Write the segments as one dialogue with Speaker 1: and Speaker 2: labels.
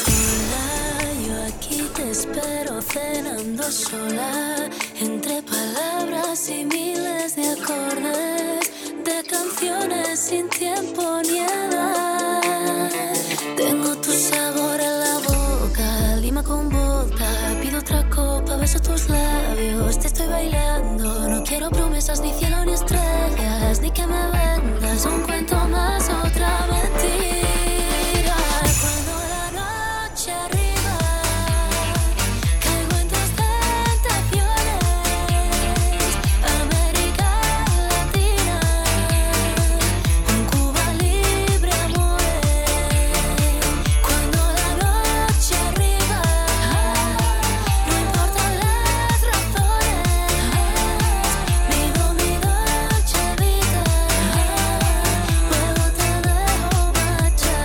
Speaker 1: Mira, yo aquí te espero cenando sola, entre palabras y miles de acordes, de canciones sin tiempo ni edad. Tengo tu sabor en la boca, lima con boca, pido otra copa, beso tus labios, te estoy bailando, no quiero promesas ni cielo ni estrellas, ni que me vendas un cuento más, otra mentira. Cuando la noche arriba, caigo en tus tentaciones, América Latina, un Cuba libre amores. Cuando la noche arriba, no importan las razones, vivo mi noche vida, luego te dejo marchar.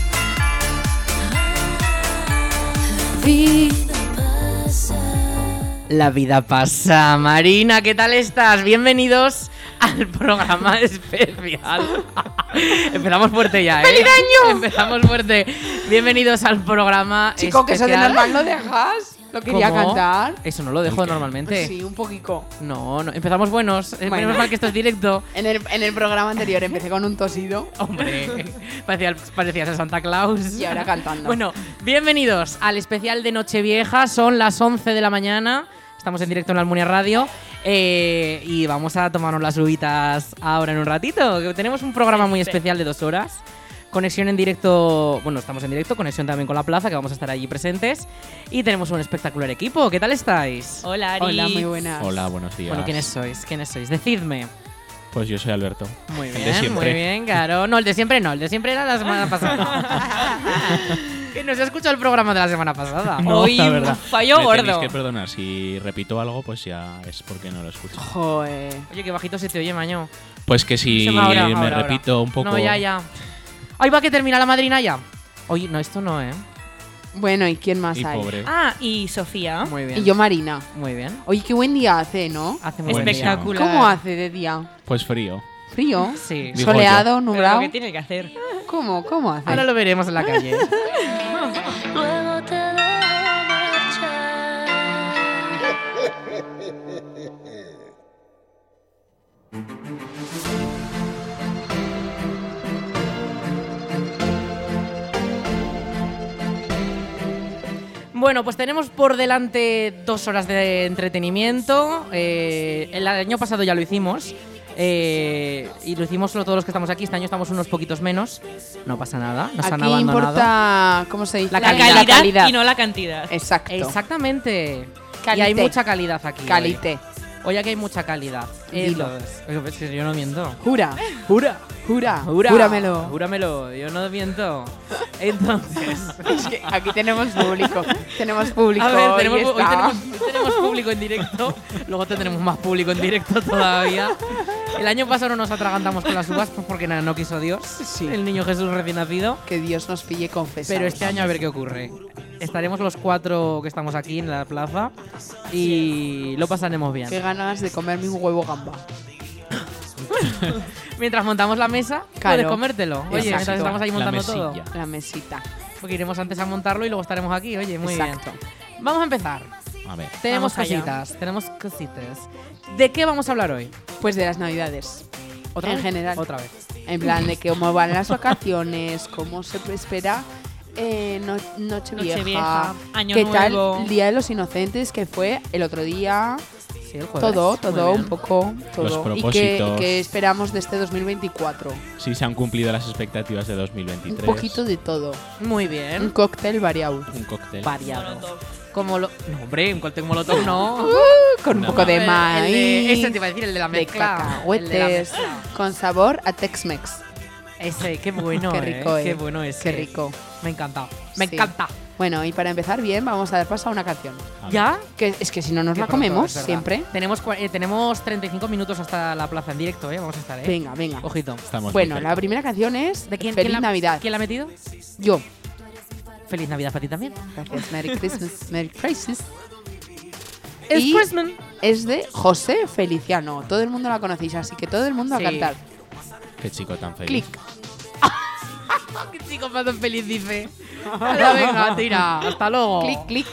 Speaker 2: La vida pasa. Marina, ¿qué tal estás? Bienvenidos al programa especial. Empezamos fuerte ya, ¿eh? ¡Feliz año! Empezamos fuerte. Bienvenidos al programa
Speaker 3: Chico, que eso de
Speaker 2: especial.
Speaker 3: normal no dejas. Lo quería
Speaker 2: ¿Cómo?
Speaker 3: cantar. Pues
Speaker 2: Eso no lo dejo normalmente.
Speaker 3: Sí, un poquito.
Speaker 2: No, no. Empezamos buenos. Eh,
Speaker 3: Bueno.
Speaker 2: Menos mal que esto es directo.
Speaker 3: En el, en el programa anterior empecé con un tosido.
Speaker 2: Hombre, parecía- parecías a Santa Claus.
Speaker 3: Y ahora cantando.
Speaker 2: Bueno, bienvenidos al especial de Nochevieja. Son las 11 de la mañana. Estamos en directo en la Almunia Radio. eh, y vamos a tomarnos las uvitas ahora en un ratito. que Tenemos un programa muy especial de dos horas. Conexión en directo, bueno, estamos en directo, conexión también con la plaza, que vamos a estar allí presentes. Y tenemos un espectacular equipo. ¿Qué tal estáis?
Speaker 4: Hola, Ari.
Speaker 3: Hola, muy buenas.
Speaker 5: Hola, buenos días.
Speaker 2: Bueno, ¿quiénes sois? ¿Quiénes sois? Decidme.
Speaker 5: Pues yo soy Alberto.
Speaker 2: Muy
Speaker 5: El de
Speaker 2: bien,
Speaker 5: siempre.
Speaker 2: Eh, muy bien, claro. No, el de siempre no, el de siempre era la semana pasada. que no se ha escuchado el programa de la semana pasada.
Speaker 5: No,
Speaker 4: Hoy
Speaker 5: la
Speaker 4: un
Speaker 5: verdad.
Speaker 4: fallo
Speaker 5: Me
Speaker 4: gordo.
Speaker 5: Tenéis que perdonar. Si repito algo, pues ya es porque no lo escucho.
Speaker 3: Joe.
Speaker 2: Oye, qué bajito se te oye, maño.
Speaker 5: Pues que si
Speaker 2: Se me- ahora,
Speaker 5: me
Speaker 2: ahora,
Speaker 5: repito
Speaker 2: ahora.
Speaker 5: un poco.
Speaker 2: No, ya, ya. Ahí va que termina la madrina ya. Oye, no, esto no, ¿eh?
Speaker 3: Bueno, ¿y quién más
Speaker 5: Y
Speaker 3: hay?
Speaker 5: pobre.
Speaker 4: Ah, y Sofía.
Speaker 2: Muy bien.
Speaker 3: Y yo, Marina.
Speaker 2: Muy bien.
Speaker 3: Oye, qué buen día hace, ¿no?
Speaker 2: Hace muy buen día.
Speaker 4: Espectacular.
Speaker 3: ¿Cómo hace de día?
Speaker 5: Pues frío.
Speaker 3: ¿Frío?
Speaker 2: Sí.
Speaker 5: Digo
Speaker 3: ¿Soleado?
Speaker 4: Pero
Speaker 3: ¿Nublado?
Speaker 4: lo que tiene que hacer.
Speaker 2: Este
Speaker 3: ¿Cómo? ¿Cómo hace?
Speaker 2: Ahora lo veremos en la calle.
Speaker 1: Luego te dejo marchar.
Speaker 2: Bueno, pues tenemos por delante dos horas de entretenimiento. Eh, el año pasado ya lo hicimos. eh, y lo hicimos solo todos los que estamos aquí. Este año estamos unos poquitos menos. No pasa nada. Nos han
Speaker 3: Aquí
Speaker 2: abandonado.
Speaker 3: importa, ¿cómo se dice?
Speaker 2: La
Speaker 4: La
Speaker 2: calidad.
Speaker 4: calidad,
Speaker 3: La calidad.
Speaker 4: y no la cantidad.
Speaker 3: Exacto.
Speaker 2: Exactamente. Y
Speaker 3: Calité.
Speaker 2: hay mucha calidad aquí. hoy.
Speaker 3: Calité.
Speaker 2: Hoy aquí hay mucha calidad.
Speaker 3: Dilo.
Speaker 2: Entonces, oye, pues, que yo no miento.
Speaker 3: Jura.
Speaker 2: Jura.
Speaker 3: Jura.
Speaker 2: Jura.
Speaker 3: Júramelo.
Speaker 2: Júramelo. Yo no miento. Entonces.
Speaker 3: Es que aquí tenemos público. tenemos público.
Speaker 2: A ver, tenemos,
Speaker 3: y
Speaker 2: hoy
Speaker 3: está.
Speaker 2: tenemos, hoy tenemos público en directo. Luego tendremos más público en directo todavía. El año pasado no nos atragantamos con las uvas pues porque na- no quiso Dios.
Speaker 3: Sí.
Speaker 2: El niño Jesús recién nacido.
Speaker 3: Que Dios nos pille confesados.
Speaker 2: Pero este año a ver qué ocurre. Estaremos los cuatro que estamos aquí en la plaza y lo pasaremos bien.
Speaker 3: Qué ganas de comerme un huevo gamba.
Speaker 2: Mientras montamos la mesa,
Speaker 3: Claro.
Speaker 2: puedes comértelo. Oye,
Speaker 3: Exacto.
Speaker 2: mientras estamos ahí
Speaker 5: La
Speaker 2: montando todo.
Speaker 5: mesilla.
Speaker 3: La mesita.
Speaker 2: Porque iremos antes a montarlo y luego estaremos aquí. Oye, muy
Speaker 3: Exacto.
Speaker 2: bien. Vamos a empezar.
Speaker 5: A ver.
Speaker 2: Tenemos
Speaker 4: Vamos allá.
Speaker 2: cositas, tenemos cositas. ¿De qué vamos a hablar hoy?
Speaker 3: Pues de las navidades.
Speaker 2: ¿Otra
Speaker 3: En
Speaker 2: vez?
Speaker 3: general.
Speaker 2: Otra vez.
Speaker 3: En plan de cómo van las vacaciones, cómo se espera eh, no- Nochevieja.
Speaker 4: Nochevieja, Año
Speaker 3: ¿Qué
Speaker 4: Nuevo.
Speaker 3: tal Día de los Inocentes que fue el otro día?
Speaker 2: Sí, el jueves.
Speaker 3: Todo,
Speaker 2: Muy
Speaker 3: todo,
Speaker 2: bien.
Speaker 3: un poco. Todo.
Speaker 5: Los
Speaker 3: ¿Y qué-
Speaker 5: propósitos.
Speaker 3: qué esperamos de este 2024?
Speaker 5: Si se han cumplido las expectativas de
Speaker 3: Un
Speaker 5: 2023.
Speaker 3: poquito de todo.
Speaker 2: Muy
Speaker 3: Un
Speaker 2: bien.
Speaker 3: cóctel variado.
Speaker 5: Un cóctel.
Speaker 2: Variado. Como lo. No, hombre, un cóctel molotov no.
Speaker 3: Uh, Con un
Speaker 5: Una
Speaker 3: poco de
Speaker 2: El-
Speaker 3: maíz.
Speaker 2: el de- Ese te iba a decir, el de la
Speaker 3: de
Speaker 2: mezcla. el de la
Speaker 3: cacahuetes
Speaker 2: mezcla.
Speaker 3: con sabor a Tex-Mex.
Speaker 2: Ese, qué bueno.
Speaker 3: Qué
Speaker 2: eh,
Speaker 3: rico, eh.
Speaker 2: Qué bueno ese.
Speaker 3: Qué rico.
Speaker 2: Me encanta. Me
Speaker 3: Sí.
Speaker 2: encanta.
Speaker 3: Bueno, y para empezar bien, vamos a dar paso a una canción.
Speaker 5: A ver.
Speaker 2: ¿Ya?
Speaker 3: Que es que si no nos
Speaker 2: Qué
Speaker 3: la
Speaker 2: pronto,
Speaker 3: comemos
Speaker 2: es verdad.
Speaker 3: siempre.
Speaker 2: Tenemos, cua- eh, tenemos 35 minutos hasta la plaza en directo, ¿eh? Vamos a estar, ¿eh?
Speaker 3: Venga, venga.
Speaker 2: Ojito.
Speaker 5: Estamos
Speaker 3: Bueno,
Speaker 5: muy
Speaker 3: la primera canción es
Speaker 2: ¿De quién,
Speaker 3: Feliz
Speaker 2: quién la,
Speaker 3: Navidad.
Speaker 2: ¿Quién la ha metido?
Speaker 3: Yo.
Speaker 2: Feliz Navidad para ti también.
Speaker 3: Gracias. Merry Christmas. Merry Christmas.
Speaker 2: Es
Speaker 3: Y-
Speaker 2: Christmas.
Speaker 3: Es de José Feliciano. Todo el mundo la conocéis, así que todo el mundo
Speaker 2: Sí.
Speaker 3: a cantar.
Speaker 5: cerca. Qué chico tan feliz.
Speaker 3: Clic.
Speaker 2: Qué chico más tan feliz dice. Hala, venga, tira. Hasta luego.
Speaker 3: Clic, clic.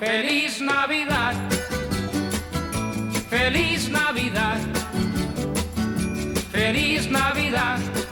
Speaker 6: Feliz Navidad, feliz Navidad, feliz Navidad,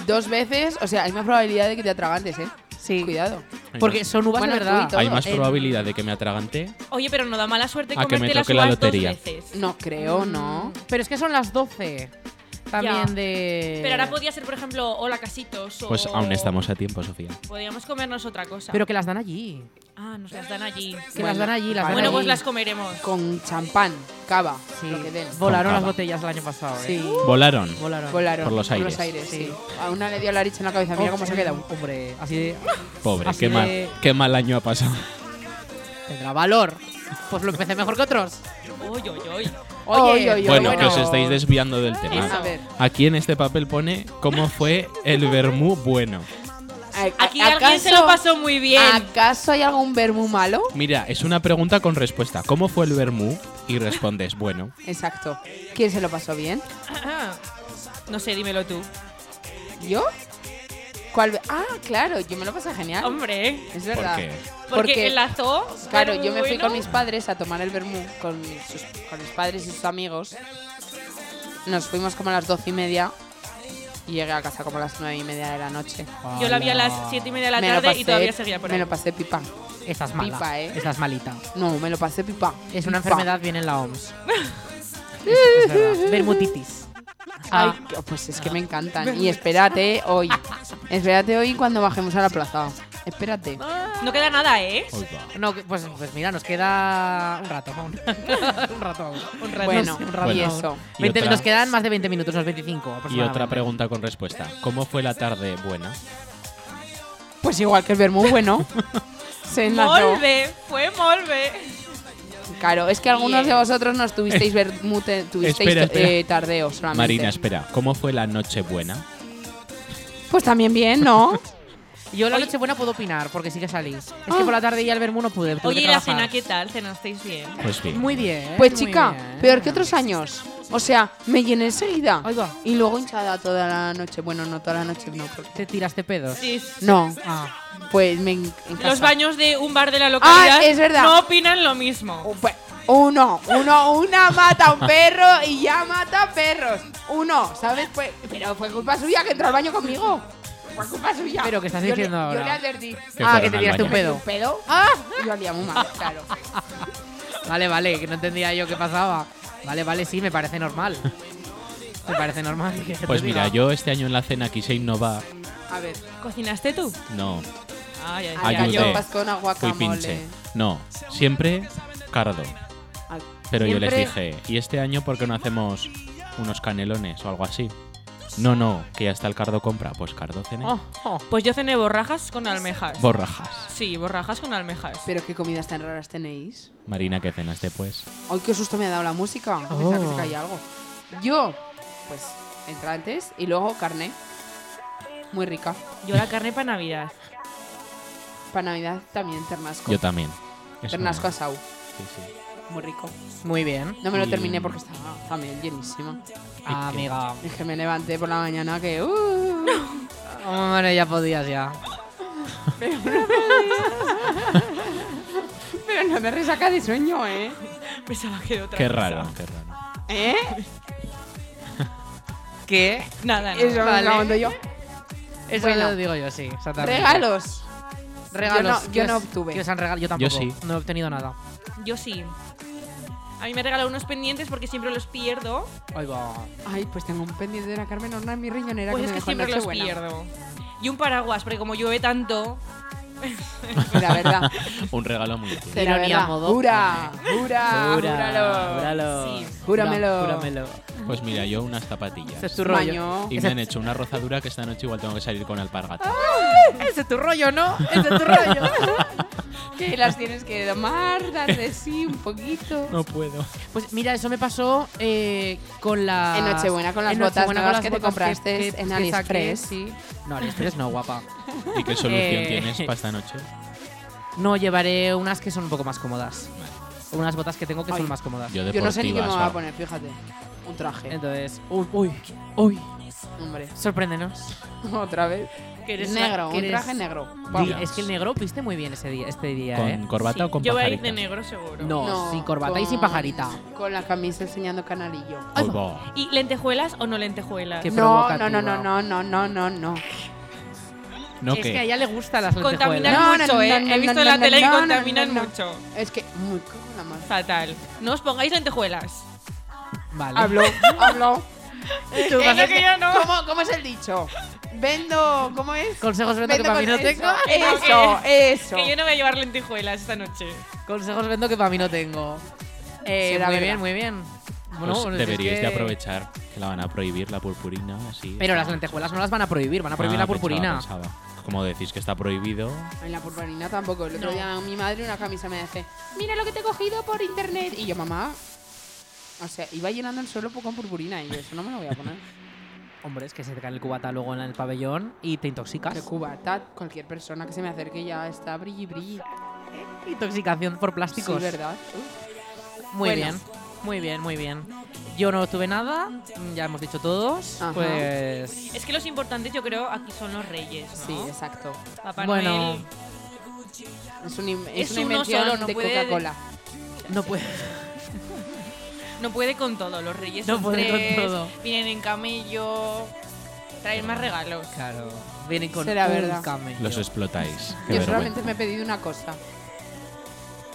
Speaker 2: Dos veces, o sea, hay más probabilidad de que te atragantes, ¿eh?
Speaker 7: Sí.
Speaker 2: Cuidado.
Speaker 5: Hay
Speaker 7: Porque
Speaker 5: más-
Speaker 7: son uvas
Speaker 2: Bueno,
Speaker 7: de verdad.
Speaker 2: tú y
Speaker 5: hay más
Speaker 7: Eh,
Speaker 5: probabilidad de que me atragante.
Speaker 4: Oye, pero no da mala suerte
Speaker 5: A que me
Speaker 4: comerte las
Speaker 5: toque la
Speaker 4: uvas dos
Speaker 5: lotería.
Speaker 4: veces.
Speaker 2: No creo, no.
Speaker 7: Pero es que son las 12. También
Speaker 4: Ya.
Speaker 2: Eh.
Speaker 7: de.
Speaker 4: Pero ahora podía ser, por ejemplo, hola casitos o...
Speaker 5: Pues aún estamos a tiempo, Sofía.
Speaker 4: Podríamos comernos otra cosa.
Speaker 7: Pero que las dan allí.
Speaker 4: Ah, nos las dan allí.
Speaker 7: Que las dan allí, las dan
Speaker 4: Bueno,
Speaker 7: allí.
Speaker 4: pues las comeremos.
Speaker 2: Con champán, cava,
Speaker 7: Sí.
Speaker 2: lo que den.
Speaker 7: Volaron
Speaker 5: Con
Speaker 7: las
Speaker 5: cava.
Speaker 7: botellas el año pasado, ¿eh?
Speaker 2: Sí.
Speaker 5: Uh. Volaron.
Speaker 7: Volaron.
Speaker 2: Volaron.
Speaker 5: Por los aires.
Speaker 2: sí.
Speaker 7: Sí.
Speaker 2: A una le dio la richa en la cabeza. Mira cómo se ha quedado.
Speaker 7: Hombre, así de.
Speaker 5: Pobre,
Speaker 7: Así
Speaker 5: qué mal,
Speaker 7: de-
Speaker 5: qué mal año ha pasado.
Speaker 7: Tendrá valor. Pues lo empecé mejor que otros.
Speaker 4: Uy, uy, uy.
Speaker 2: Oye, oye,
Speaker 5: Bueno,
Speaker 2: bueno.
Speaker 5: que os estáis desviando del
Speaker 2: A
Speaker 5: tema.
Speaker 2: ver.
Speaker 5: Aquí en este papel pone cómo fue el vermú bueno.
Speaker 4: Aquí alguien se lo pasó muy bien.
Speaker 2: ¿Acaso hay algún vermú malo?
Speaker 5: Mira, es una pregunta con respuesta. ¿Cómo fue el vermú? Y respondes, bueno.
Speaker 2: Exacto. ¿Quién se lo pasó bien?
Speaker 4: Ah, No sé, dímelo tú.
Speaker 2: ¿Yo? ¿Cuál? ve- Ah, claro, yo me lo pasé genial.
Speaker 4: Hombre,
Speaker 2: es verdad.
Speaker 5: Porque
Speaker 4: porque enlazó.
Speaker 2: Claro,
Speaker 4: pero
Speaker 2: yo me fui
Speaker 4: bueno.
Speaker 2: con mis padres a tomar el vermú, con, sus- con mis padres y sus amigos. Nos fuimos como a las doce y media y llegué a casa como a las nueve y media de la noche.
Speaker 4: Yo la vi a las siete y media de la
Speaker 2: Me lo
Speaker 4: tarde
Speaker 2: pasé-
Speaker 4: y todavía seguía por
Speaker 2: Me
Speaker 4: ahí.
Speaker 2: lo pasé pipa.
Speaker 7: Estás mala.
Speaker 2: Pipa, ¿eh?
Speaker 7: Estás malita.
Speaker 2: No, me lo pasé pipa.
Speaker 7: Es una
Speaker 2: Pipa.
Speaker 7: enfermedad, viene en la OMS. Es- es verdad. Vermutitis.
Speaker 2: Ay,
Speaker 7: Ah,
Speaker 2: que- pues es que me encantan. Y espérate hoy. Espérate hoy cuando bajemos a la plaza. Espérate.
Speaker 7: Este
Speaker 4: No queda nada, ¿eh?
Speaker 5: Uy, va.
Speaker 7: no, que- pues, pues mira, nos queda un rato aún. un rato aún. Un rato,
Speaker 2: Bueno,
Speaker 7: sí, un rato
Speaker 5: y
Speaker 7: aún.
Speaker 2: eso.
Speaker 5: Y
Speaker 7: 20
Speaker 5: otra-
Speaker 7: nos quedan más de 20 minutos, unos 25
Speaker 4: Pues
Speaker 5: Y
Speaker 7: aproximadamente.
Speaker 5: otra pregunta con respuesta. ¿Cómo fue la tarde buena?
Speaker 2: Pues igual que el vermú, bueno. Se enlazó.
Speaker 4: Molve, fue molve.
Speaker 2: Claro, es que algunos de vosotros no tuvisteis vermú, te- tuvisteis
Speaker 5: Espera, espera.
Speaker 2: eh, tardeo solamente.
Speaker 5: Marina, espera. ¿Cómo fue la noche buena?
Speaker 2: Pues también bien, ¿no?
Speaker 7: Yo la noche buena puedo opinar, porque sí que salí. Es que
Speaker 2: Ah.
Speaker 7: por la tarde ya al vermú no pude. tuve
Speaker 4: Oye,
Speaker 7: que
Speaker 4: ¿y la
Speaker 7: trabajar.
Speaker 4: cena qué tal? ¿Cenasteis bien?
Speaker 5: Pues bien.
Speaker 7: Muy bien.
Speaker 2: Pues
Speaker 7: muy
Speaker 2: chica,
Speaker 7: bien.
Speaker 2: peor que otros años. O sea, me llené enseguida.
Speaker 7: Ahí va.
Speaker 2: Y luego hinchada toda la noche. Bueno, no toda la noche, no. porque-
Speaker 7: ¿Te tiraste pedos?
Speaker 4: Sí, sí.
Speaker 2: No,
Speaker 7: Ah,
Speaker 2: pues me en- en
Speaker 4: Los
Speaker 2: casa.
Speaker 4: baños de un bar de la localidad
Speaker 2: Ah, es verdad.
Speaker 4: no opinan lo mismo.
Speaker 2: Oh, pues, Uno, uno, una mata a un perro y ya mata perros. Uno, ¿sabes? Pues, pero fue culpa suya que entró al baño conmigo. Fue culpa suya.
Speaker 7: Pero, ¿qué estás
Speaker 2: Yo le-
Speaker 7: diciendo ahora?
Speaker 2: Yo le advertí.
Speaker 7: ah
Speaker 5: fueron
Speaker 7: que te
Speaker 5: al
Speaker 7: tiraste
Speaker 5: baño.
Speaker 7: un pedo.
Speaker 2: ¿Pedo? ¡Ah! Y yo olía muy mal, claro.
Speaker 7: Vale, vale, que no entendía yo qué pasaba. Vale, vale, sí, me parece normal. Me parece normal. que te
Speaker 5: Pues mira,
Speaker 7: diga.
Speaker 5: yo este año en la cena quise innovar.
Speaker 2: A ver.
Speaker 4: ¿Cocinaste tú?
Speaker 5: No,
Speaker 4: Ay, ay, ay,
Speaker 5: Ayudé.
Speaker 4: ay,
Speaker 2: papas con
Speaker 5: fui
Speaker 2: aguacamole.
Speaker 5: pinche. No, siempre cardo.
Speaker 2: Al-
Speaker 5: Pero yo les
Speaker 2: Ah, Siempre-
Speaker 5: dije, ¿y este año por qué no hacemos unos canelones o algo así? No, no, que ya está el cardo compra. Pues cardo cené.
Speaker 7: Oh, oh.
Speaker 4: Pues yo cené borrajas con almejas.
Speaker 5: Borrajas.
Speaker 4: sí, borrajas con almejas.
Speaker 2: Pero qué comidas tan raras tenéis.
Speaker 5: Marina, ¿qué cenaste pues?
Speaker 2: Ay, qué susto me ha dado la música. Pensaba
Speaker 4: Oh.
Speaker 2: que se caía algo. Yo, pues, entrantes y luego carne. Muy rica.
Speaker 4: Yo la carne para Navidad.
Speaker 2: Para Navidad también ternasco.
Speaker 5: Yo también. Es
Speaker 2: ternasco
Speaker 5: una-
Speaker 2: asau.
Speaker 5: sí, sí.
Speaker 2: Muy rico.
Speaker 7: Muy bien.
Speaker 2: No me lo
Speaker 5: Y-
Speaker 2: terminé porque estaba también llenísima.
Speaker 7: amiga.
Speaker 2: Es que me levanté por la mañana que... uh,
Speaker 7: Hombre, Oh, ya podías ya.
Speaker 2: pero no me resaca de sueño, ¿eh?
Speaker 4: Pensaba que de otra
Speaker 5: Qué
Speaker 4: cosa.
Speaker 5: raro, qué raro.
Speaker 2: ¿Eh?
Speaker 7: ¿Qué?
Speaker 4: Nada,
Speaker 2: Eso
Speaker 4: nada.
Speaker 2: me
Speaker 7: Vale.
Speaker 2: lo aguanto yo.
Speaker 7: Eso
Speaker 2: Bueno.
Speaker 7: lo digo yo, sí. exactamente.
Speaker 2: Regalos.
Speaker 7: Regalos.
Speaker 2: Yo no-
Speaker 7: ¿Qué
Speaker 2: yo no
Speaker 7: os-
Speaker 2: obtuve.
Speaker 7: qué os han regalado? Yo tampoco.
Speaker 5: sí.
Speaker 7: No he obtenido nada.
Speaker 4: Yo sí. A mí me regaló unos pendientes porque siempre los pierdo.
Speaker 7: Ahí va.
Speaker 2: Ay, pues tengo un pendiente de la Carmen Horna en mi riñonera
Speaker 4: Pues
Speaker 2: que
Speaker 4: es
Speaker 2: me
Speaker 4: que
Speaker 2: dejó en
Speaker 4: siempre los
Speaker 2: Nochebuena.
Speaker 4: pierdo. Y un paraguas, porque como llueve tanto,
Speaker 2: La verdad.
Speaker 5: Un regalo muy útil.
Speaker 2: La
Speaker 7: Ironía
Speaker 2: verdad.
Speaker 7: modo.
Speaker 2: Jura, jura, júralo.
Speaker 4: Sí.
Speaker 2: Júramelo.
Speaker 7: Júramelo.
Speaker 5: Pues mira, yo unas
Speaker 7: Ese es
Speaker 5: zapatillas.
Speaker 7: tu rollo.
Speaker 2: Maño.
Speaker 5: Y me han hecho una rozadura que esta noche igual tengo que salir con alpargata.
Speaker 7: Ah. Ese es tu rollo, ¿no? Ese es tu rollo.
Speaker 2: Que las tienes que domar, dar de sí un poquito.
Speaker 5: No puedo.
Speaker 7: Pues mira, eso me pasó eh, con la.
Speaker 2: En Nochebuena, con las botas nuevas que te compraste en AliExpress.
Speaker 7: sí. No, AliExpress no, guapa.
Speaker 5: ¿Y qué solución
Speaker 7: Eh.
Speaker 5: tienes para esta noche?
Speaker 7: No, llevaré unas que son un poco más cómodas. Unas botas que tengo que
Speaker 2: Ay.
Speaker 7: son más cómodas.
Speaker 5: Yo deportivas.
Speaker 2: Yo no sé ni qué me voy a
Speaker 5: vamos.
Speaker 2: poner, fíjate.
Speaker 3: un traje.
Speaker 2: Entonces, uy, uy, uy,
Speaker 3: Hombre,
Speaker 2: sorpréndenos.
Speaker 3: otra vez.
Speaker 4: Que eres una-
Speaker 3: negro,
Speaker 2: que
Speaker 3: un
Speaker 2: eres-
Speaker 3: traje negro.
Speaker 2: Di-
Speaker 5: Vamos.
Speaker 2: Es que el negro viste muy bien ese día, este día,
Speaker 5: ¿Con
Speaker 2: ¿eh?
Speaker 5: corbata o con
Speaker 4: Yo voy a ir
Speaker 5: pajarita?
Speaker 4: de negro seguro.
Speaker 2: No,
Speaker 3: No,
Speaker 2: sin corbata y sin
Speaker 3: con-
Speaker 2: pajarita.
Speaker 3: Con la camisa enseñando canarillo.
Speaker 5: Pues va.
Speaker 4: Oh. ¿Y lentejuelas o no lentejuelas?
Speaker 2: Qué
Speaker 3: No, no,
Speaker 2: provocativa.
Speaker 3: no, no, no, no, no, no, no.
Speaker 5: No
Speaker 2: es
Speaker 5: que-
Speaker 2: que a ella le gustan las lentejuelas.
Speaker 4: Contaminan
Speaker 3: No, no,
Speaker 4: mucho,
Speaker 3: no,
Speaker 4: ¿eh?
Speaker 3: no,
Speaker 4: He
Speaker 3: no,
Speaker 4: visto
Speaker 3: no,
Speaker 4: en la
Speaker 3: no,
Speaker 4: tele
Speaker 3: no,
Speaker 4: que
Speaker 3: no,
Speaker 4: contaminan
Speaker 3: no, no.
Speaker 4: mucho.
Speaker 3: Es que, muy con la madre.
Speaker 4: Fatal. No os pongáis lentejuelas.
Speaker 2: Vale.
Speaker 3: Habló, habló.
Speaker 2: Tú vas a-
Speaker 3: ¿Cómo, ¿Cómo es el dicho? Vendo, ¿cómo es?
Speaker 2: Consejos vendo que
Speaker 3: Vendo
Speaker 2: para mí
Speaker 3: con-
Speaker 2: no tengo.
Speaker 3: Eso,
Speaker 4: Eso,
Speaker 3: eso.
Speaker 4: Que yo no voy a llevar lentejuelas esta noche.
Speaker 2: Consejos vendo que para mí no tengo. Eh,
Speaker 3: Será
Speaker 2: muy
Speaker 3: verdad.
Speaker 2: bien, muy bien.
Speaker 5: Pues
Speaker 2: Bueno, pues es
Speaker 5: deberíais
Speaker 2: que-
Speaker 5: de aprovechar que la van a prohibir la purpurina. Así,
Speaker 2: Pero las lentejuelas no las van a prohibir, van a prohibir
Speaker 5: Ah,
Speaker 2: la
Speaker 5: pensaba,
Speaker 2: purpurina.
Speaker 5: pensaba. Como decís que está prohibido.
Speaker 3: En la purpurina tampoco. El otro
Speaker 4: No.
Speaker 3: día mi madre una camisa me hace, mira lo que te he cogido por internet. Y yo, mamá, o sea, iba llenando el suelo con purpurina y yo, eso no me lo voy a poner.
Speaker 2: Hombre, es que se te cae el cubata luego en el pabellón y te
Speaker 3: De
Speaker 2: intoxicas.
Speaker 3: cubata, cualquier persona que se me acerque ya está brilli brilli.
Speaker 2: Intoxicación por
Speaker 3: Sí,
Speaker 2: plásticos.
Speaker 3: ¿verdad?
Speaker 2: Muy
Speaker 3: Bueno.
Speaker 2: bien, muy bien, muy bien. Yo no tuve nada, ya hemos dicho todos.
Speaker 3: Ajá.
Speaker 2: Pues.
Speaker 4: Es que los importantes, yo creo, aquí son los reyes, ¿no?
Speaker 3: Sí, exacto.
Speaker 4: Papá
Speaker 2: Bueno.
Speaker 4: Noel.
Speaker 3: Es, un im-
Speaker 4: Es
Speaker 3: es una
Speaker 4: uno
Speaker 3: invención
Speaker 4: solo, no
Speaker 3: de
Speaker 4: puede-
Speaker 3: Coca-Cola.
Speaker 2: No puedo.
Speaker 4: No puede con todo, los reyes
Speaker 2: No
Speaker 4: son
Speaker 2: puede con
Speaker 4: tres,
Speaker 2: todo.
Speaker 4: Vienen en camello. Traen más regalos.
Speaker 2: Claro, vienen con
Speaker 3: Será
Speaker 2: un
Speaker 3: verdad.
Speaker 2: camello.
Speaker 5: Los explotáis. Qué
Speaker 3: Yo
Speaker 5: vergüenza.
Speaker 3: solamente me he pedido una cosa.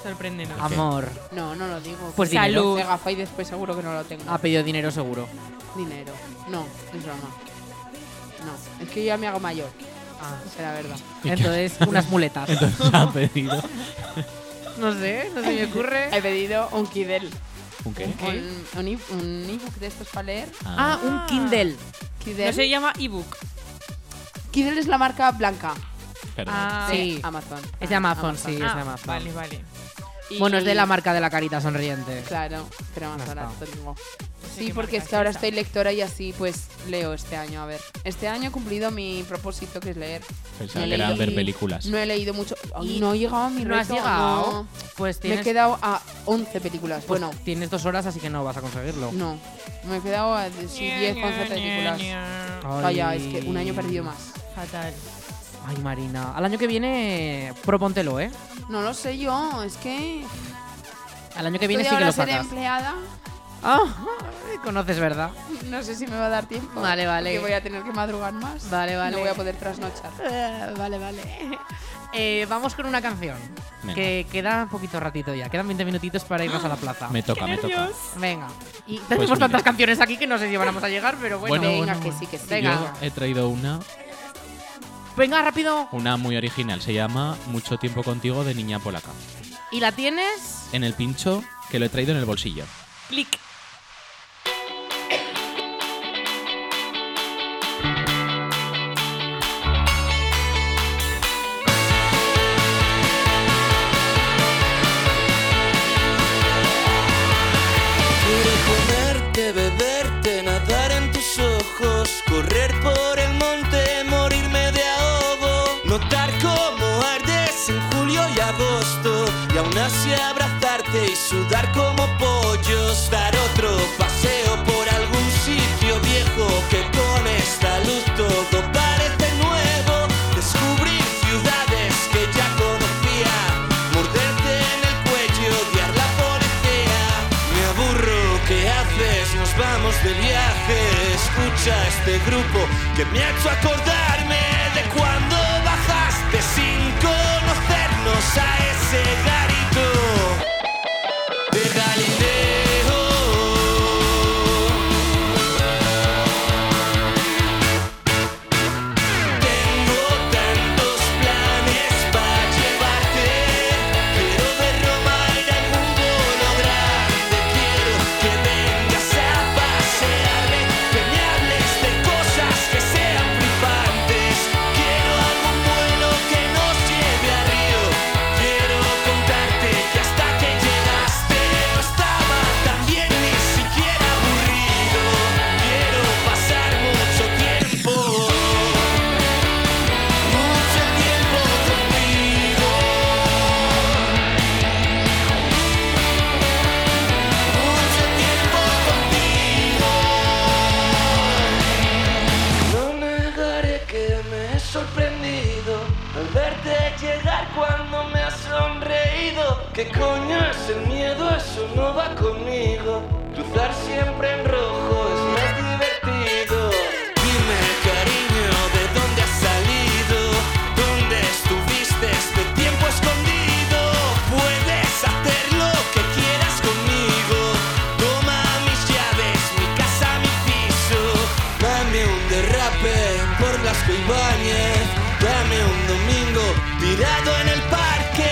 Speaker 4: Sorpréndenos.
Speaker 2: Amor,
Speaker 3: No, no lo digo.
Speaker 2: Pues dinero. Ah,
Speaker 3: salud. De gafa y después seguro que no lo tengo.
Speaker 2: ha pedido dinero seguro.
Speaker 3: Dinero. No, es broma. No, es que yo ya me hago mayor. Ah, será verdad.
Speaker 2: Entonces, unas muletas.
Speaker 5: Entonces ha pedido.
Speaker 2: No sé, no se me ocurre.
Speaker 3: He pedido un Kidel.
Speaker 5: ¿Un qué?
Speaker 3: Un, un e- un ebook de estos para leer.
Speaker 2: Ah, un Kindle.
Speaker 3: Kidel.
Speaker 4: No se llama ebook.
Speaker 3: Kidel es la marca blanca
Speaker 5: perdón.
Speaker 3: Ah. de
Speaker 2: sí.
Speaker 3: Amazon.
Speaker 2: Es de Amazon, sí, es de
Speaker 4: Ah,
Speaker 2: Amazon.
Speaker 4: vale, vale.
Speaker 3: Y-
Speaker 2: Bueno, es de la marca de la carita sonriente.
Speaker 3: Claro, pero más
Speaker 2: Ya
Speaker 3: ahora
Speaker 2: está.
Speaker 3: te digo.
Speaker 4: sé
Speaker 3: Sí,
Speaker 4: qué
Speaker 3: porque
Speaker 4: marca
Speaker 3: es que ahora
Speaker 4: esa.
Speaker 3: estoy lectora y así pues leo este año. A ver, este año he cumplido mi propósito que es leer.
Speaker 5: Pensaba
Speaker 3: No
Speaker 5: que
Speaker 3: he
Speaker 5: era
Speaker 3: leído.
Speaker 5: ver Pues películas.
Speaker 3: No he leído mucho. Ay,
Speaker 2: Y
Speaker 3: no he llegado a mi
Speaker 2: ¿No has
Speaker 3: reto,
Speaker 2: llegado?
Speaker 3: no.
Speaker 2: Pues
Speaker 3: Me he
Speaker 2: tienes,
Speaker 3: quedado a 11 películas.
Speaker 2: pues
Speaker 3: Bueno,
Speaker 2: tienes dos horas, así que no vas a conseguirlo.
Speaker 3: no. Me he quedado a sí, 10, 11 películas.
Speaker 2: Ay.
Speaker 3: Calla, es que un año perdido más.
Speaker 4: Fatal.
Speaker 2: Ay, Marina. Al año que viene, propóntelo, ¿eh?
Speaker 3: No lo sé yo, es que.
Speaker 2: Al año que viene
Speaker 3: estoy
Speaker 2: sí que
Speaker 3: ahora
Speaker 2: lo
Speaker 3: a ser
Speaker 2: sacas.
Speaker 3: empleada.
Speaker 2: Ah, conoces, ¿verdad?
Speaker 3: No sé si me va a dar tiempo.
Speaker 2: Vale, vale.
Speaker 3: Que voy a tener que madrugar más.
Speaker 2: Vale, vale.
Speaker 3: No voy a poder trasnochar.
Speaker 2: vale, vale. Eh, vamos con una canción.
Speaker 5: Venga.
Speaker 2: Que queda un poquito ratito ya. Quedan 20 minutitos para irnos a la plaza.
Speaker 5: Me toca, me toca.
Speaker 2: Venga. Y tenemos
Speaker 5: Pues mira.
Speaker 2: tantas canciones aquí que no sé si vamos a llegar, pero bueno.
Speaker 5: Bueno,
Speaker 3: venga,
Speaker 5: bueno,
Speaker 3: que sí, que sí.
Speaker 2: Venga.
Speaker 5: Yo he traído una,
Speaker 2: Venga, rápido.
Speaker 5: una muy original. Se llama Mucho tiempo contigo de Niña Polaca.
Speaker 2: ¿Y la tienes?
Speaker 5: En el pincho, que lo he traído en el bolsillo.
Speaker 4: Clic.
Speaker 8: Quiero comerte, beberte, nadar en tus ojos, correr por el monte, morirme de ahogo, notar cómo ardes en julio y agosto, y aún así abrazarte y sudar como pollos, dar otro paseo por algún sitio viejo que con esta luz todo parece nuevo, descubrir ciudades que ya conocía, morderte en el cuello, odiar la policía. Me aburro, ¿qué haces? Nos vamos de viaje. Escucha este grupo que me ha hecho acordarme de cuando bajaste sin conocernos a ese garito de Galileo. Tengo tantos planes para llevarte, quiero ver Roma y al mundo lograr. Te quiero que vengas a pasearme, que me hables de cosas que sean flipantes,
Speaker 7: ¿Qué coño es el miedo? Eso no va conmigo. Cruzar siempre en rojo es más divertido. Dime, cariño, ¿de dónde has salido? ¿Dónde estuviste este tiempo escondido? Puedes hacer lo que quieras conmigo. Toma mis llaves, mi casa, mi piso. Dame un derrape por las Ibáñez. Dame un domingo tirado en el parque.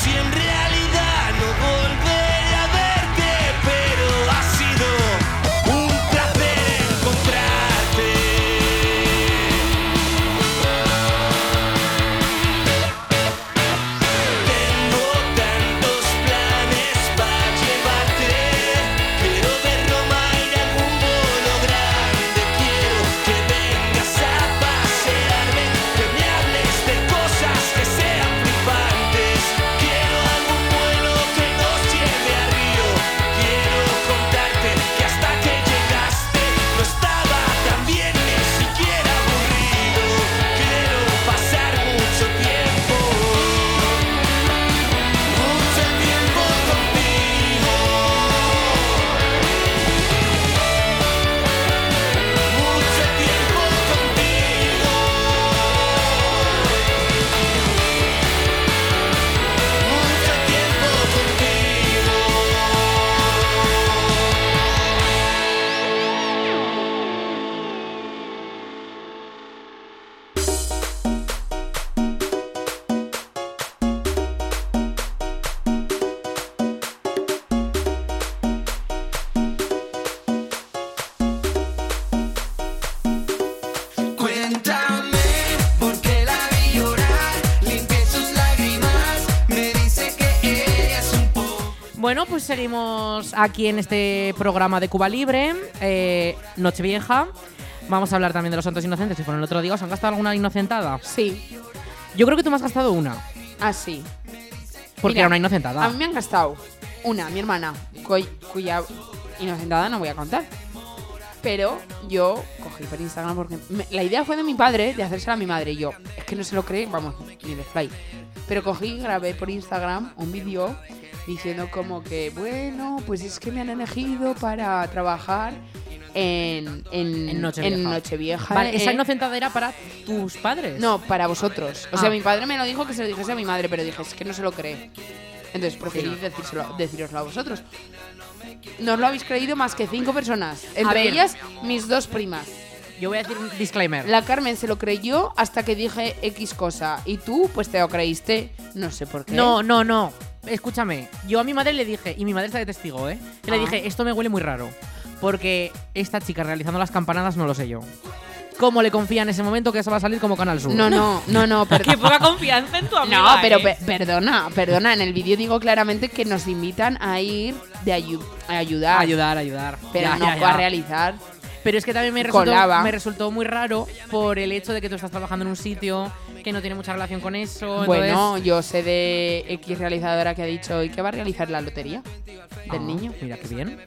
Speaker 7: Si en realidad no volveré a verte, pero ha sido un placer encontrarte. Tengo tantos planes para llevarte. Quiero de Roma ir a algún bolo grande. Quiero que vengas a pasearme, que me hables de cosas que sean flipantes. Quiero algún vuelo que nos lleve a Río. Quiero contarte que hasta que llegaste no estaba tan bien ni siquiera aburrido. Quiero pasar mucho tiempo. Mucho tiempo contigo, mucho tiempo contigo, mucho tiempo contigo. Cuéntame por qué la vi llorar, limpié sus lágrimas, me dice que ella es un poco.
Speaker 4: Bueno, pues seguimos aquí en este programa de Cuba Libre, eh, Nochevieja. Vamos a hablar también de los santos inocentes, que fueron el otro día. ¿Os han gastado alguna inocentada?
Speaker 2: Sí,
Speaker 4: Yo creo que tú me has gastado una,
Speaker 2: así.
Speaker 4: porque era
Speaker 2: Mira,
Speaker 4: una
Speaker 2: Ah, A
Speaker 4: inocentada.
Speaker 2: mí me han gastado una, mi hermana, cu- cuya inocentada no voy a contar. Pero yo cogí por Instagram porque me- la idea fue de mi padre de hacérsela a mi madre. Y yo, es que no se lo cree, vamos, ni de fly. Pero cogí y grabé por Instagram un vídeo diciendo como que, bueno, pues es que me han elegido para trabajar en, en,
Speaker 4: En Nochevieja.
Speaker 2: en Nochevieja,
Speaker 4: Vale, esa
Speaker 2: eh,
Speaker 4: inocentada era para tus padres.
Speaker 2: no, para vosotros. O sea,
Speaker 4: Ah.
Speaker 2: mi padre me lo dijo que se lo dijese a mi madre, pero dije, es que no se lo cree. Entonces preferí decírselo- decíroslo a vosotros. No os lo habéis creído más que cinco personas. Entre
Speaker 4: ver.
Speaker 2: ellas, mis dos primas.
Speaker 4: Yo voy a decir un disclaimer.
Speaker 2: La Carmen se lo creyó hasta que dije X cosa. Y tú, pues te lo creíste. No sé por qué.
Speaker 4: No, no, no. Escúchame, yo a mi madre le dije, y mi madre está de testigo, ¿eh? Yo le
Speaker 2: Ah.
Speaker 4: dije, esto me huele muy raro, porque esta chica realizando las campanadas no lo sé yo. ¿Cómo le confía en ese momento que eso va a salir como Canal Sur?
Speaker 2: No, no, no, no. per-
Speaker 9: Qué poca confianza en tu amiga.
Speaker 2: no, pero
Speaker 9: ¿eh?
Speaker 2: pe- perdona, perdona. En el vídeo digo claramente que nos invitan a ir de ayu- a ayudar.
Speaker 4: Ayudar, ayudar.
Speaker 2: Pero
Speaker 4: Ya,
Speaker 2: no
Speaker 4: ya, ya.
Speaker 2: a realizar.
Speaker 4: Pero es que también me resultó,
Speaker 2: Colaba.
Speaker 4: me resultó muy raro por el hecho de que tú estás trabajando en un sitio que no tiene mucha relación con eso.
Speaker 2: Bueno,
Speaker 4: entonces-
Speaker 2: yo sé de X realizadora que ha dicho y que va a realizar la lotería del
Speaker 4: Ah,
Speaker 2: niño.
Speaker 4: Mira, qué bien.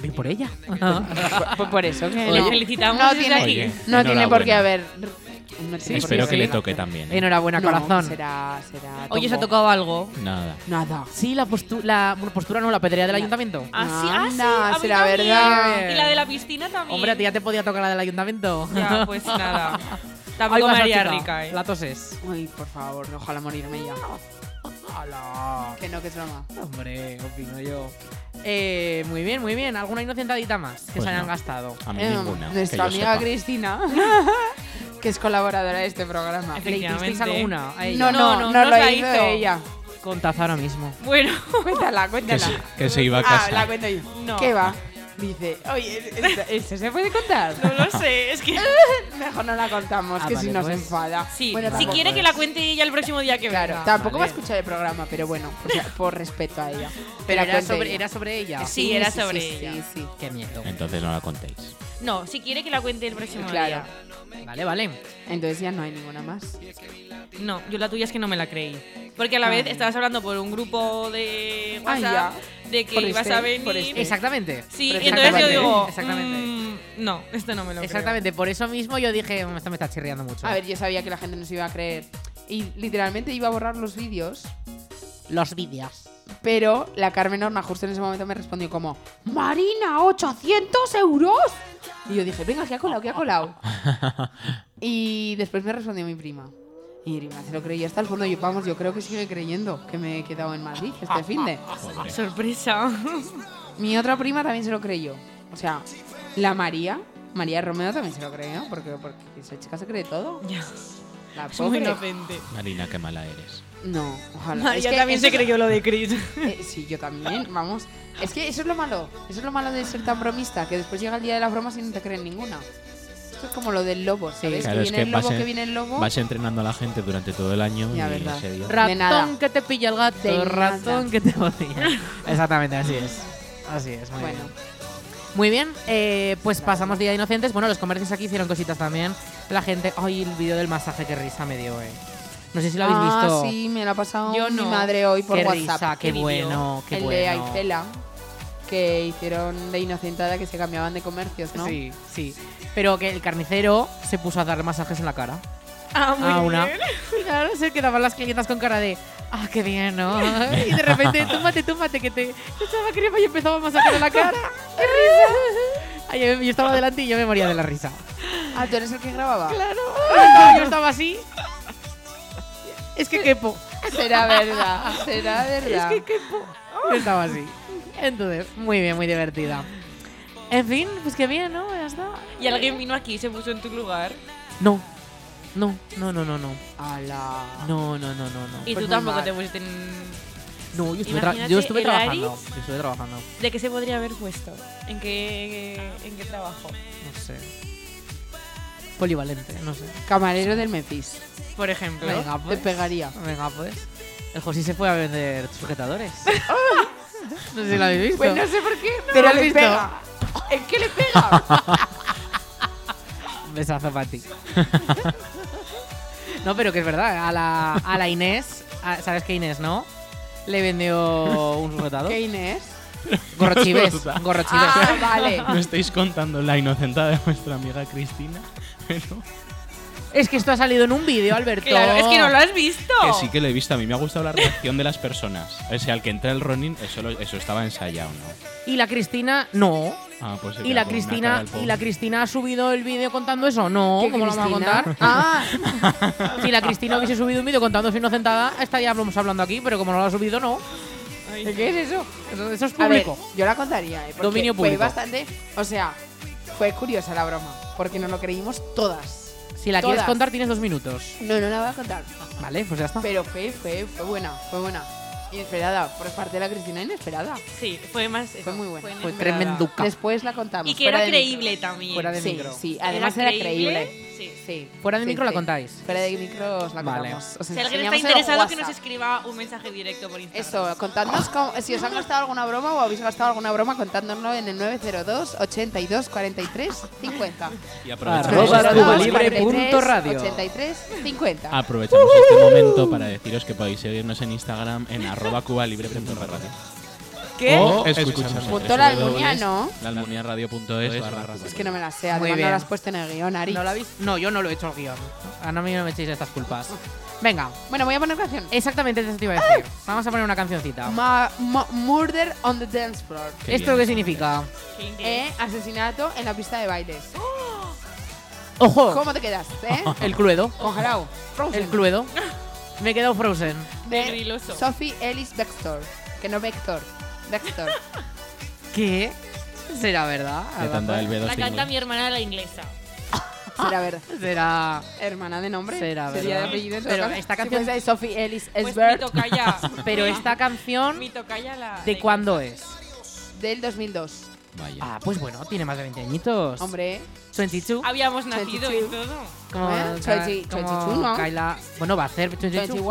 Speaker 4: Bien por ella.
Speaker 2: Por-
Speaker 3: Pues
Speaker 2: Por, por eso que
Speaker 9: Le
Speaker 2: no.
Speaker 9: felicitamos
Speaker 2: No
Speaker 9: desde
Speaker 2: tiene,
Speaker 9: aquí.
Speaker 5: Oye,
Speaker 2: no tiene por qué
Speaker 5: enhorabuena.
Speaker 2: haber. no tiene por qué
Speaker 5: Espero que
Speaker 2: haber-
Speaker 5: le toque también. ¿eh?
Speaker 4: Enhorabuena,
Speaker 2: No,
Speaker 4: corazón.
Speaker 2: Será, será.
Speaker 4: Oye, ¿se ha
Speaker 2: tongo.
Speaker 4: tocado algo?
Speaker 5: Nada.
Speaker 2: Nada.
Speaker 4: Sí, la postura, la bueno, postura no, la pedrea del ayuntamiento.
Speaker 9: Ah, sí, ah, sí,
Speaker 2: Anda,
Speaker 9: a mí
Speaker 2: será
Speaker 9: también.
Speaker 2: verdad.
Speaker 9: Y la de la piscina también.
Speaker 4: Hombre, a ti ya te podía tocar la del ayuntamiento.
Speaker 9: Ya, pues nada.
Speaker 4: Ay,
Speaker 9: Tampoco
Speaker 4: vas,
Speaker 9: me haría
Speaker 4: chica.
Speaker 9: rica, ¿eh?
Speaker 4: La toses.
Speaker 2: Ay, por favor, ojalá morirme ya. Que no, que es broma.
Speaker 4: Hombre, opino yo. Eh, muy bien, muy bien. ¿Alguna inocentadita más que
Speaker 5: Pues
Speaker 4: se hayan
Speaker 5: no.
Speaker 4: gastado?
Speaker 5: A mí
Speaker 2: Eh,
Speaker 5: ninguna. que
Speaker 2: nuestra
Speaker 5: yo
Speaker 2: amiga
Speaker 5: sepa.
Speaker 2: Cristina, que es colaboradora de este programa.
Speaker 4: ¿Le hicisteis
Speaker 9: Efectivamente.
Speaker 4: alguna? a ella?
Speaker 2: No, no, no,
Speaker 9: no
Speaker 2: lo
Speaker 9: os la
Speaker 2: hizo
Speaker 9: hizo.
Speaker 2: ella.
Speaker 4: Contad ahora mismo.
Speaker 9: Bueno,
Speaker 2: Cuéntala,
Speaker 5: Que
Speaker 2: cuéntala.
Speaker 5: se, que se iba a
Speaker 2: Ah,
Speaker 5: casar.
Speaker 2: la cuento yo.
Speaker 9: No.
Speaker 2: ¿Qué va? Dice, oye, ¿eso se puede contar?
Speaker 9: no lo sé, es que...
Speaker 2: Mejor no la contamos,
Speaker 4: Ah,
Speaker 2: que
Speaker 4: vale,
Speaker 2: si nos
Speaker 4: pues.
Speaker 2: enfada.
Speaker 9: Sí,
Speaker 2: Bueno,
Speaker 9: si
Speaker 2: tampoco
Speaker 9: quiere que
Speaker 2: es-
Speaker 9: la cuente ella el próximo día que
Speaker 2: Claro,
Speaker 9: venga.
Speaker 2: tampoco va a
Speaker 4: vale.
Speaker 2: escuchar el programa, pero bueno, por, por respeto a ella.
Speaker 4: Pero
Speaker 2: La
Speaker 4: era
Speaker 2: cuente
Speaker 4: sobre,
Speaker 2: ella.
Speaker 4: era sobre ella.
Speaker 9: Sí. era sobre
Speaker 2: sí,
Speaker 9: ella.
Speaker 2: Sí, sí.
Speaker 4: Qué miedo.
Speaker 5: Entonces no la contéis.
Speaker 9: No, si quiere que la cuente el próximo
Speaker 2: Claro.
Speaker 4: Vale, vale.
Speaker 2: Entonces ya no hay ninguna más.
Speaker 9: día. No, yo la tuya es que no me la creí. Porque a la vez estabas hablando por un grupo de
Speaker 2: Ah,
Speaker 9: WhatsApp de
Speaker 2: Por
Speaker 9: que ibas
Speaker 2: este,
Speaker 9: a
Speaker 2: por
Speaker 9: venir.
Speaker 2: este.
Speaker 4: Exactamente.
Speaker 9: Sí,
Speaker 2: Por
Speaker 9: y entonces yo
Speaker 2: exactamente, ¿eh?
Speaker 9: digo,
Speaker 4: exactamente.
Speaker 9: mm, no, esto no me lo creo.
Speaker 4: Exactamente. Por eso mismo yo dije, "Mm, esto me está chirriando mucho.
Speaker 2: A ver, yo sabía que la gente no se iba a creer. Y literalmente iba a borrar los vídeos los vídeos.
Speaker 3: Pero la Carmen Norma justo en ese momento me respondió como, Marina, 800 euros. Y yo dije, venga, que ha colado, que ha colado. y después me respondió mi prima. Y mi prima se lo creyó hasta el fondo. Yo, vamos, yo creo que sigue creyendo que me he quedado en Madrid este fin de.
Speaker 5: Joder.
Speaker 4: Sorpresa.
Speaker 3: Mi otra prima también se lo creyó. O sea, la María, María Romeo también se lo creyó, porque, porque esa chica se cree todo.
Speaker 4: Ya,
Speaker 3: La
Speaker 4: es muy
Speaker 3: pobre.
Speaker 4: inocente.
Speaker 5: Marina, qué mala eres.
Speaker 3: No, ojalá.
Speaker 4: María
Speaker 3: Es que
Speaker 4: también se
Speaker 3: eso-
Speaker 4: creyó lo de Chris.
Speaker 3: Eh, sí, yo también, vamos. Es que eso es lo malo. Eso es lo malo de ser tan bromista, que después llega el día de las bromas y no te creen ninguna. Esto es como lo del lobo, ¿sabes?
Speaker 5: Claro,
Speaker 3: que
Speaker 5: es
Speaker 3: viene
Speaker 5: que
Speaker 3: el lobo,
Speaker 5: vas en-
Speaker 3: que viene el lobo.
Speaker 5: Vas entrenando a la gente durante todo el año
Speaker 3: Ya,
Speaker 5: y
Speaker 3: verdad.
Speaker 5: ese día-
Speaker 3: De nada.
Speaker 2: Ratón que te pilla el gato,
Speaker 3: De
Speaker 2: ratón
Speaker 3: nada.
Speaker 2: que te odia. Exactamente, así es. Así es, muy
Speaker 3: Bueno,
Speaker 2: bien. Muy bien, eh, pues pasamos Día de Inocentes. Bueno, los comercios aquí hicieron cositas también. La gente, ay, el vídeo del masaje, qué risa me dio, eh. No sé si lo habéis
Speaker 3: ah,
Speaker 2: visto.
Speaker 3: sí, me lo ha pasado
Speaker 4: Yo
Speaker 3: mi
Speaker 4: no.
Speaker 3: madre hoy por
Speaker 2: qué
Speaker 3: WhatsApp.
Speaker 2: risa, qué,
Speaker 4: qué
Speaker 2: bueno, qué
Speaker 3: el de
Speaker 2: bueno.
Speaker 3: Aicela, que hicieron de inocentada que se cambiaban de comercios, ¿no?
Speaker 2: Sí, sí. Pero que el carnicero se puso a darle masajes en la cara.
Speaker 4: Ah, muy
Speaker 2: a una.
Speaker 4: bien.
Speaker 2: Claro, se quedaban las clientas con cara de, ah, qué bien, ¿no? Y de repente, túmbate, túmbate, que te te echaba crema y empezaba a masajear la cara. ¡Qué risa! Ay, yo- yo estaba delante y yo me moría de la risa.
Speaker 3: Ah, tú eres el que grababa.
Speaker 2: Claro. No, yo estaba así. Es que quepo.
Speaker 3: Será verdad, será verdad.
Speaker 2: Yo estaba así. Entonces, muy bien, muy divertida. En fin, pues qué bien, ¿no? Ya está.
Speaker 4: Y alguien vino aquí y se puso en tu lugar.
Speaker 2: No. No, no, no, no, no.
Speaker 3: Ala.
Speaker 2: No, no, no, no, no.
Speaker 4: Y
Speaker 3: Pues
Speaker 4: tú
Speaker 3: muy
Speaker 4: tampoco
Speaker 3: mal.
Speaker 4: te pusiste en.
Speaker 2: No, yo estuve, tra-
Speaker 4: Imagínate
Speaker 2: yo estuve
Speaker 4: el
Speaker 2: trabajando.
Speaker 4: Aris.
Speaker 2: Yo estuve trabajando.
Speaker 4: ¿De qué se podría haber puesto? ¿En qué, en qué trabajo?
Speaker 2: No sé. Polivalente, no sé.
Speaker 3: Camarero del Memphis.
Speaker 4: Por ejemplo.
Speaker 2: Venga,
Speaker 3: Te
Speaker 2: pues.
Speaker 3: pegaría.
Speaker 2: Venga, pues. El José se fue a vender sujetadores. no sé si lo habéis visto.
Speaker 3: Pues no sé por qué. No
Speaker 2: Pero
Speaker 3: le
Speaker 2: visto.
Speaker 3: pega. Es que le pega.
Speaker 2: Un Besazo para ti. no, pero que es verdad. A la, a la Inés, a- ¿sabes qué Inés, no? Le vendió un sujetador.
Speaker 3: ¿Qué Inés?
Speaker 2: Gorrochivés.
Speaker 5: Puta.
Speaker 2: Gorrochivés.
Speaker 3: Ah, vale.
Speaker 5: ¿No estáis contando la inocentada de vuestra amiga Cristina? Bueno,
Speaker 2: Es que esto ha salido en un vídeo, Alberto.
Speaker 4: Claro, es que no lo has visto.
Speaker 5: que sí que lo he visto. A mí me ha gustado la reacción de las personas. O sea, al que entra el Ronin, eso, lo- eso estaba ensayado, ¿no?
Speaker 2: Y la Cristina, no.
Speaker 5: Ah, pues se
Speaker 2: Y
Speaker 5: queda con una
Speaker 2: la
Speaker 5: cara
Speaker 2: Cristina,
Speaker 5: el
Speaker 2: y
Speaker 5: pobre.
Speaker 2: la Cristina ha subido el vídeo contando eso. No,
Speaker 3: ¿Qué
Speaker 2: ¿cómo lo vamos
Speaker 3: Cristina?
Speaker 2: a contar?
Speaker 3: Ah,
Speaker 2: Si la Cristina hubiese subido un vídeo contando su inocentada, estaríamos hablando aquí, pero como no lo ha subido, no.
Speaker 3: ¿qué es eso?
Speaker 2: Eso, eso es
Speaker 3: A ver,
Speaker 2: público.
Speaker 3: yo la contaría, ¿eh? porque
Speaker 2: Dominio público.
Speaker 3: Fue bastante. O sea, fue curiosa la broma. Porque nos lo creímos todas.
Speaker 2: si la quieres
Speaker 3: todas.
Speaker 2: contar, tienes dos minutos.
Speaker 3: No, no la voy a contar.
Speaker 2: Vale, pues ya está.
Speaker 3: Pero fue, fue, fue buena, fue buena. Inesperada, por parte de la Cristina, inesperada.
Speaker 4: Sí, fue más.
Speaker 3: Fue muy buena.
Speaker 2: Fue
Speaker 4: inesperado.
Speaker 2: tremenduca.
Speaker 3: Después la contamos.
Speaker 4: Y que
Speaker 3: fuera
Speaker 4: era
Speaker 3: de
Speaker 4: creíble
Speaker 3: micro.
Speaker 4: también.
Speaker 2: Fuera de
Speaker 3: sí,
Speaker 2: micro.
Speaker 3: sí, además era, creíble.
Speaker 4: Sí.
Speaker 3: Sí.
Speaker 2: Fuera de
Speaker 3: sí,
Speaker 2: micro la
Speaker 3: sí.
Speaker 2: contáis.
Speaker 3: Fuera de micro os la
Speaker 2: Vale.
Speaker 3: contamos. Os
Speaker 4: Si alguien está
Speaker 3: enseñamos el
Speaker 4: interesado, que nos Oh.
Speaker 3: WhatsApp.
Speaker 4: escriba un mensaje directo por Instagram.
Speaker 3: Eso, contadnos cómo- si os han gastado alguna broma o habéis gastado alguna broma, contádnoslo en el 902 82 43 50.
Speaker 5: Y aprovechamos,
Speaker 2: Arroba
Speaker 5: este,
Speaker 2: Cuba Libre. punto radio.
Speaker 3: 83 50.
Speaker 5: aprovechamos este momento para deciros que podéis seguirnos en Instagram en arroba cuba libre punto radio.
Speaker 4: ¿Qué?
Speaker 2: Oh,
Speaker 5: O escucharnos en
Speaker 3: Punto la
Speaker 5: www.laalmuniaradio.es
Speaker 3: Almunia, ¿no?
Speaker 5: barra cuba
Speaker 3: Es
Speaker 5: libre.
Speaker 3: que no me la sé,
Speaker 2: Muy
Speaker 3: además
Speaker 2: bien.
Speaker 3: no la has puesto en el guión, Ari.
Speaker 2: ¿No, la habéis- no, yo no lo he hecho el guión. A mí no me echéis estas culpas. Venga,
Speaker 3: Bueno, voy a poner canción. Ah.
Speaker 2: exactamente eso te iba a decir. Vamos a poner una cancioncita.
Speaker 3: Ma- ma- murder on the dance floor.
Speaker 5: Qué
Speaker 2: ¿Esto
Speaker 5: bien,
Speaker 2: qué significa?
Speaker 3: Eh, asesinato en la pista de bailes.
Speaker 2: ¡Oh! ¡Ojo!
Speaker 3: ¿Cómo te quedas? ¿Eh?
Speaker 2: El cluedo.
Speaker 3: Congelado. Frozen.
Speaker 2: El cluedo. Me he quedado frozen.
Speaker 3: de
Speaker 4: Riloso.
Speaker 3: Sophie Ellis Bextor. Que no Vector. Vector.
Speaker 2: ¿Qué? ¿Será verdad?
Speaker 5: Ya te han dado el B2
Speaker 4: La canta
Speaker 5: inglés.
Speaker 4: mi hermana la inglesa.
Speaker 3: Será verdad.
Speaker 2: Será.
Speaker 3: Hermana de nombre.
Speaker 2: Será
Speaker 3: Sería de
Speaker 2: verdad.
Speaker 3: apellido.
Speaker 2: Pero esta canción-
Speaker 3: es Sophie Ellis
Speaker 4: Pues mi
Speaker 3: Esbert
Speaker 4: tocaya.
Speaker 2: Pero esta canción,
Speaker 4: Mi tocaya la.
Speaker 2: ¿de cuándo es?
Speaker 3: del 2002.
Speaker 5: Vaya.
Speaker 2: Ah, pues bueno, tiene más de 20 añitos.
Speaker 3: Hombre,
Speaker 2: 22.
Speaker 4: Habíamos nacido y
Speaker 3: 22.
Speaker 4: todo.
Speaker 2: Como,
Speaker 3: ¿Eh?
Speaker 2: Ka-
Speaker 3: 20,
Speaker 2: como
Speaker 3: 22, ¿no?
Speaker 2: Kaila. Bueno, va a hacer 22.
Speaker 3: 21.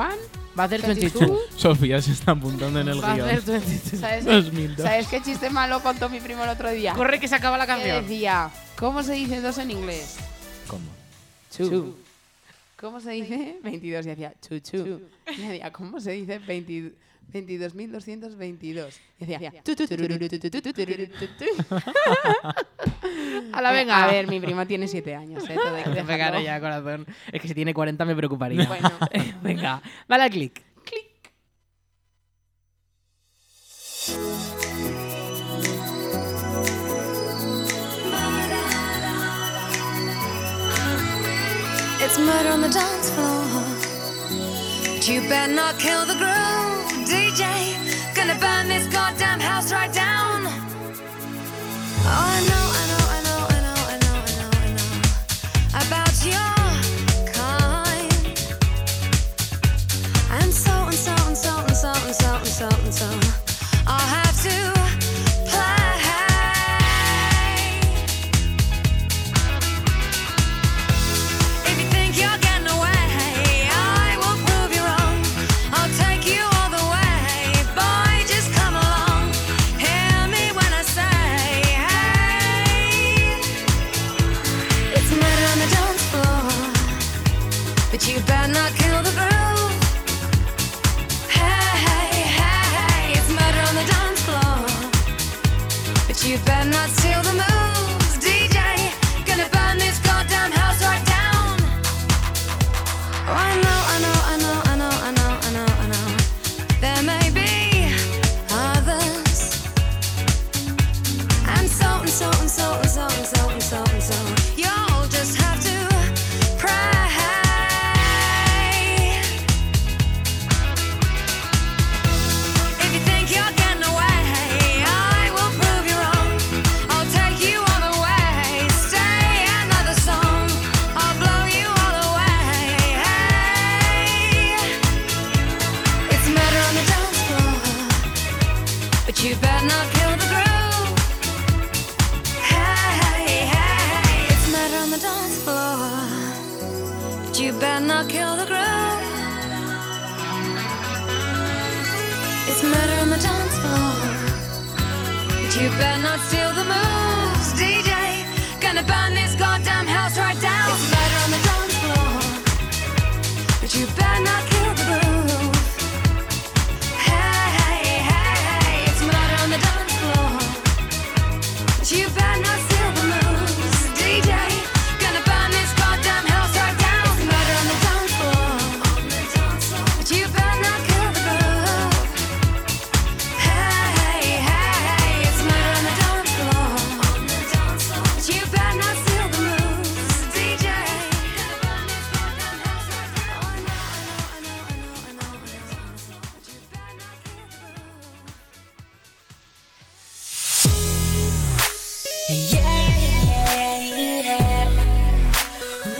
Speaker 2: Va a hacer 22.
Speaker 3: 22.
Speaker 5: Sofía se está apuntando en el
Speaker 2: Va a hacer
Speaker 5: guión.
Speaker 2: 22.
Speaker 3: ¿Sabes,
Speaker 5: 2002.
Speaker 3: ¿Sabes qué chiste malo contó mi primo el otro día?
Speaker 2: Corre que se acaba la
Speaker 3: Que
Speaker 2: canción.
Speaker 3: decía, ¿cómo se dice dos en inglés?
Speaker 5: ¿Cómo?
Speaker 3: Chu. ¿Cómo se dice 22? Y decía, chu, chu. Y decía, ¿cómo se dice 20 22.222? Y decía, tu, tu, tururu, tu, tu, tu, tu, tururu, tu, tu.
Speaker 2: Ala, venga.
Speaker 3: A ver, mi prima tiene 7 años, ¿eh? Todo hay que
Speaker 2: Venga,
Speaker 3: dejarlo.
Speaker 2: ahora ya, corazón. Es que si tiene 40 me preocuparía.
Speaker 3: Bueno.
Speaker 2: Venga, dale al clic.
Speaker 10: It's murder on the dance floor. But you better not kill the groove, DJ. Gonna burn this goddamn house right down. Oh, I know, I know, I know, I know, I know, I know, I know about your kind. And so and so and so and so and so and so and so. I'll have to play. If you think you're getting away, I will prove you wrong. I'll take you all the way, boy. Just come along. Hear me when I say, hey. It's murder on the dance floor, but you better not kill the groove. Hey, hey, hey, it's murder on the dance floor. But you better not steal the moves, DJ. Gonna burn this goddamn house right down. Oh, I know, I know, I know, I know, I know, I know, I know. There may be others. And so and so and so and so and so and so and so. You'll just have to pray. If you think you're getting away, I will prove you wrong. I'll take you all the way. Stay another song. I'll blow you all away. It's murder on the dance floor, but you better not kill the groove. Hey, hey, it's murder on the dance floor, but you better not kill the groove. It's murder on the dance floor. But you better not steal the moves, DJ. Gonna burn this goddamn house right down. It's murder on the dance floor. But you better not kill the groove. Hey, hey, hey, hey. It's murder on the dance floor. But you better not steal the moves, DJ. Gonna burn this goddamn house right down. It's murder on the dance floor. But you better not kill the groove. Hey, hey, it's murder on the dance floor. But you better not steal the moves, DJ.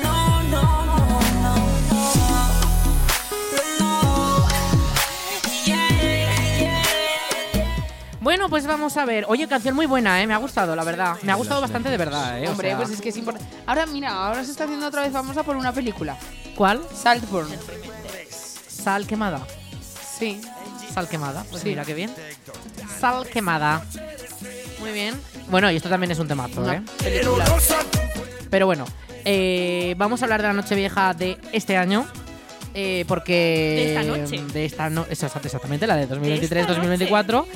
Speaker 10: No, no, no, no, no,
Speaker 2: Bueno, pues vamos a ver. Oye, canción muy buena, ¿eh? Me ha gustado, la verdad. Me ha gustado bastante de verdad, ¿eh? O
Speaker 3: Hombre,
Speaker 2: sea-
Speaker 3: pues es que es importante. Ahora, mira, ahora se está haciendo otra vez famosa por una película.
Speaker 2: ¿Cuál?
Speaker 3: Saltburn.
Speaker 2: Sal quemada.
Speaker 3: Sí.
Speaker 2: Sal quemada. Pues
Speaker 3: Sí.
Speaker 2: mira qué bien. Sal quemada. Muy bien. Bueno, y esto también es un temazo, ¿eh? Pero bueno, eh, vamos a hablar de la noche vieja de este año. eh, porque.
Speaker 4: De esta noche.
Speaker 2: De esta no- eso, exact- exactamente, la de
Speaker 4: noche.
Speaker 2: 2023-2024.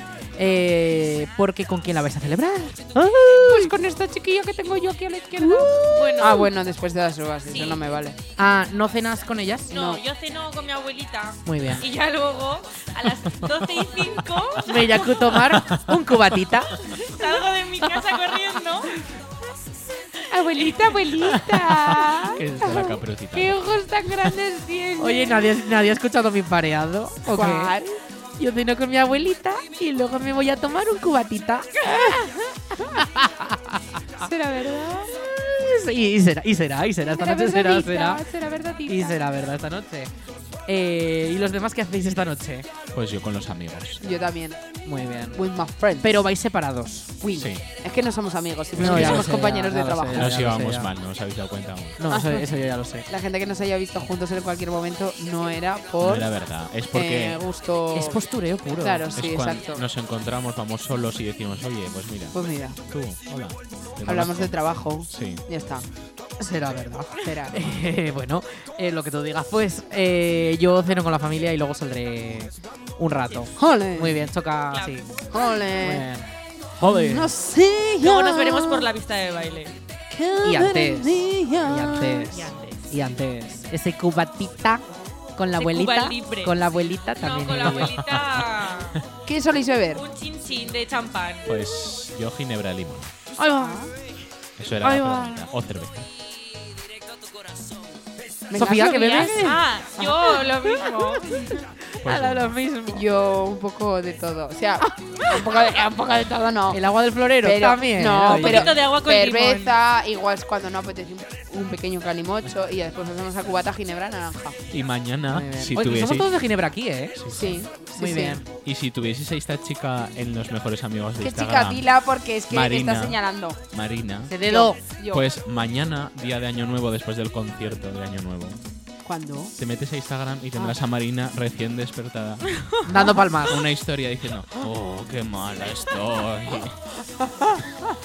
Speaker 2: eh, porque con quién la vais a celebrar. ¡Ah!
Speaker 3: Pues con esta chiquilla que tengo yo aquí a la izquierda.
Speaker 2: uh.
Speaker 4: Bueno,
Speaker 3: Ah, bueno, después de las uvas,
Speaker 4: Sí.
Speaker 3: eso no me vale.
Speaker 2: Ah, ¿no cenas con ellas?
Speaker 4: no, yo ceno con mi abuelita.
Speaker 2: Muy bien.
Speaker 4: Y ya luego, a las 12 y 5,
Speaker 2: Me yacu tomar un cubatita.
Speaker 4: salgo de mi casa corriendo.
Speaker 3: Abuelita, abuelita.
Speaker 5: Que es la caperucita.
Speaker 3: ¡Qué ojos tan grandes tienes!
Speaker 2: Oye, ¿nadie, nadie ha escuchado mi pareado. ¿O qué?
Speaker 3: ¿Cuál?
Speaker 2: Yo ceno con mi abuelita y luego me voy a tomar un cubatita.
Speaker 3: ¿Será verdad?
Speaker 2: Y, y será, y será, y será. Esta noche será, será.
Speaker 3: verdadita, Será verdadita.
Speaker 2: Y será verdad esta noche. Eh, ¿Y los demás qué hacéis esta noche?
Speaker 5: Pues yo con los amigos.
Speaker 3: Yo también.
Speaker 2: Muy bien.
Speaker 3: With my friends.
Speaker 2: Pero vais separados.
Speaker 3: Uy,
Speaker 5: Sí.
Speaker 3: Es que no somos amigos, siempre
Speaker 2: No, ya lo
Speaker 3: somos
Speaker 2: sé,
Speaker 3: compañeros
Speaker 2: ya,
Speaker 3: de
Speaker 2: ya lo sé,
Speaker 3: trabajo.
Speaker 2: ya.
Speaker 5: Nos llevamos
Speaker 2: sé,
Speaker 5: mal, no os habéis dado cuenta aún.
Speaker 2: No, eso, eso yo ya lo sé.
Speaker 3: La gente que nos haya visto juntos en cualquier momento no era
Speaker 5: No
Speaker 3: por
Speaker 5: era verdad. Es porque
Speaker 3: eh, gusto.
Speaker 2: Es postureo puro.
Speaker 3: Claro,
Speaker 5: es
Speaker 3: sí,
Speaker 5: cuando
Speaker 3: exacto.
Speaker 5: nos encontramos, vamos solos y decimos, oye, pues mira,
Speaker 3: Pues mira,
Speaker 5: tú, hola. ¿te
Speaker 3: hablamos
Speaker 5: conozco?".
Speaker 3: de trabajo.
Speaker 5: Sí.
Speaker 3: Ya está.
Speaker 2: Será verdad.
Speaker 3: Será.
Speaker 2: Eh, bueno, eh, lo que tú digas, pues eh, yo ceno con la familia y luego saldré un rato.
Speaker 3: ¡Ole!
Speaker 2: Muy bien, toca así. Muy
Speaker 3: ¡Ole!
Speaker 4: Eh,
Speaker 2: bien. Joder.
Speaker 3: No sé.
Speaker 4: Luego nos veremos por la pista de baile.
Speaker 2: Y antes. Y antes. Y antes. Ese cubatita con la
Speaker 4: Ese
Speaker 2: abuelita.
Speaker 4: Cuba libre.
Speaker 2: Con la abuelita
Speaker 4: No,
Speaker 2: también.
Speaker 4: con la
Speaker 2: iría.
Speaker 4: abuelita.
Speaker 2: ¿Qué soléis beber?
Speaker 7: Un chin chin de champán.
Speaker 5: Pues yo ginebra limón.
Speaker 4: Ahí va.
Speaker 5: Eso era
Speaker 4: Ahí
Speaker 5: la
Speaker 4: va.
Speaker 5: pregunta. O cerveza.
Speaker 2: Venga,
Speaker 4: Sofía, ¿qué
Speaker 2: Sofía.
Speaker 4: bebes?
Speaker 7: Ah, yo lo mismo.
Speaker 5: Pues
Speaker 4: Ahora
Speaker 5: bueno.
Speaker 4: lo mismo.
Speaker 2: Yo un poco de todo. O sea, un poco de, un poco de todo no.
Speaker 4: El agua del florero
Speaker 2: Pero-
Speaker 4: también.
Speaker 2: No,
Speaker 4: Oye.
Speaker 2: pero
Speaker 7: poquito de agua con
Speaker 2: cerveza, igual es cuando no apetece un, un pequeño calimocho y ya después hacemos una cubata ginebra naranja.
Speaker 5: Y mañana,
Speaker 4: Muy bien.
Speaker 5: si
Speaker 4: Oye, que somos
Speaker 5: tuvieseis,
Speaker 4: todos de Ginebra aquí, ¿eh?
Speaker 2: Sí, sí,
Speaker 4: Muy
Speaker 2: sí.
Speaker 4: bien.
Speaker 5: y si tuvieseis a esta chica en los mejores amigos de
Speaker 2: Qué chica
Speaker 5: Instagram,
Speaker 2: dila porque es que me
Speaker 5: Marina.
Speaker 2: está señalando.
Speaker 5: Marina,
Speaker 4: Se dedo.
Speaker 2: Yo.
Speaker 5: pues mañana, día de Año Nuevo, después del concierto de Año Nuevo,
Speaker 2: ¿Cuándo?
Speaker 5: te metes a Instagram y tendrás a Marina recién despertada.
Speaker 4: Ah. Dando palmas.
Speaker 5: Una historia diciendo, oh, qué mala estoy.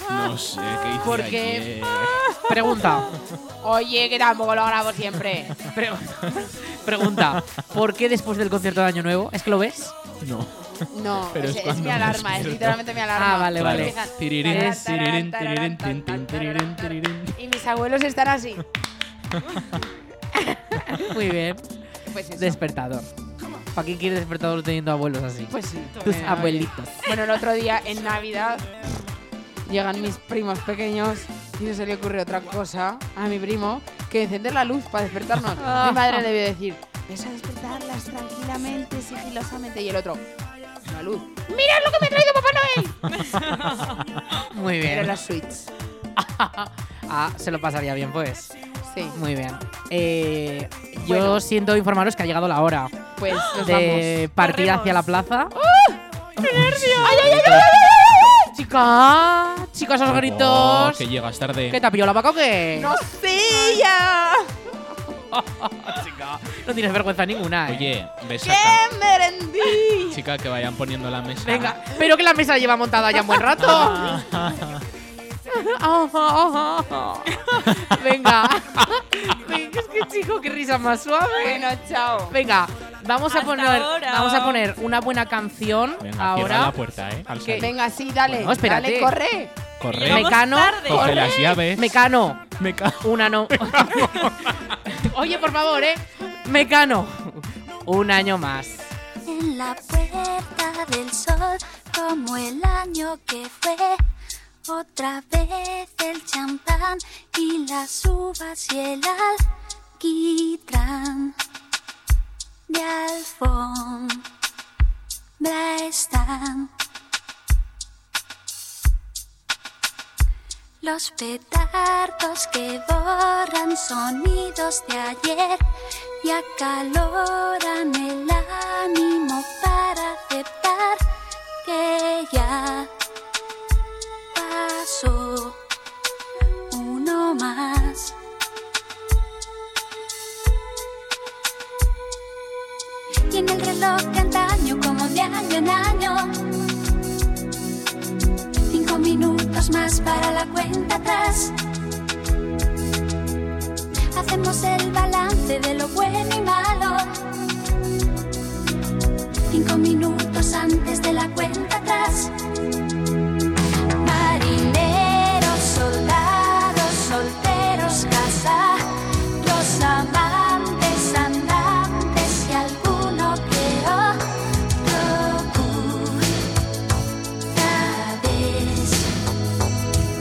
Speaker 5: No sé qué hice
Speaker 2: ¿Por qué?
Speaker 5: ayer".
Speaker 4: Pregunta.
Speaker 2: Oye, que tampoco lo grabo siempre.
Speaker 4: Pre- pregunta. ¿Por qué después del concierto de Año Nuevo? ¿Es que lo ves?
Speaker 5: No.
Speaker 2: No,
Speaker 5: Pero
Speaker 2: es,
Speaker 5: es
Speaker 2: es
Speaker 5: cuando
Speaker 2: mi
Speaker 5: me
Speaker 2: alarma, es
Speaker 5: despierto.
Speaker 2: literalmente mi alarma.
Speaker 4: Ah, vale,
Speaker 5: Claro.
Speaker 4: vale.
Speaker 2: Empiezan,
Speaker 5: Tirirín,
Speaker 2: tararán,
Speaker 5: tirirín, tirirín,
Speaker 2: tararán,
Speaker 5: tin, tin, tirirín, tirirín.
Speaker 2: Y mis abuelos están así.
Speaker 4: Ah, Muy bien.
Speaker 2: Pues eso.
Speaker 4: Despertador. ¿Para qué quieres despertador teniendo abuelos así?
Speaker 2: Pues sí.
Speaker 4: Tus
Speaker 2: Bueno,
Speaker 4: abuelitos.
Speaker 2: Bueno, el otro día en Navidad llegan mis primos pequeños y no se le ocurre otra cosa a mi primo que encender la luz para despertarnos. mi madre le vio decir, ves a despertarlas tranquilamente, sigilosamente. Y el otro, la luz. ¡Mirad lo que me ha traído Papá Noel!
Speaker 4: Muy
Speaker 2: Pero
Speaker 4: bien.
Speaker 2: las suites.
Speaker 4: Ah, se lo pasaría bien, pues.
Speaker 2: Sí,
Speaker 4: Muy bien. Eh,
Speaker 2: Bueno.
Speaker 4: Yo siento informaros que ha llegado la hora
Speaker 2: pues nos
Speaker 4: de partir
Speaker 7: Corremos.
Speaker 4: hacia la plaza.
Speaker 2: ¡Ah!
Speaker 5: Oh,
Speaker 9: Ah,
Speaker 4: Chica, chicos, esos
Speaker 5: Oh,
Speaker 4: gritos.
Speaker 5: que llegas tarde.
Speaker 4: ¿Qué te ha pillado la vaca o qué?
Speaker 2: vamos. ¡No sé ya!
Speaker 4: No tienes vergüenza ninguna, eh.
Speaker 5: Oye, ves acá.
Speaker 2: ¡Qué merendí!
Speaker 5: Chica, que vayan poniendo la mesa.
Speaker 4: Venga, pero que la mesa lleva montada ya un buen rato.
Speaker 5: Ah.
Speaker 4: Venga. Venga, es que chico, qué risa más suave.
Speaker 2: Bueno, chao.
Speaker 4: Venga, vamos a
Speaker 7: Hasta
Speaker 4: poner
Speaker 7: ahora.
Speaker 4: vamos a poner una buena canción
Speaker 5: Venga, cierra la
Speaker 4: ahora.
Speaker 5: puerta, ¿eh? Al
Speaker 4: Que-
Speaker 5: salir.
Speaker 2: Venga, sí, dale.
Speaker 4: Bueno, espérate.
Speaker 2: Dale, corre.
Speaker 5: Corre,
Speaker 7: Llegamos
Speaker 4: Mecano,
Speaker 7: tarde.
Speaker 5: coge las llaves.
Speaker 4: Mecano,
Speaker 5: Me cago.
Speaker 4: una no. Oye, por favor, eh. Mecano, un año más.
Speaker 9: En la puerta del sol, como el año que fue. Otra vez el champán y las uvas y el alquitrán. De alfombra están los petardos que borran sonidos de ayer y acaloran el ánimo para aceptar que ya pasó uno más. Y en el reloj de antaño, como de año en año, Cinco minutos más para la cuenta atrás. Hacemos el balance de lo bueno y malo. Cinco minutos antes de la cuenta atrás. Marineros, soldados, solteros, casados, amantes, andantes y alguno que otro vez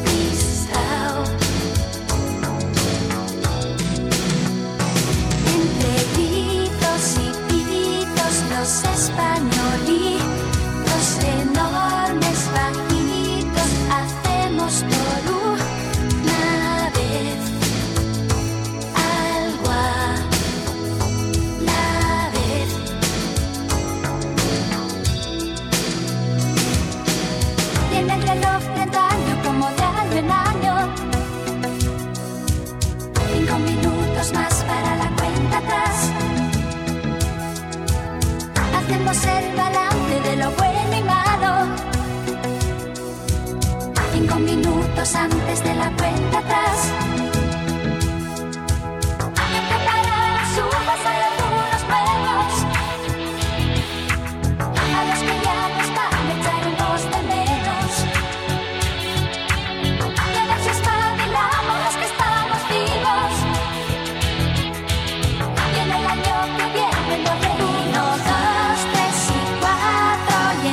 Speaker 9: pisao. Entre gritos y pitos, los españolitos enormes, bajitos, hacemos por una vez algo a la vez. Y en el reloj de antaño como de año en año. Cinco minutos más para la cuenta atrás. Hacemos el balance de lo bueno y malo. Cinco minutos antes de la cuenta atrás. Acatarán las uvas a algunos nuevos. A los que ya no están echaremos de menos. A todos espabilamos los que estamos vivos. Viene el año que viene, lo reímos dos, tres y cuatro y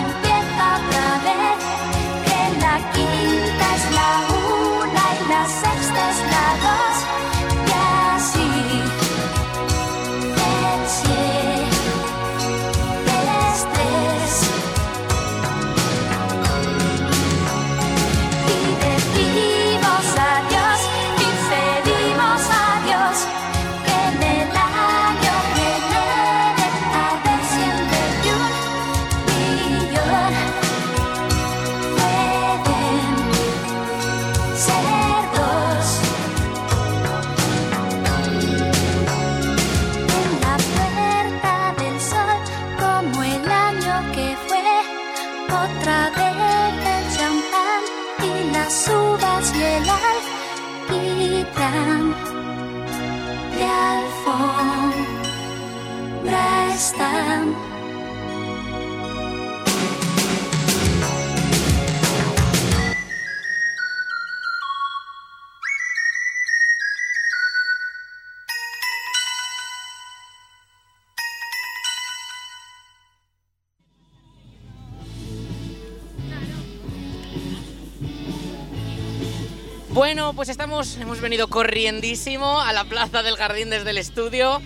Speaker 2: Bueno, pues estamos, hemos venido corriendísimo a la Plaza del Jardín desde el estudio.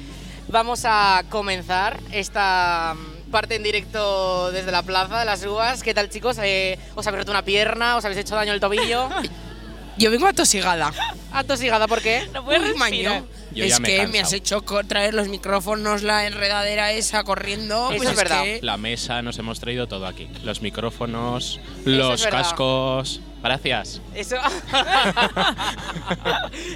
Speaker 2: Vamos a comenzar esta mm, parte en directo desde la Plaza de las Uvas. ¿Qué tal, chicos? Eh, ¿Os habéis roto una pierna? ¿Os habéis hecho daño el tobillo?
Speaker 9: Yo vengo atosigada.
Speaker 2: ¿Atosigada por qué?
Speaker 4: No puedes
Speaker 9: Uy, maño.
Speaker 4: respirar.
Speaker 5: Yo
Speaker 9: es
Speaker 5: ya me he
Speaker 9: que me
Speaker 5: cansado.
Speaker 9: has hecho co- traer los micrófonos, la enredadera esa corriendo.
Speaker 2: Eso
Speaker 9: pues
Speaker 2: es verdad.
Speaker 9: que-
Speaker 5: La mesa, nos hemos traído todo aquí. Los micrófonos,
Speaker 2: es
Speaker 5: los
Speaker 2: verdad.
Speaker 5: cascos. Gracias.
Speaker 2: Eso.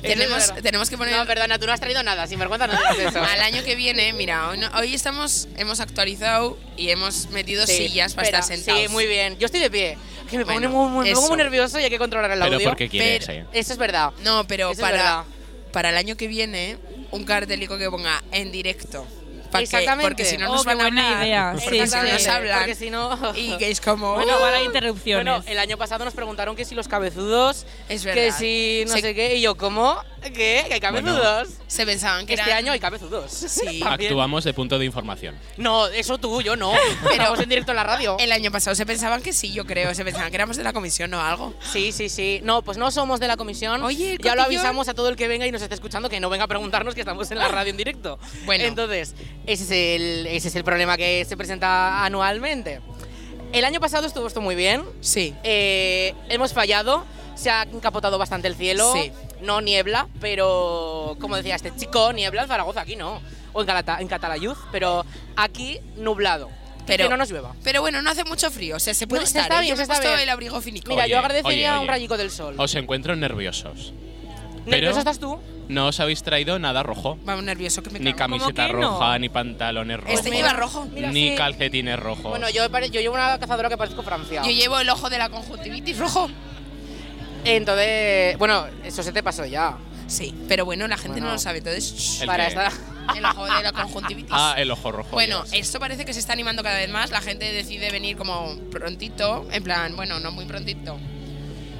Speaker 9: tenemos, tenemos que poner.
Speaker 2: No, perdona, tú no has traído nada, sin vergüenza no digas eso.
Speaker 9: al año que viene, mira, hoy, no- hoy estamos, hemos actualizado y hemos metido
Speaker 2: Sí,
Speaker 9: sillas para
Speaker 2: espera,
Speaker 9: estar sentados.
Speaker 2: Sí, muy bien. Yo estoy de pie. Que me pone
Speaker 9: Bueno,
Speaker 2: muy, muy- me pongo
Speaker 9: eso.
Speaker 2: muy nervioso y hay que controlar el
Speaker 5: Pero
Speaker 2: audio.
Speaker 5: porque quieres,
Speaker 9: pero-
Speaker 5: eh.
Speaker 2: Eso es verdad.
Speaker 9: No, pero
Speaker 2: Eso es
Speaker 9: para,
Speaker 2: verdad.
Speaker 9: para el año que viene, un cartelico que ponga en directo. Pa' que-
Speaker 2: Exactamente.
Speaker 9: porque si no
Speaker 4: Oh,
Speaker 9: nos
Speaker 4: qué
Speaker 9: van a
Speaker 4: buena
Speaker 9: hablar.
Speaker 4: idea. Sí,
Speaker 9: Porque si
Speaker 4: sí.
Speaker 9: nos hablan.
Speaker 2: Porque si no.
Speaker 9: Y que es como. uh,
Speaker 4: Bueno, para
Speaker 2: Oh. Bueno,
Speaker 4: interrupciones.
Speaker 2: el año pasado nos preguntaron que si los cabezudos,
Speaker 9: Es
Speaker 2: que
Speaker 9: verdad.
Speaker 2: si no
Speaker 9: Se-
Speaker 2: sé qué, y yo, ¿cómo? ¿Qué? ¿Que hay cabezudos?
Speaker 9: se pensaban que
Speaker 2: este
Speaker 9: eran-
Speaker 2: año hay cabezudos. Sí.
Speaker 5: Actuamos de punto de información.
Speaker 2: No, eso tú, yo no.
Speaker 9: Pero-
Speaker 2: Estamos en directo en la radio.
Speaker 9: El año pasado se pensaban que sí, yo creo. Se pensaban que éramos de la comisión o algo.
Speaker 2: Sí, sí, sí. No, pues no somos de la comisión.
Speaker 9: Oye, el
Speaker 2: ya lo
Speaker 9: cotillón.
Speaker 2: avisamos a todo el que venga y nos esté escuchando que no venga a preguntarnos que estamos en la radio en directo.
Speaker 9: Bueno.
Speaker 2: Entonces, ese es el, ese es el problema que se presenta anualmente. El año pasado estuvo esto muy bien.
Speaker 9: Sí.
Speaker 2: Eh, hemos fallado. Se ha encapotado bastante el cielo.
Speaker 9: Sí.
Speaker 2: No niebla, pero como decía este chico, niebla en Zaragoza, aquí no. O en, Galata, en Catalayud, pero aquí nublado. Y
Speaker 9: Pero-
Speaker 2: que no nos llueva.
Speaker 9: Pero bueno, no hace mucho frío. O sea, se puede
Speaker 2: No, se
Speaker 9: estar.
Speaker 2: está
Speaker 9: ¿eh?
Speaker 2: bien,
Speaker 9: Yo me
Speaker 2: se
Speaker 9: he
Speaker 2: está
Speaker 9: puesto
Speaker 2: bien.
Speaker 9: el abrigo finico.
Speaker 2: Mira,
Speaker 5: Oye,
Speaker 2: yo agradecería
Speaker 5: oye, oye.
Speaker 2: un rayico del sol.
Speaker 5: Os encuentro nerviosos. pero-
Speaker 2: ¿Nervioso estás tú?
Speaker 5: No os habéis traído nada rojo.
Speaker 9: Vamos, nervioso que me
Speaker 5: Ni
Speaker 9: cago.
Speaker 5: camiseta
Speaker 4: ¿Cómo que no?
Speaker 5: roja, ni pantalones rojos.
Speaker 9: Este lleva rojo.
Speaker 2: Pues Mira,
Speaker 5: ni
Speaker 2: sí.
Speaker 5: calcetines rojos.
Speaker 2: Bueno, yo, pare- yo llevo una cazadora que parezco Francia.
Speaker 9: Yo llevo el ojo de la conjuntivitis rojo.
Speaker 2: Entonces, bueno, eso se te pasó ya.
Speaker 9: Sí, pero bueno, la gente no
Speaker 2: Bueno.
Speaker 9: lo sabe. Entonces, shh,
Speaker 5: El-
Speaker 2: para
Speaker 5: qué?
Speaker 2: esta.
Speaker 9: el ojo de la conjuntivitis.
Speaker 5: Ah, el ojo rojo.
Speaker 9: Bueno,
Speaker 5: Dios.
Speaker 9: esto parece que se está animando cada vez más. La gente decide venir como prontito, en plan, bueno, no muy prontito,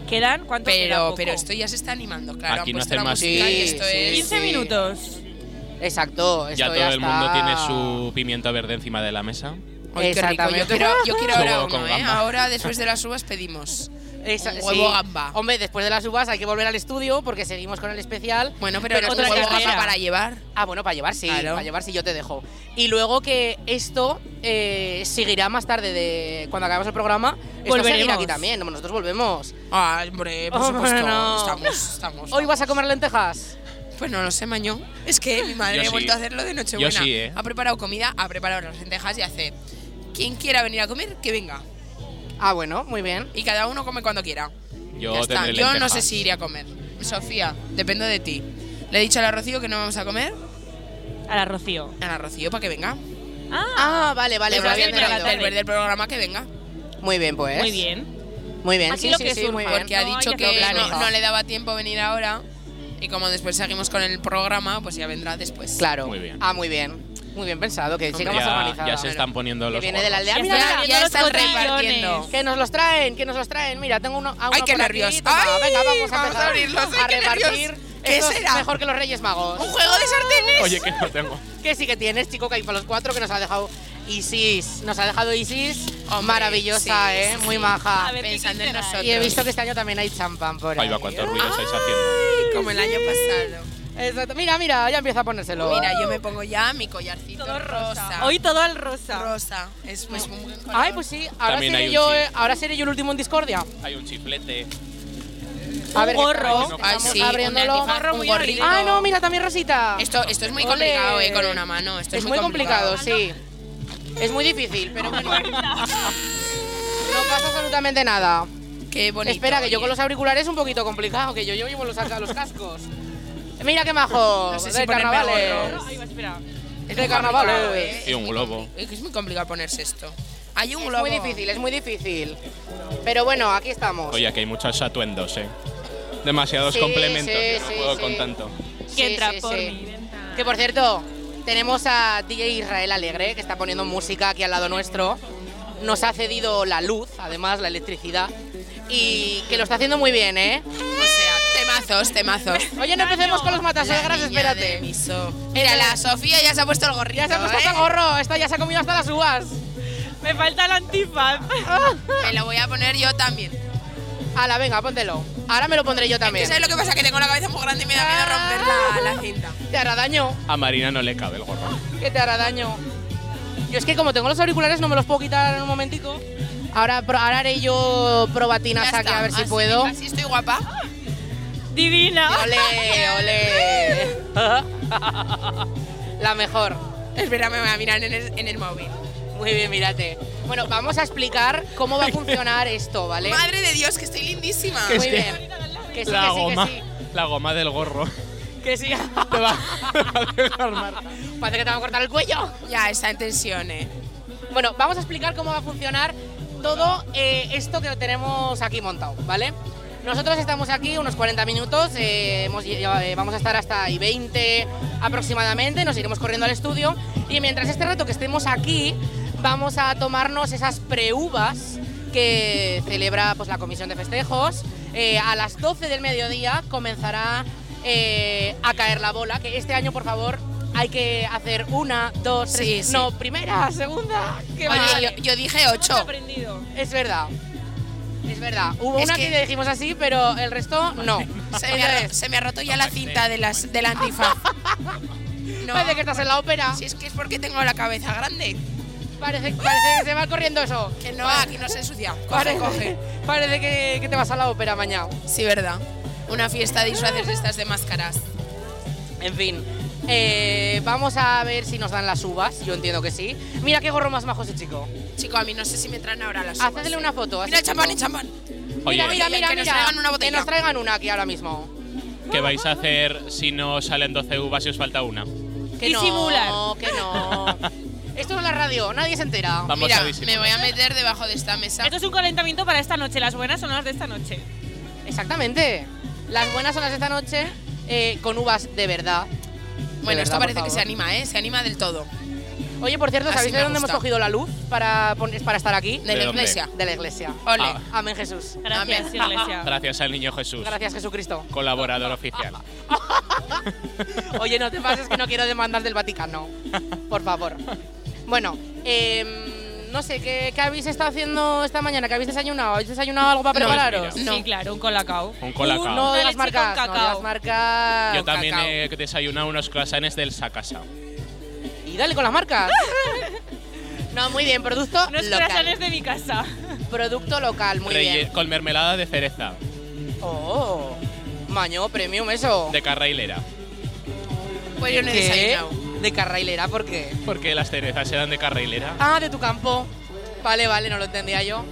Speaker 4: ¿Quedan cuánto queda?
Speaker 9: pero
Speaker 4: Poco.
Speaker 9: pero esto ya se está animando, claro.
Speaker 5: Aquí
Speaker 9: han
Speaker 5: no
Speaker 9: puesto
Speaker 5: hacen
Speaker 9: la eh,
Speaker 5: más
Speaker 9: música y
Speaker 2: que-
Speaker 9: esto
Speaker 2: Sí,
Speaker 9: es
Speaker 4: 15
Speaker 2: sí.
Speaker 4: minutos.
Speaker 2: Exacto.
Speaker 5: ya
Speaker 2: esto
Speaker 5: todo
Speaker 2: ya
Speaker 5: el mundo
Speaker 2: está.
Speaker 5: tiene su pimiento verde encima de la mesa.
Speaker 9: Ay, qué rico. Yo
Speaker 2: Exactamente.
Speaker 9: quiero, yo quiero ahora
Speaker 5: Huevo con
Speaker 9: uno, ¿eh?
Speaker 5: gamba.
Speaker 9: Ahora, después de las uvas, pedimos.
Speaker 2: Esa-
Speaker 9: un huevo gamba.
Speaker 2: Hombre, después de las uvas hay que volver al estudio porque seguimos con el especial.
Speaker 9: Bueno, pero,
Speaker 2: Pero
Speaker 9: no
Speaker 2: otra
Speaker 9: huevo
Speaker 2: carrera.
Speaker 9: gamba para llevar.
Speaker 2: Ah, bueno, para llevar sí,
Speaker 9: Claro.
Speaker 2: para llevar sí, yo te dejo. Y luego que esto eh, seguirá más tarde de cuando acabemos el programa. Esto
Speaker 4: Volveremos.
Speaker 2: seguirá aquí también, nosotros volvemos.
Speaker 9: Ah, hombre, por
Speaker 2: Oh,
Speaker 9: supuesto.
Speaker 2: no.
Speaker 9: Estamos, estamos.
Speaker 2: ¿Hoy vas a comer lentejas?
Speaker 9: Pues no lo sé, Mañón. Es que mi madre
Speaker 5: Yo
Speaker 9: ha
Speaker 5: sí.
Speaker 9: vuelto a hacerlo de Nochebuena.
Speaker 5: Yo sí, ¿eh?
Speaker 9: Ha preparado comida, ha preparado las lentejas y hace. Quien quiera venir a comer, que venga.
Speaker 2: Ah, bueno, muy bien.
Speaker 9: Y cada uno come cuando quiera.
Speaker 5: Yo
Speaker 9: Ya está.
Speaker 5: tendré
Speaker 9: Yo no
Speaker 5: lentejas.
Speaker 9: sé si iré a comer. Sofía, dependo de ti. Le he dicho a la Rocío que no vamos a comer.
Speaker 4: A la Rocío.
Speaker 9: A la Rocío para que venga.
Speaker 2: Ah, vale, vale,
Speaker 9: Después
Speaker 2: vale.
Speaker 9: del
Speaker 4: bien,
Speaker 9: pro-
Speaker 4: bien, bien.
Speaker 9: después del programa que venga.
Speaker 2: Muy bien, pues.
Speaker 4: Muy bien.
Speaker 2: Muy bien,
Speaker 4: Aquí
Speaker 2: sí,
Speaker 4: lo
Speaker 2: sí,
Speaker 4: que
Speaker 2: sí,
Speaker 4: surja.
Speaker 2: muy bien.
Speaker 9: Porque ha
Speaker 4: No,
Speaker 9: dicho
Speaker 4: ya
Speaker 9: que
Speaker 4: no
Speaker 9: no,
Speaker 4: planeja.
Speaker 9: no le daba tiempo venir ahora. Y como después seguimos con el programa, pues ya vendrá después.
Speaker 2: Claro.
Speaker 5: Muy bien.
Speaker 2: Ah, muy bien. Muy bien pensado, que
Speaker 9: Hombre,
Speaker 2: sigamos
Speaker 5: Ya,
Speaker 2: organizados.
Speaker 5: ya se están poniendo
Speaker 2: Que
Speaker 5: los
Speaker 2: viene de la
Speaker 5: gorros.
Speaker 2: aldea.
Speaker 4: Ya
Speaker 2: Mira,
Speaker 4: está.
Speaker 9: Ya,
Speaker 2: mira,
Speaker 9: ya
Speaker 4: los
Speaker 9: están
Speaker 4: cotillones.
Speaker 9: repartiendo.
Speaker 2: que nos los traen, que nos los traen. Mira, tengo uno. a
Speaker 9: Ay,
Speaker 2: uno
Speaker 9: qué
Speaker 2: por aquí.
Speaker 9: nervios.
Speaker 2: Toma,
Speaker 9: Ay,
Speaker 2: venga, vamos a
Speaker 9: vamos
Speaker 2: empezar
Speaker 9: a abrirlos.
Speaker 2: a
Speaker 9: Ay, qué
Speaker 2: repartir.
Speaker 9: nervios. ¿Qué
Speaker 2: Esto es
Speaker 9: será?
Speaker 2: Mejor que los Reyes Magos.
Speaker 9: ¡Un juego de sartenes!
Speaker 5: Oye, que no tengo.
Speaker 2: Que sí que tienes, chico, que hay para los cuatro que nos ha dejado Isis. Nos ha dejado Isis.
Speaker 9: Hombre,
Speaker 2: Maravillosa,
Speaker 9: sí,
Speaker 2: ¿eh?
Speaker 9: sí,
Speaker 2: Muy
Speaker 9: sí.
Speaker 2: maja.
Speaker 4: A ver,
Speaker 9: Pensando en
Speaker 4: ¿qué quisiera?
Speaker 9: nosotros.
Speaker 2: Y he visto que este año también hay champán por ahí.
Speaker 5: Ahí va, cuánto ruido
Speaker 2: Ah.
Speaker 5: estáis haciendo.
Speaker 9: Ay, como el año pasado.
Speaker 2: Exacto. Mira, mira, ya empieza a ponérselo.
Speaker 9: Uh. Mira, yo me pongo ya mi collarcito rosa.
Speaker 4: Hoy todo al rosa.
Speaker 9: rosa. Es pues muy buen color.
Speaker 2: Ay, pues sí, ahora
Speaker 5: También hay
Speaker 2: seré,
Speaker 5: un
Speaker 2: yo,
Speaker 5: sí.
Speaker 2: eh, ahora seré yo el último en discordia.
Speaker 5: Hay un chiflete.
Speaker 2: A ver, ¿qué
Speaker 4: gorro.
Speaker 2: tal?
Speaker 9: Ay,
Speaker 2: Estamos
Speaker 9: sí,
Speaker 2: abriéndolo.
Speaker 9: un antifaz, un gorrito.
Speaker 2: Ah, no, mira, también Rosita.
Speaker 9: Esto, esto es muy
Speaker 2: Ole.
Speaker 9: complicado, eh, con una mano. Esto
Speaker 2: es, muy complicado, sí. Es muy difícil, pero bueno. No pasa absolutamente nada.
Speaker 9: Qué bonito.
Speaker 2: Espera, que yo
Speaker 9: oye.
Speaker 2: con los auriculares es un poquito complicado, que yo, yo llevo los, saca- los cascos. Mira qué majo.
Speaker 9: No sé si
Speaker 2: de
Speaker 9: ponerme
Speaker 2: carnavales.
Speaker 9: gorro.
Speaker 4: Ay, va, espera.
Speaker 9: Es
Speaker 2: de
Speaker 9: muy
Speaker 2: carnavales.
Speaker 9: complicado, eh,
Speaker 2: pues.
Speaker 5: Y
Speaker 9: es
Speaker 5: un
Speaker 9: muy
Speaker 5: globo.
Speaker 9: compli- Es que es muy complicado ponerse esto. Hay un
Speaker 2: Es
Speaker 9: globo.
Speaker 2: muy difícil, es muy difícil. Pero bueno, aquí estamos.
Speaker 5: Oye, aquí hay muchos atuendos, eh. Demasiados
Speaker 2: Sí,
Speaker 5: complementos.
Speaker 2: sí,
Speaker 5: yo no
Speaker 2: sí,
Speaker 5: puedo
Speaker 2: sí.
Speaker 5: con tanto.
Speaker 4: Que
Speaker 2: Sí,
Speaker 4: entra
Speaker 2: sí,
Speaker 4: por
Speaker 2: sí.
Speaker 4: mi ventana.
Speaker 2: Que por cierto, tenemos a DJ Israel Alegre, que está poniendo música aquí al lado nuestro. Nos ha cedido la luz, además, la electricidad. Y que lo está haciendo muy bien, ¿eh?
Speaker 9: O sea, temazos, temazos.
Speaker 2: Oye, no empecemos con los matasuegras,
Speaker 9: La niña de
Speaker 2: espérate.
Speaker 9: mi so- Mira, la Sofía ya se ha puesto el gorrito.
Speaker 2: Ya se ha puesto
Speaker 9: ¿eh?
Speaker 2: hasta el gorro, esta ya se ha comido hasta las uvas.
Speaker 4: Me falta el antifaz.
Speaker 9: Me lo voy a poner yo también.
Speaker 2: Hala, venga, póntelo.
Speaker 4: Ahora me lo pondré yo también. ¿Sabes lo que pasa? Que tengo la cabeza muy grande y me da miedo romper la, la cinta.
Speaker 2: Te hará daño.
Speaker 5: A Marina no le cabe el gorro.
Speaker 2: que te hará daño. Yo es que como tengo los auriculares no me los puedo quitar en un momentico. Ahora, pro- ahora haré yo probatinas
Speaker 4: Ya
Speaker 2: aquí
Speaker 4: está,
Speaker 2: a ver si
Speaker 4: así-
Speaker 2: puedo.
Speaker 4: Así estoy guapa.
Speaker 7: Divina.
Speaker 2: Ole,
Speaker 4: Eh.
Speaker 2: ole. La mejor.
Speaker 4: Espera, me voy a mirar en el, en el móvil.
Speaker 2: Muy bien, mírate. Bueno, vamos a explicar cómo va a funcionar esto, ¿vale?
Speaker 4: Madre de Dios, que estoy lindísima.
Speaker 5: Que
Speaker 2: Muy
Speaker 5: sí.
Speaker 2: bien. Que sí,
Speaker 5: la
Speaker 2: que sí,
Speaker 5: goma,
Speaker 2: que sí.
Speaker 5: la goma del gorro.
Speaker 2: Que sí.
Speaker 5: Te va, te va a dejar mar-
Speaker 2: Parece que te va a cortar el cuello.
Speaker 4: Ya, está en tensión, eh.
Speaker 2: Bueno, vamos a explicar cómo va a funcionar todo eh, esto que tenemos aquí montado, ¿vale? Nosotros estamos aquí unos 40 minutos, eh, hemos lle- eh, vamos a estar hasta ahí 20 aproximadamente, nos iremos corriendo al estudio y mientras este rato que estemos aquí vamos a tomarnos esas preuvas que celebra pues, la comisión de festejos. Eh, a las 12 del mediodía comenzará eh, a caer la bola, que este año por favor hay que hacer una, dos,
Speaker 4: Sí,
Speaker 2: tres,
Speaker 4: sí.
Speaker 2: no, primera, segunda, que
Speaker 4: Oye,
Speaker 2: vale.
Speaker 4: yo, yo dije 8.
Speaker 7: Aprendido.
Speaker 2: Es verdad. Es verdad. Hubo
Speaker 4: Es
Speaker 2: una
Speaker 4: que-
Speaker 2: que... le dijimos así, pero el resto no.
Speaker 4: Se me, ha, se me ha roto ya la cinta de las, del antifaz. No.
Speaker 2: Parece que estás en la ópera.
Speaker 4: Si es que es porque tengo la cabeza grande.
Speaker 2: Parece, parece que se va corriendo eso.
Speaker 4: Que no, aquí no se ensucia. Coge,
Speaker 2: Parece,
Speaker 4: coge.
Speaker 2: parece que, que te vas a la ópera mañana.
Speaker 4: Sí, verdad. Una fiesta de disfraces de estas de máscaras.
Speaker 2: En fin. eh, vamos a ver si nos dan las uvas. Yo entiendo que sí. Mira qué gorro más majo ese chico.
Speaker 4: Chico, a mí no sé si me traen ahora las uvas. eh.
Speaker 2: Hacedle una foto. a
Speaker 4: Mira,
Speaker 2: ese chico.
Speaker 4: champán y champán.
Speaker 5: Oye,
Speaker 2: Mira, mira, mira,
Speaker 4: Que nos
Speaker 2: mira.
Speaker 4: traigan una
Speaker 2: que
Speaker 4: botella.
Speaker 2: nos traigan una aquí ahora mismo.
Speaker 5: ¿qué vais a hacer si no salen 12 uvas y os falta una?
Speaker 2: Que
Speaker 7: Disimular.
Speaker 2: no, que no. Esto es la radio, nadie se entera.
Speaker 5: Vamos
Speaker 4: Mira,
Speaker 5: a
Speaker 4: me
Speaker 5: disimular.
Speaker 4: voy a meter debajo de esta mesa.
Speaker 7: Esto es un calentamiento para esta noche. Las buenas son las de esta noche.
Speaker 2: Exactamente. Las buenas horas de esta noche eh, con uvas de verdad.
Speaker 4: Bueno,
Speaker 2: De
Speaker 4: esto
Speaker 2: verdad, por
Speaker 4: parece que
Speaker 2: favor.
Speaker 4: se anima, ¿eh? Se anima del todo.
Speaker 2: Oye, por cierto,
Speaker 4: Así
Speaker 2: ¿sabéis de
Speaker 4: me
Speaker 2: dónde hemos
Speaker 4: gusta.
Speaker 2: cogido la luz para, pon- es para estar aquí?
Speaker 4: De, la
Speaker 5: dónde?
Speaker 4: iglesia.
Speaker 2: De la iglesia.
Speaker 4: Ole.
Speaker 5: Ah.
Speaker 2: Amén, Jesús.
Speaker 7: Gracias,
Speaker 4: Amén.
Speaker 7: Iglesia.
Speaker 5: Gracias al niño Jesús,
Speaker 2: Gracias, Jesucristo.
Speaker 5: colaborador oficial.
Speaker 2: Oye, no te pases que no quiero demandar del Vaticano. Por favor. Bueno, em, no sé, ¿qué, qué habéis estado haciendo esta mañana? ¿Qué habéis desayunado? ¿Habéis desayunado algo para
Speaker 5: No,
Speaker 2: prepararos?
Speaker 5: mira.
Speaker 7: Sí, claro, un colacao.
Speaker 5: Un colacao.
Speaker 2: No
Speaker 7: Una
Speaker 2: de las
Speaker 7: leche con
Speaker 2: marcas, no de
Speaker 7: cacao.
Speaker 2: las
Speaker 4: Ah,
Speaker 2: marcas.
Speaker 5: Yo también
Speaker 2: Cacao.
Speaker 5: he desayunado unos croissants del Sakasa.
Speaker 2: Y dale con las marcas. no, muy bien, producto
Speaker 7: Unos
Speaker 2: local.
Speaker 7: corazones de mi casa.
Speaker 2: Producto local, muy
Speaker 5: Relle-
Speaker 2: bien.
Speaker 5: Con mermelada de cereza,
Speaker 2: Oh, maño, premium eso.
Speaker 5: de carrailera.
Speaker 4: Pues yo no he
Speaker 2: ¿Qué?
Speaker 4: desayunado.
Speaker 2: De carrailera, ¿por qué?
Speaker 5: Porque las cerezas eran de carrailera.
Speaker 2: Ah, de tu campo. Vale, vale, no lo entendía yo.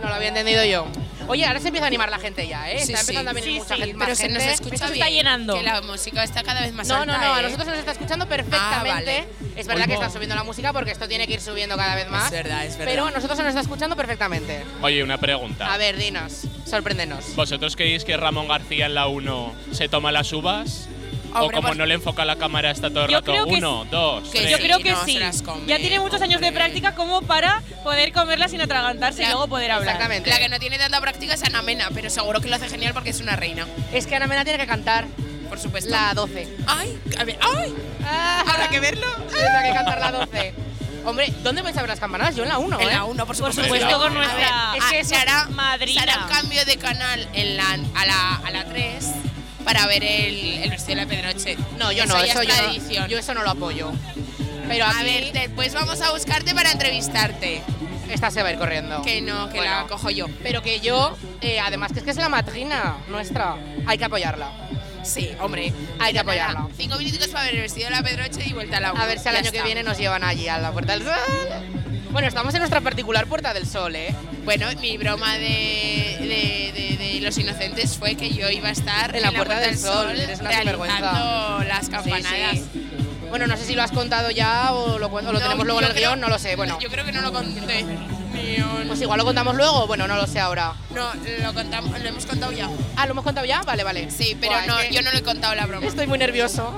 Speaker 2: No lo había entendido yo. Oye, ahora se empieza a animar la gente ya, ¿eh?
Speaker 4: Sí,
Speaker 2: Está
Speaker 4: sí.
Speaker 2: empezando a venir
Speaker 7: Sí,
Speaker 2: mucha
Speaker 7: sí,
Speaker 2: gente, más
Speaker 4: Pero se nos
Speaker 2: gente.
Speaker 4: escucha
Speaker 7: Esto se
Speaker 4: bien.
Speaker 7: está llenando.
Speaker 4: Que la música está cada vez más
Speaker 2: No,
Speaker 4: alta.
Speaker 2: no, no, a
Speaker 4: ¿eh?
Speaker 2: nosotros se nos está escuchando perfectamente.
Speaker 4: Ah,
Speaker 2: Es verdad que
Speaker 5: Oigo.
Speaker 2: están subiendo la música porque esto tiene que ir subiendo cada vez más.
Speaker 4: Es verdad, es verdad.
Speaker 2: Pero a nosotros se nos está escuchando perfectamente.
Speaker 5: Oye, una pregunta.
Speaker 2: A ver, dinos, sorpréndenos.
Speaker 5: ¿Vosotros creéis que Ramón García en la 1 se toma las uvas? ¿O
Speaker 4: Hombre,
Speaker 5: como
Speaker 4: pues-
Speaker 5: no le enfoca la cámara está todo el
Speaker 7: Yo
Speaker 5: rato?
Speaker 7: creo que
Speaker 5: Uno, dos,
Speaker 4: que
Speaker 5: tres.
Speaker 7: Yo creo que
Speaker 4: no,
Speaker 7: sí.
Speaker 4: se las come,
Speaker 7: ya tiene muchos años de
Speaker 4: hombre.
Speaker 7: práctica como para poder comerla sin atragantarse y
Speaker 4: La-
Speaker 7: luego poder hablar.
Speaker 2: Exactamente.
Speaker 4: La que no tiene tanta práctica es Ana Mena, pero seguro que lo hace genial porque es una reina,
Speaker 2: Es que Ana Mena tiene que cantar
Speaker 4: por supuesto.
Speaker 2: la 12.
Speaker 4: Ay, a ver, ay, habrá que verlo.
Speaker 2: Tendrá que cantar la 12. Hombre, ¿dónde vais a ver las campanadas? Yo en la 1,
Speaker 4: En
Speaker 2: ¿eh?
Speaker 4: la 1, por supuesto.
Speaker 5: supuesto,
Speaker 4: A ver,
Speaker 5: con
Speaker 7: nuestra-
Speaker 4: es que
Speaker 2: Ah,
Speaker 4: se hará,
Speaker 7: madrina.
Speaker 4: se hará un cambio de canal en la, a la, a la 3 para ver el, el vestido de la Pedroche.
Speaker 2: No, yo no,
Speaker 4: ya
Speaker 2: eso
Speaker 4: es
Speaker 2: yo, no-
Speaker 4: tradición.
Speaker 2: yo eso no lo apoyo. Pero
Speaker 4: Pero a
Speaker 2: aquí
Speaker 4: ver, después vamos a buscarte para entrevistarte.
Speaker 2: esta se va a ir corriendo.
Speaker 4: Que no, que la
Speaker 2: Bueno.
Speaker 4: cojo yo.
Speaker 2: Pero que yo, eh, además que es que es la madrina nuestra, hay que apoyarla.
Speaker 4: Sí, hombre.
Speaker 2: Hay que
Speaker 4: Nada,
Speaker 2: apoyarla.
Speaker 4: Cinco minutos para ver el vestido de la Pedroche y vuelta a la 1.
Speaker 2: A ver si al año que viene nos llevan allí a la Puerta del Sol. Bueno, estamos en nuestra particular Puerta del Sol, ¿eh?
Speaker 4: Bueno, mi broma de, de- de- de los inocentes fue que yo iba a estar
Speaker 2: En la Puerta del Sol, eres una sinvergüenza.
Speaker 4: realizando las campanadas.
Speaker 2: Sí, sí. Bueno, no sé si lo has contado ya o lo, cuen- o
Speaker 4: No,
Speaker 2: lo tenemos luego en
Speaker 4: yo
Speaker 2: el
Speaker 4: creo-
Speaker 2: guión, no lo sé. Bueno,
Speaker 4: Yo creo que no lo conté. Ni un-
Speaker 2: pues igual lo contamos luego, bueno, no lo sé ahora.
Speaker 4: No, lo contamos, lo hemos contado ya.
Speaker 2: Ah, ¿lo hemos contado ya? Vale, vale.
Speaker 4: Sí, pero
Speaker 2: Buah, es
Speaker 4: no,
Speaker 2: que
Speaker 4: yo no lo he contado la broma.
Speaker 2: Estoy muy nervioso.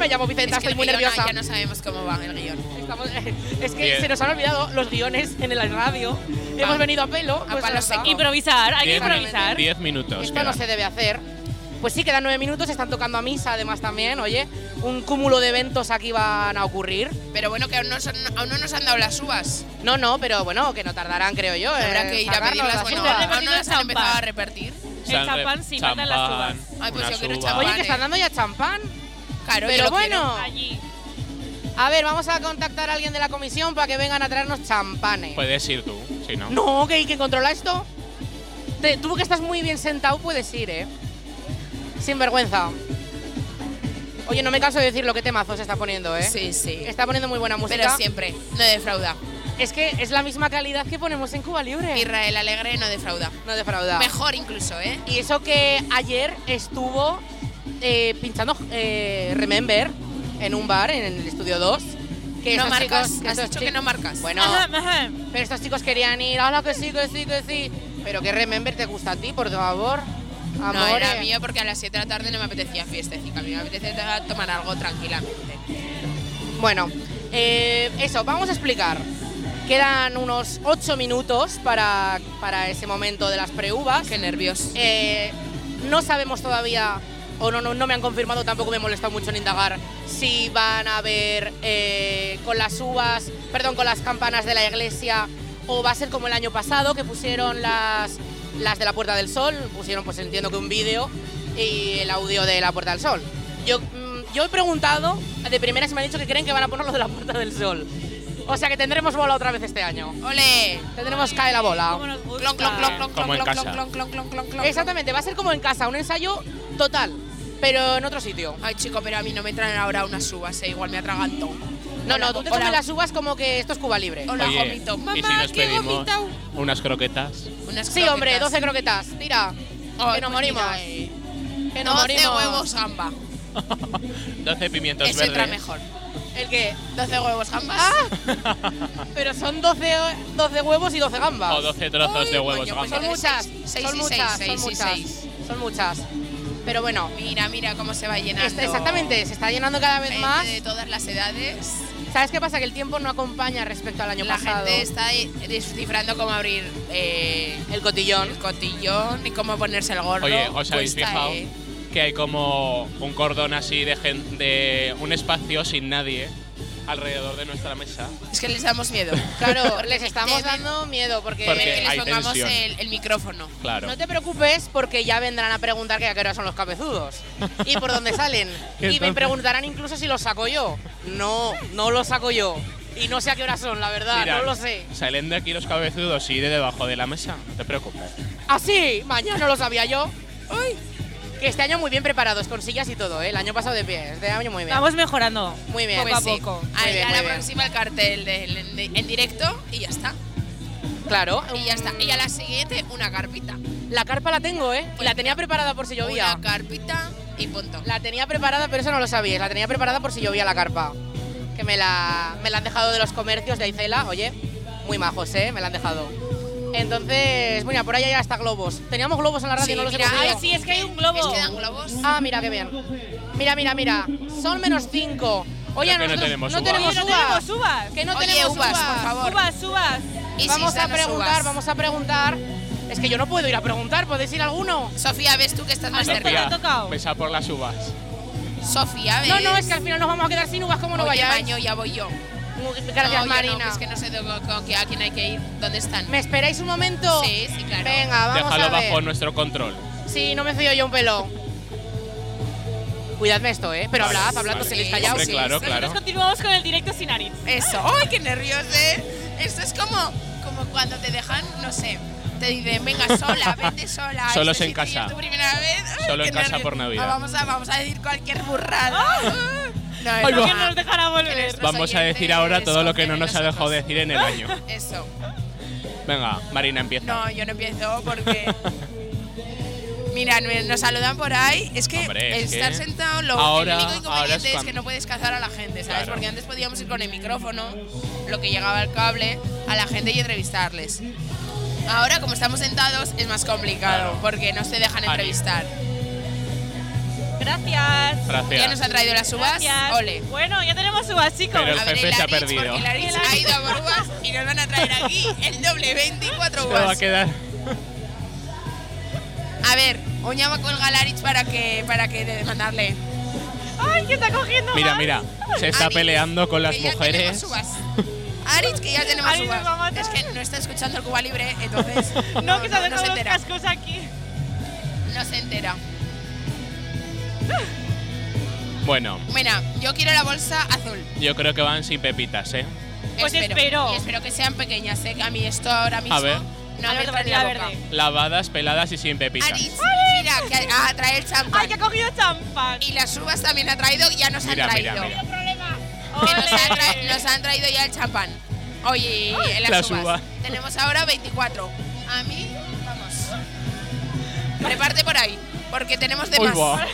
Speaker 2: Me llamo Vicenta,
Speaker 4: Es que
Speaker 2: estoy
Speaker 4: el
Speaker 2: muy
Speaker 4: guión,
Speaker 2: nerviosa.
Speaker 4: ah, Ya no sabemos cómo va el guión.
Speaker 2: Estamos- es que
Speaker 5: Bien.
Speaker 2: se nos han olvidado los guiones en el radio.
Speaker 4: Ah.
Speaker 2: Hemos venido a pelo. pues
Speaker 4: palo
Speaker 2: ya está.
Speaker 4: seco.
Speaker 7: Improvisar, hay que
Speaker 5: Diez-
Speaker 7: improvisar.
Speaker 5: Diez minutos.
Speaker 2: Esto no
Speaker 5: quedan.
Speaker 2: se debe hacer. Pues sí, quedan nueve minutos, están tocando a misa además también, oye. Un cúmulo de eventos aquí van a ocurrir.
Speaker 4: Pero bueno, que aún no, son- aún no nos han dado las uvas.
Speaker 2: No, no, pero bueno, que no tardarán, creo yo.
Speaker 4: Habrá
Speaker 2: en
Speaker 4: que ir a
Speaker 2: sacarnos
Speaker 4: pedirlas.
Speaker 2: las
Speaker 4: Bueno,
Speaker 2: uvas.
Speaker 4: aún no las han empezado
Speaker 7: Repartido
Speaker 4: a
Speaker 7: champán.
Speaker 4: repartir.
Speaker 3: El champán sí mata las uvas.
Speaker 4: Ay, pues yo quiero champán.
Speaker 2: Oye, que están dando ya champán.
Speaker 4: Claro, yo
Speaker 2: Pero
Speaker 4: lo
Speaker 2: bueno.
Speaker 4: quiero.
Speaker 2: A ver, vamos a contactar a alguien de la comisión para que vengan a traernos champanes.
Speaker 5: Puedes ir tú, si no.
Speaker 2: No, que, que controla esto. Te- tú que estás muy bien sentado puedes ir, ¿eh? Sin vergüenza. Oye, no me canso de decir lo que temazo se está poniendo, ¿eh?
Speaker 4: Sí, sí.
Speaker 2: Está poniendo muy buena música.
Speaker 4: Pero siempre, no defrauda.
Speaker 2: Es que es la misma calidad que ponemos en Cuba Libre.
Speaker 4: Israel Alegre no defrauda.
Speaker 2: No defrauda.
Speaker 4: Mejor incluso, ¿eh?
Speaker 2: Y eso que ayer estuvo eh, pinchando eh, Remember en un bar, en el estudio 2. Que
Speaker 4: No
Speaker 2: estos
Speaker 4: marcas,
Speaker 2: chicos-
Speaker 4: has
Speaker 2: estos
Speaker 4: dicho
Speaker 2: chi-
Speaker 4: que no marcas.
Speaker 2: Bueno, pero estos chicos querían ir. Hola, que sí, que sí, que sí. Pero que Remember te gusta a ti, por favor. Amor,
Speaker 4: No, era mío porque a las 7 de la tarde no me apetecía fiestecica. A mí me apetecía tomar algo tranquilamente.
Speaker 2: Bueno, eh, eso, vamos a explicar. Quedan unos 8 minutos para, para ese momento de las preuvas.
Speaker 4: Qué nervios.
Speaker 2: Eh, no sabemos todavía, o no, no, no me han confirmado, tampoco me he molestado mucho en indagar, si van a ver eh, con las uvas, perdón, con las campanas de la iglesia, o va a ser como el año pasado, que pusieron las, las de la Puerta del Sol, pusieron, pues entiendo que un vídeo y el audio de la Puerta del Sol. Yo, mm, yo he preguntado de primera si me han dicho que creen que van a poner lo de la Puerta del Sol. O sea que tendremos bola otra vez este año.
Speaker 4: ¡Ole!
Speaker 2: Tendremos cae la bola.
Speaker 3: Cómo nos gusta.
Speaker 4: Clon, clon, clon, clon,
Speaker 5: Como en
Speaker 4: clon,
Speaker 5: casa.
Speaker 4: clon, clon, clon, clon, clon, clon.
Speaker 2: Exactamente, va a ser como en casa, un ensayo total, pero en otro sitio.
Speaker 4: Ay, chico, pero a mí no me traen ahora unas uvas, eh, igual me atraganto.
Speaker 2: No, no, tú te comes las uvas como que esto es Cuba Libre.
Speaker 4: Hola, jomito. Mamá,
Speaker 5: ¿y si nos
Speaker 4: que he
Speaker 5: pedimos
Speaker 4: vomitado.
Speaker 5: unas croquetas?
Speaker 4: Unas
Speaker 2: Sí, hombre,
Speaker 4: croquetas.
Speaker 2: 12 croquetas. Mira,
Speaker 4: Ay,
Speaker 2: que nos
Speaker 4: pues
Speaker 2: morimos.
Speaker 4: mira, eh,
Speaker 2: Que nos
Speaker 4: 12
Speaker 2: morimos.
Speaker 4: huevos gamba.
Speaker 5: 12 pimientos
Speaker 4: Es
Speaker 5: verdes.
Speaker 4: otra mejor.
Speaker 2: ¿El qué?
Speaker 4: 12 huevos gambas.
Speaker 2: ¡Ah! Pero son 12, 12 huevos y 12 gambas.
Speaker 5: O 12 trozos
Speaker 4: Ay,
Speaker 5: de huevos
Speaker 4: coño, pues
Speaker 5: gamba.
Speaker 2: Son muchas,
Speaker 4: Seis y
Speaker 2: son
Speaker 4: seis,
Speaker 2: muchas,
Speaker 4: seis
Speaker 2: son
Speaker 4: y
Speaker 2: muchas.
Speaker 4: seis.
Speaker 2: Son muchas. Pero bueno,
Speaker 4: Mira, mira cómo se va llenando.
Speaker 2: este- exactamente, se está llenando cada vez
Speaker 4: Gente
Speaker 2: más.
Speaker 4: de todas las edades.
Speaker 2: ¿Sabes qué pasa? Que el tiempo no acompaña respecto al año
Speaker 4: La
Speaker 2: pasado.
Speaker 4: gente está eh, descifrando cómo abrir eh,
Speaker 2: El cotillón.
Speaker 4: el cotillón y cómo ponerse el gorro.
Speaker 5: Oye, ¿os habéis
Speaker 4: Cuesta,
Speaker 5: fijado
Speaker 4: eh.
Speaker 5: que hay como un cordón así de, gen- de un espacio sin nadie alrededor de nuestra mesa?
Speaker 4: Es que les damos miedo.
Speaker 2: Claro,
Speaker 4: Porque
Speaker 2: les estamos
Speaker 4: temen-
Speaker 2: dando miedo porque
Speaker 5: Porque
Speaker 4: temen que les
Speaker 5: hay
Speaker 4: pongamos
Speaker 5: tensión.
Speaker 4: el, el micrófono.
Speaker 5: Claro.
Speaker 2: No te preocupes porque ya vendrán a preguntar que a qué hora son los cabezudos y por dónde salen. y me
Speaker 5: Entonces-
Speaker 2: preguntarán incluso si los saco yo. No, no los saco yo. Y no sé a qué hora son, la verdad,
Speaker 5: Dirán,
Speaker 2: no lo sé.
Speaker 5: Salen de aquí los cabezudos y de debajo de la mesa. No te preocupes.
Speaker 2: Así, Ah, mañana no lo sabía yo. Uy. Que este año muy bien preparados, con sillas y todo, ¿eh? El año pasado de pie, este año muy bien.
Speaker 3: Vamos mejorando.
Speaker 2: Muy bien,
Speaker 3: Poco
Speaker 2: pues sí.
Speaker 3: a poco.
Speaker 2: Muy
Speaker 4: A,
Speaker 2: bien,
Speaker 4: a
Speaker 2: muy
Speaker 4: la
Speaker 2: bien.
Speaker 4: próxima el cartel del- en, de- en directo y ya está.
Speaker 2: Claro.
Speaker 4: Y ya está. Y a la siguiente una carpita.
Speaker 2: La carpa la tengo, ¿eh? Y la tenía preparada por si llovía.
Speaker 4: Pues Una carpita y punto.
Speaker 2: La tenía preparada, pero eso no lo sabíais. La tenía preparada por si llovía la carpa. Que me la, me la han dejado de los comercios de Aicela. Oye, muy majos, ¿eh? Me la han dejado. Entonces, mira, por allá ya está globos. Teníamos globos en la radio
Speaker 4: Sí,
Speaker 2: y no los
Speaker 4: mira,
Speaker 2: hemos
Speaker 4: ay,
Speaker 2: ido.
Speaker 3: sí, es que hay un globo.
Speaker 4: Es que dan globos.
Speaker 2: Ah, mira, qué bien. Mira, mira, mira. Son menos 5. Oye,
Speaker 5: Creo que no
Speaker 2: nosotros
Speaker 5: tenemos
Speaker 2: no
Speaker 5: uvas.
Speaker 2: tenemos
Speaker 3: Oye, no
Speaker 2: uvas.
Speaker 3: tenemos uvas.
Speaker 2: Que no
Speaker 4: Oye,
Speaker 2: tenemos
Speaker 4: uvas, por favor.
Speaker 3: Uvas, uvas.
Speaker 4: Y sí,
Speaker 2: Vamos a
Speaker 4: danos
Speaker 2: preguntar,
Speaker 4: uvas.
Speaker 2: vamos a preguntar. Es que yo no puedo ir a preguntar, ¿podéis ir alguno?
Speaker 4: Sofía, ves tú que estás más
Speaker 3: Ay,
Speaker 4: cerca.
Speaker 3: espera. ha tocado?
Speaker 5: pesa por las uvas.
Speaker 4: Sofía, ves.
Speaker 2: No, no, es que al final nos vamos a quedar sin uvas, ¿cómo no
Speaker 4: Oye,
Speaker 2: vayáis?
Speaker 4: Maño, ya voy yo.
Speaker 2: Muy- Gracias,
Speaker 4: No, yo no,
Speaker 2: Marina.
Speaker 4: que es que no sé do- con qué- a quién hay que ir. ¿Dónde están?
Speaker 2: ¿Me esperáis un momento?
Speaker 4: Sí, sí, claro.
Speaker 2: Venga, Ah, vamos
Speaker 5: Déjalo
Speaker 2: a ver.
Speaker 5: bajo nuestro control.
Speaker 2: Sí, no me fío yo un pelo. Cuidadme esto, ¿eh? Pero
Speaker 5: Vale,
Speaker 2: hablad, hablad, no
Speaker 5: vale.
Speaker 2: se les callado.
Speaker 5: Hombre, claro, claro.
Speaker 3: Nosotros continuamos con el directo sin Aritz.
Speaker 4: Eso. ¡Ay, qué nervios, eh! Esto es como, como cuando te dejan, no sé, te dicen, venga sola, vete sola.
Speaker 2: Ah,
Speaker 4: a
Speaker 5: Solos
Speaker 4: este
Speaker 5: en
Speaker 4: sitio y
Speaker 5: casa.
Speaker 4: Es tu primera vez. Ay,
Speaker 5: Solo
Speaker 4: qué
Speaker 5: en casa
Speaker 4: nervios.
Speaker 5: por Navidad.
Speaker 4: Ah, vamos, a, vamos a decir cualquier burrada. No, es
Speaker 5: Ahí va.
Speaker 3: No
Speaker 4: broma.
Speaker 3: Ah. que nos dejará
Speaker 4: Que
Speaker 3: volver.
Speaker 4: nuestros
Speaker 5: Vamos a decir
Speaker 4: oyentes
Speaker 5: ahora todo lo que no
Speaker 4: confíen en
Speaker 5: nos ha dejado
Speaker 4: nosotros.
Speaker 5: de decir en el año.
Speaker 4: Eso.
Speaker 5: Venga, Marina, empieza.
Speaker 4: No, yo no empiezo porque. Mira, me- nos saludan por ahí. Es que
Speaker 5: Hombre, es
Speaker 4: estar
Speaker 5: que
Speaker 4: sentado, lo
Speaker 5: ahora-
Speaker 4: el único
Speaker 5: ahora es
Speaker 4: inconveniente es,
Speaker 5: cuando-
Speaker 4: que no puedes cazar a la gente, ¿sabes?
Speaker 5: Claro.
Speaker 4: Porque antes podíamos ir con el micrófono, lo que llegaba al cable, a la gente y entrevistarles. Ahora, como estamos sentados, es más complicado
Speaker 5: Claro.
Speaker 4: porque no se dejan
Speaker 5: Ani.
Speaker 4: entrevistar.
Speaker 3: Gracias.
Speaker 4: Ya nos
Speaker 5: Gracias.
Speaker 4: han traído las uvas.
Speaker 3: Gracias.
Speaker 4: Ole.
Speaker 3: Bueno, ya tenemos uvas, chicos.
Speaker 5: Pero- El
Speaker 4: A ver,
Speaker 5: jefe
Speaker 4: el
Speaker 5: se ha
Speaker 4: Aritz,
Speaker 5: perdido.
Speaker 4: Porque el Aritz
Speaker 3: El
Speaker 4: ha ido a por uvas y nos van a traer aquí el doble 24
Speaker 5: Se
Speaker 4: uvas.
Speaker 5: va a quedar.
Speaker 4: A ver, Oñama colga a Larich para que para que de- mandarle.
Speaker 3: Ay, que está cogiendo
Speaker 5: Mira,
Speaker 3: más.
Speaker 5: mira, se está
Speaker 4: Ari,
Speaker 5: peleando con las
Speaker 4: que ya
Speaker 5: mujeres.
Speaker 4: tenemos uvas. Arich, que ya tenemos
Speaker 3: Ari nos va a
Speaker 4: uvas.
Speaker 3: matar.
Speaker 4: Es que no está escuchando el Cuba Libre, entonces
Speaker 3: No, que se
Speaker 4: no,
Speaker 3: ha dejado
Speaker 4: se
Speaker 3: los
Speaker 4: entera.
Speaker 3: cascos aquí.
Speaker 2: no se entera.
Speaker 5: Bueno,
Speaker 2: Mira, yo quiero la bolsa azul.
Speaker 5: yo creo que van sin pepitas, ¿eh?
Speaker 2: Pues espero. Y espero que sean pequeñas, sé que a mí esto ahora mismo
Speaker 5: A ver,
Speaker 2: no me entra en la boca.
Speaker 5: lavadas, peladas y sin pepitas.
Speaker 2: Anis, mira, que ha, ha traído el champán. ¡Ay, que ha cogido champán! Y las uvas también ha traído y ya nos
Speaker 5: Mira,
Speaker 2: han
Speaker 5: mira,
Speaker 2: traído.
Speaker 5: mira.
Speaker 2: Que nos, ha tra- nos han traído ya el champán. Oye, en las,
Speaker 5: Las
Speaker 2: uvas.
Speaker 5: uvas.
Speaker 2: Tenemos ahora 24. A mí, vamos. Prepárate por ahí, porque tenemos de
Speaker 5: Uy,
Speaker 2: más.
Speaker 5: va.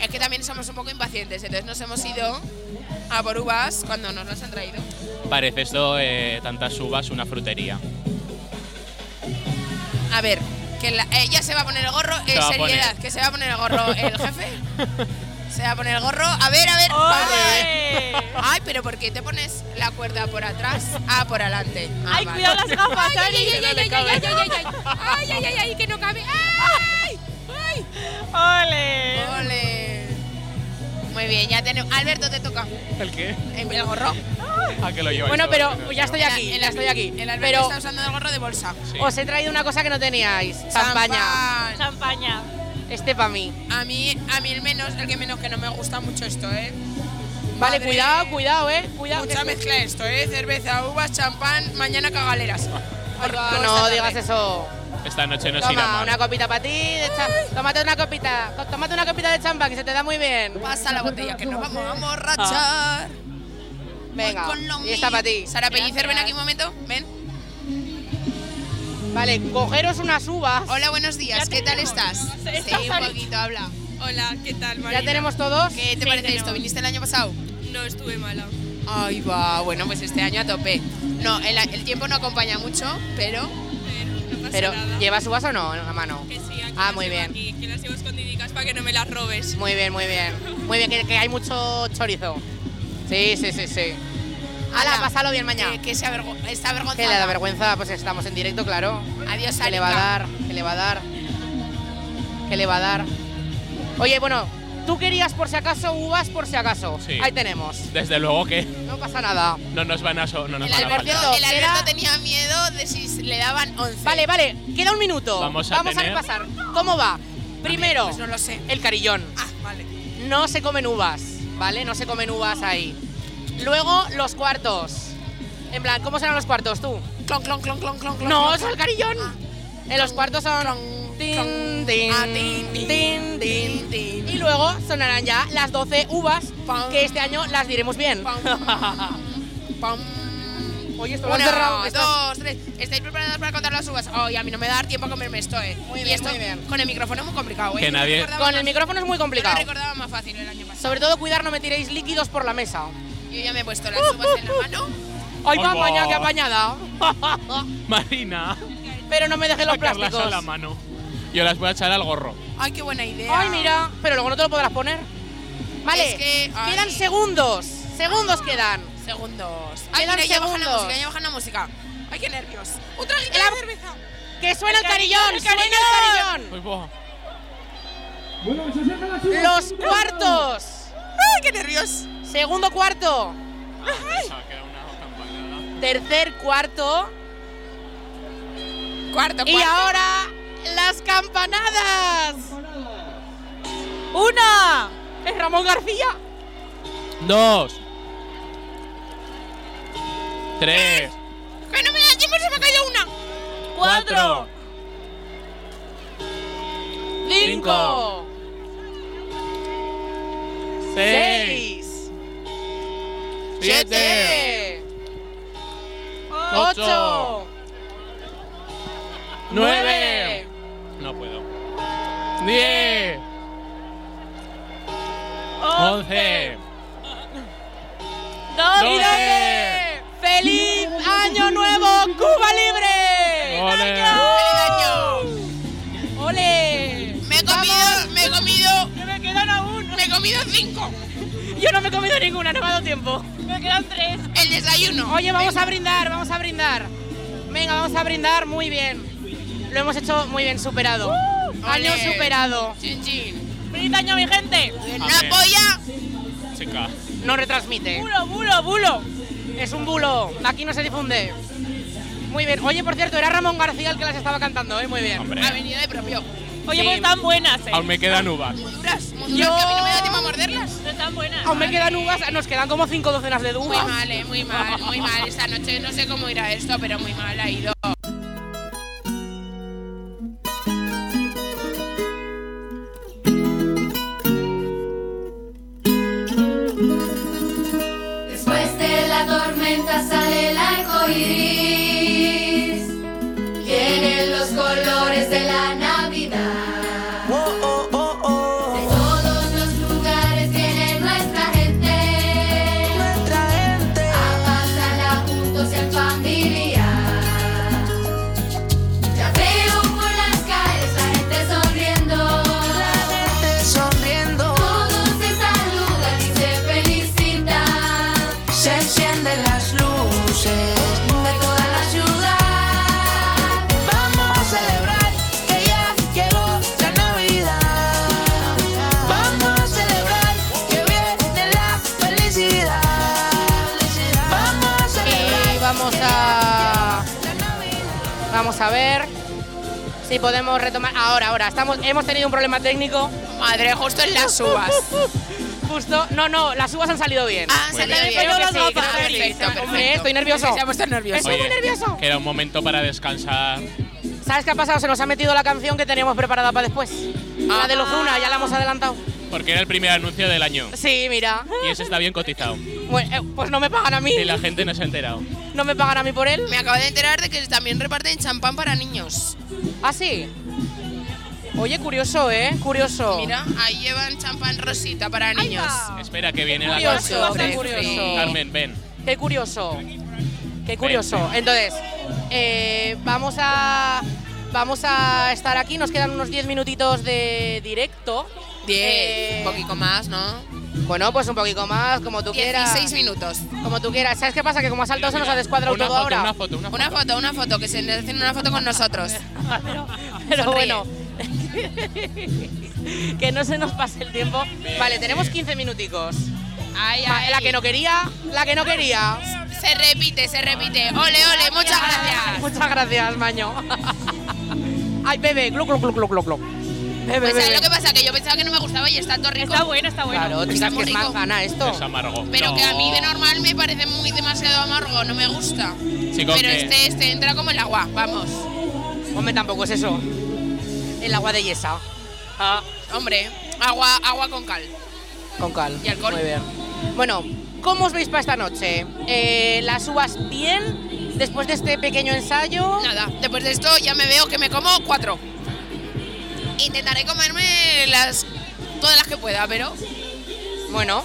Speaker 2: es que también somos un poco impacientes, entonces nos hemos ido a por uvas cuando nos las han traído.
Speaker 5: Parece esto, eh, tantas uvas, una frutería.
Speaker 2: A ver, que la- ella se va a poner el gorro. eh,
Speaker 5: Se va a
Speaker 2: seriedad,
Speaker 5: poner.
Speaker 2: que se va a poner el gorro el jefe. Se va a poner el gorro. A ver, a ver. vamos a ver. Ay, pero ¿por qué te pones la cuerda por atrás? Ah, por adelante. Ah,
Speaker 4: Ay,
Speaker 2: vale.
Speaker 4: cuidado las gafas,
Speaker 2: Ay,
Speaker 4: Ari,
Speaker 2: ay,
Speaker 4: que
Speaker 2: ay,
Speaker 4: no
Speaker 2: ay,
Speaker 4: le
Speaker 2: ay,
Speaker 4: cabe.
Speaker 2: ay, ay, ay, ay, ay, ay, ay, que no cabe. ¡Ay! ¡Ay!
Speaker 4: ¡Ole!
Speaker 7: Eh.
Speaker 2: ¡Ole! Muy bien, ya tenemos. Alberto, te toca.
Speaker 5: ¿El qué?
Speaker 2: El, el gorro.
Speaker 5: Ah, que lo lleváis
Speaker 7: Bueno,
Speaker 5: todos,
Speaker 7: pero
Speaker 5: que no
Speaker 7: ya
Speaker 5: sé.
Speaker 7: estoy aquí,
Speaker 2: El-
Speaker 7: ya estoy aquí.
Speaker 2: El Alberto
Speaker 7: Pero
Speaker 2: está usando el gorro de bolsa.
Speaker 5: Sí.
Speaker 7: os he traído una cosa que no teníais. Champaña.
Speaker 4: Ah.
Speaker 2: Champán.
Speaker 4: Champaña.
Speaker 7: Este para mí.
Speaker 2: A mí, a mí el menos, el que menos que no me gusta mucho esto, ¿eh?
Speaker 7: Vale,
Speaker 2: Madre.
Speaker 7: cuidado, cuidado, eh. Cuidado.
Speaker 2: Mucha
Speaker 7: que-
Speaker 2: mezcla esto, ¿eh? Cerveza, uvas, champán, mañana cagaleras.
Speaker 7: Ay, va,
Speaker 2: Por-
Speaker 7: no
Speaker 2: por esta
Speaker 7: digas
Speaker 2: tarde.
Speaker 7: eso.
Speaker 5: Esta noche nos irá
Speaker 7: Toma,
Speaker 5: mal.
Speaker 7: una copita para ti. de cha- Tómate una copita. co- Tómate una copita de champán que se te da muy bien.
Speaker 2: Pasa la botella, que nos vamos a
Speaker 7: Ah.
Speaker 2: emborrachar.
Speaker 7: Venga.
Speaker 2: Voy con lo
Speaker 7: Y esta
Speaker 2: mío.
Speaker 7: para ti.
Speaker 2: Sara Pellicer, ven
Speaker 7: Gracias.
Speaker 2: aquí un momento. Ven.
Speaker 7: Vale, cogeros unas uvas.
Speaker 2: Hola, buenos días.
Speaker 4: Ya
Speaker 2: ¿Qué tal
Speaker 4: tenemos.
Speaker 2: estás?
Speaker 4: No sé,
Speaker 2: Sí,
Speaker 4: estás
Speaker 2: un
Speaker 4: ahí.
Speaker 2: poquito, habla. Hola, ¿qué tal,
Speaker 7: Ya tenemos todos.
Speaker 2: ¿Qué
Speaker 4: Sí,
Speaker 2: te parece
Speaker 4: tenemos.
Speaker 2: esto? ¿Viniste el año pasado?
Speaker 4: No estuve mala.
Speaker 2: Ay, va. Bueno, pues este año a tope. No, el, el tiempo no acompaña mucho, pero...
Speaker 7: Pero, ¿llevas uvas o no en la mano? Ah, muy bien.
Speaker 4: que las llevo escondidicas para que no me las robes.
Speaker 7: Muy bien, muy bien. Muy bien, que, que hay mucho chorizo. Sí, sí, sí, sí. Hala,
Speaker 2: Ala,
Speaker 7: pásalo bien
Speaker 2: Que,
Speaker 7: mañana.
Speaker 2: que se avergo está
Speaker 7: Que le da
Speaker 2: avergonzada.
Speaker 7: vergüenza, pues estamos en directo, claro.
Speaker 2: Adiós,
Speaker 7: Que le va a
Speaker 2: Arica.
Speaker 7: dar, que le va a dar. Que le va a dar. Oye, bueno, tú querías por si acaso uvas por si acaso.
Speaker 5: Sí.
Speaker 7: Ahí tenemos.
Speaker 5: Desde luego que
Speaker 7: No pasa
Speaker 4: Ah.
Speaker 7: nada.
Speaker 5: no nos van a, so- no nos
Speaker 2: El
Speaker 5: van a
Speaker 2: Alberto,
Speaker 5: faltar.
Speaker 7: falta.
Speaker 2: el Alberto
Speaker 7: Era-
Speaker 2: tenía miedo de si le daban 11.
Speaker 7: Vale, vale, queda un minuto.
Speaker 5: Vamos a tener-
Speaker 7: repasar. ¿Cómo va? Primero,
Speaker 2: Pues no lo sé.
Speaker 7: el carillón.
Speaker 2: Ah, vale.
Speaker 7: No se comen uvas, ¿vale? No se comen uvas ahí. Luego, los cuartos. En plan, ¿cómo serán los cuartos tú?
Speaker 2: Clon, clon, clon, clon, clon. clon,
Speaker 7: No,
Speaker 2: clon.
Speaker 7: eso es el carillón. En los cuartos son. Tin, tin,
Speaker 2: Ah, tin, tin,
Speaker 7: tin, tin,
Speaker 2: tin, tin.
Speaker 7: Y luego sonarán ya las 12 uvas,
Speaker 2: Pam.
Speaker 7: que este año las diremos bien.
Speaker 2: Pam.
Speaker 7: Oye, esto lo han cerrado,
Speaker 2: Uno,
Speaker 7: esto-
Speaker 2: dos, tres. ¿Estáis preparados para contar las uvas? Ay, a mí no me da tiempo a comerme esto, eh. Muy
Speaker 7: bien,
Speaker 2: esto,
Speaker 7: muy bien.
Speaker 2: Con el micrófono es muy complicado, eh.
Speaker 5: Que
Speaker 2: Yo lo
Speaker 5: nadie-
Speaker 2: recordaba
Speaker 7: Con el
Speaker 2: más-
Speaker 7: micrófono es muy
Speaker 2: yo lo
Speaker 7: complicado.
Speaker 2: recordaba más fácil el año pasado.
Speaker 7: Sobre todo, cuidar, no me tiréis líquidos por la mesa.
Speaker 2: Yo ya me he puesto las uvas en la mano.
Speaker 7: ¡Ay, qué
Speaker 5: Ay, va.
Speaker 7: apañada, qué apañada!
Speaker 5: Marina,
Speaker 7: Pero no me dejé los
Speaker 5: sacarlas
Speaker 7: plásticos.
Speaker 5: a la mano. Yo las voy a echar al gorro.
Speaker 2: Ay, qué buena idea.
Speaker 7: Ay, mira, pero luego no te lo podrás poner. Vale,
Speaker 2: Es que, ay.
Speaker 7: quedan segundos. Segundos quedan.
Speaker 2: Segundos. Ay,
Speaker 7: Quedan
Speaker 2: mira, ya bajan la
Speaker 7: segundos.
Speaker 2: música, ya bajan la música. Ay, qué nervios. Un traguito
Speaker 7: El ab-
Speaker 2: de cerveza.
Speaker 7: ¡Que suena el
Speaker 4: El carillón,
Speaker 7: carillón!
Speaker 4: el
Speaker 7: ¡Suena el
Speaker 4: carillón!
Speaker 7: carillón!
Speaker 5: Uy, buah.
Speaker 7: Los cuartos.
Speaker 2: Ay, qué nervios.
Speaker 7: Segundo cuarto.
Speaker 5: Pensaba que era una campanada.
Speaker 7: Tercer cuarto.
Speaker 2: Cuarto, cuarto.
Speaker 7: Y ahora las campanadas.
Speaker 4: ¡Una!
Speaker 7: Es Ramón García.
Speaker 5: Dos. Tres.
Speaker 2: Que no me da tiempo, se me ha caído una.
Speaker 5: Cuatro.
Speaker 7: Cinco.
Speaker 5: Seis. Siete.
Speaker 7: Ocho.
Speaker 5: Nueve. No puedo. Diez. Once. Doce.
Speaker 7: ¡Feliz Año Nuevo, Cuba Libre!
Speaker 5: Ole.
Speaker 7: ¡Ole!
Speaker 2: Me he comido, me he comido,
Speaker 4: ¡Me quedan aún!
Speaker 2: me he comido cinco.
Speaker 7: Yo no me he comido ninguna, no me ha dado tiempo.
Speaker 4: ¡Me quedan tres!
Speaker 2: El desayuno.
Speaker 7: Oye, vamos a brindar, vamos a brindar. Venga, vamos a brindar, muy bien. Lo hemos hecho muy bien, superado. Año
Speaker 2: Uh, Ole.
Speaker 7: superado.
Speaker 2: Chin, chin.
Speaker 4: ¡Feliz año, mi gente!
Speaker 2: Una polla.
Speaker 5: Chica.
Speaker 7: No retransmite.
Speaker 4: ¡Bulo, bulo, bulo!
Speaker 7: Es un bulo, aquí no se difunde.
Speaker 2: Muy bien. Oye, por cierto, era Ramón García el que las estaba cantando, ¿eh? Muy bien.
Speaker 5: Hombre.
Speaker 4: Ha venido de propio.
Speaker 11: Oye,
Speaker 2: Sí.
Speaker 11: pues están buenas, eh.
Speaker 5: Aún me quedan uvas.
Speaker 4: Duras, muy duras,
Speaker 2: Yo-
Speaker 4: que a mí no me da tiempo a morderlas.
Speaker 11: No están buenas.
Speaker 2: Aún me quedan uvas, nos quedan como cinco docenas de
Speaker 4: Muy
Speaker 2: uvas.
Speaker 4: mal, eh, muy mal, muy mal. Esta noche no sé cómo irá esto, pero muy mal ha ido.
Speaker 3: Después de la tormenta sale el arco iris. Vienen los colores de la Navidad. De todos los lugares viene nuestra gente. A pasarla juntos en familia. Ya veo por las calles la gente sonriendo. Todos se saludan y se felicitan.
Speaker 12: Se encienden las luces de toda la ciudad. Vamos a celebrar que ya llegó la Navidad. Vamos a celebrar que viene la felicidad. Vamos a celebrar.
Speaker 2: Y Eh, vamos a. Vamos a ver si podemos retomar. Ahora, ahora, estamos, hemos tenido un problema técnico.
Speaker 4: Madre, justo en las uvas.
Speaker 2: Justo. No, no, las uvas han salido bien.
Speaker 4: Ah, se
Speaker 2: bien.
Speaker 4: le
Speaker 2: Creo que sí, creo que sí.
Speaker 4: perfecto, perfecto.
Speaker 2: Hombre, estoy nervioso.
Speaker 4: Se ha puesto nervioso.
Speaker 2: Estoy muy nervioso.
Speaker 5: Queda un momento para descansar.
Speaker 2: ¿Sabes qué ha pasado? Se nos ha metido la canción que teníamos preparada para después. La de
Speaker 4: Ah.
Speaker 2: Lozuna, ya la hemos adelantado.
Speaker 5: Porque era el primer anuncio del año.
Speaker 2: Sí, mira.
Speaker 5: Y ese está bien cotizado.
Speaker 2: Bueno, eh, pues no me pagan a mí.
Speaker 5: Y la gente no se ha enterado.
Speaker 2: No me pagan a mí por él.
Speaker 4: Me acabo de enterar de que también reparten champán para niños.
Speaker 2: Ah, sí. Oye, curioso, ¿eh? Curioso.
Speaker 4: Mira, ahí llevan champán rosita para niños.
Speaker 5: Espera que viene la
Speaker 2: Curioso,
Speaker 5: canción.
Speaker 2: qué
Speaker 4: Sí.
Speaker 2: curioso.
Speaker 5: Carmen, ven.
Speaker 2: Qué curioso. Qué curioso.
Speaker 5: Veinte.
Speaker 2: Entonces, eh, vamos a. Vamos a estar aquí, nos quedan unos 10 minutitos de directo.
Speaker 4: Diez,
Speaker 2: Eh,
Speaker 4: un poquito más, ¿no?
Speaker 2: Bueno, pues un poquito más, como tú quieras.
Speaker 4: 16 minutos.
Speaker 2: Como tú quieras. ¿Sabes qué pasa? Que como ha saltado se nos ha descuadrado
Speaker 5: Una
Speaker 2: todo
Speaker 5: foto,
Speaker 2: ahora.
Speaker 5: Una foto, una foto.
Speaker 4: Una foto, una foto, que se nos hacen una foto con nosotros.
Speaker 2: Pero
Speaker 4: Sonríe.
Speaker 2: bueno. que no se nos pase el tiempo. Vale, tenemos 15 minuticos.
Speaker 4: Ay,
Speaker 2: Va,
Speaker 4: ay.
Speaker 2: La que no quería, la que no quería.
Speaker 4: Se repite, se repite. Ole, ole, muchas gracias.
Speaker 2: Muchas gracias, Maño. Ay, bebé, Eh, glu, glu, glu, glu, glu, glu. Bebe,
Speaker 4: Pues ¿sabes
Speaker 2: bebe.
Speaker 4: lo que pasa? Que yo pensaba que no me gustaba y está todo rico.
Speaker 11: Está bueno, está bueno.
Speaker 2: Claro,
Speaker 4: Está
Speaker 2: chicas,
Speaker 4: muy
Speaker 2: que es
Speaker 4: rico.
Speaker 2: mangana esto.
Speaker 5: Es amargo.
Speaker 4: Pero que a mí de
Speaker 5: No.
Speaker 4: normal me parece muy demasiado amargo, no me gusta.
Speaker 5: Chico,
Speaker 4: Pero
Speaker 5: que-
Speaker 4: este, este entra como el agua, vamos.
Speaker 2: Hombre, tampoco es eso. El agua de yesa. Ah,
Speaker 4: Hombre, agua, agua con cal.
Speaker 2: con cal.
Speaker 4: Y alcohol.
Speaker 2: Muy bien. Bueno, ¿cómo os veis para esta noche? Eh, ¿Las uvas bien? Después de este pequeño ensayo.
Speaker 4: Nada, después de esto ya me veo que me como cuatro. Intentaré comerme las todas las que pueda, pero
Speaker 2: Bueno,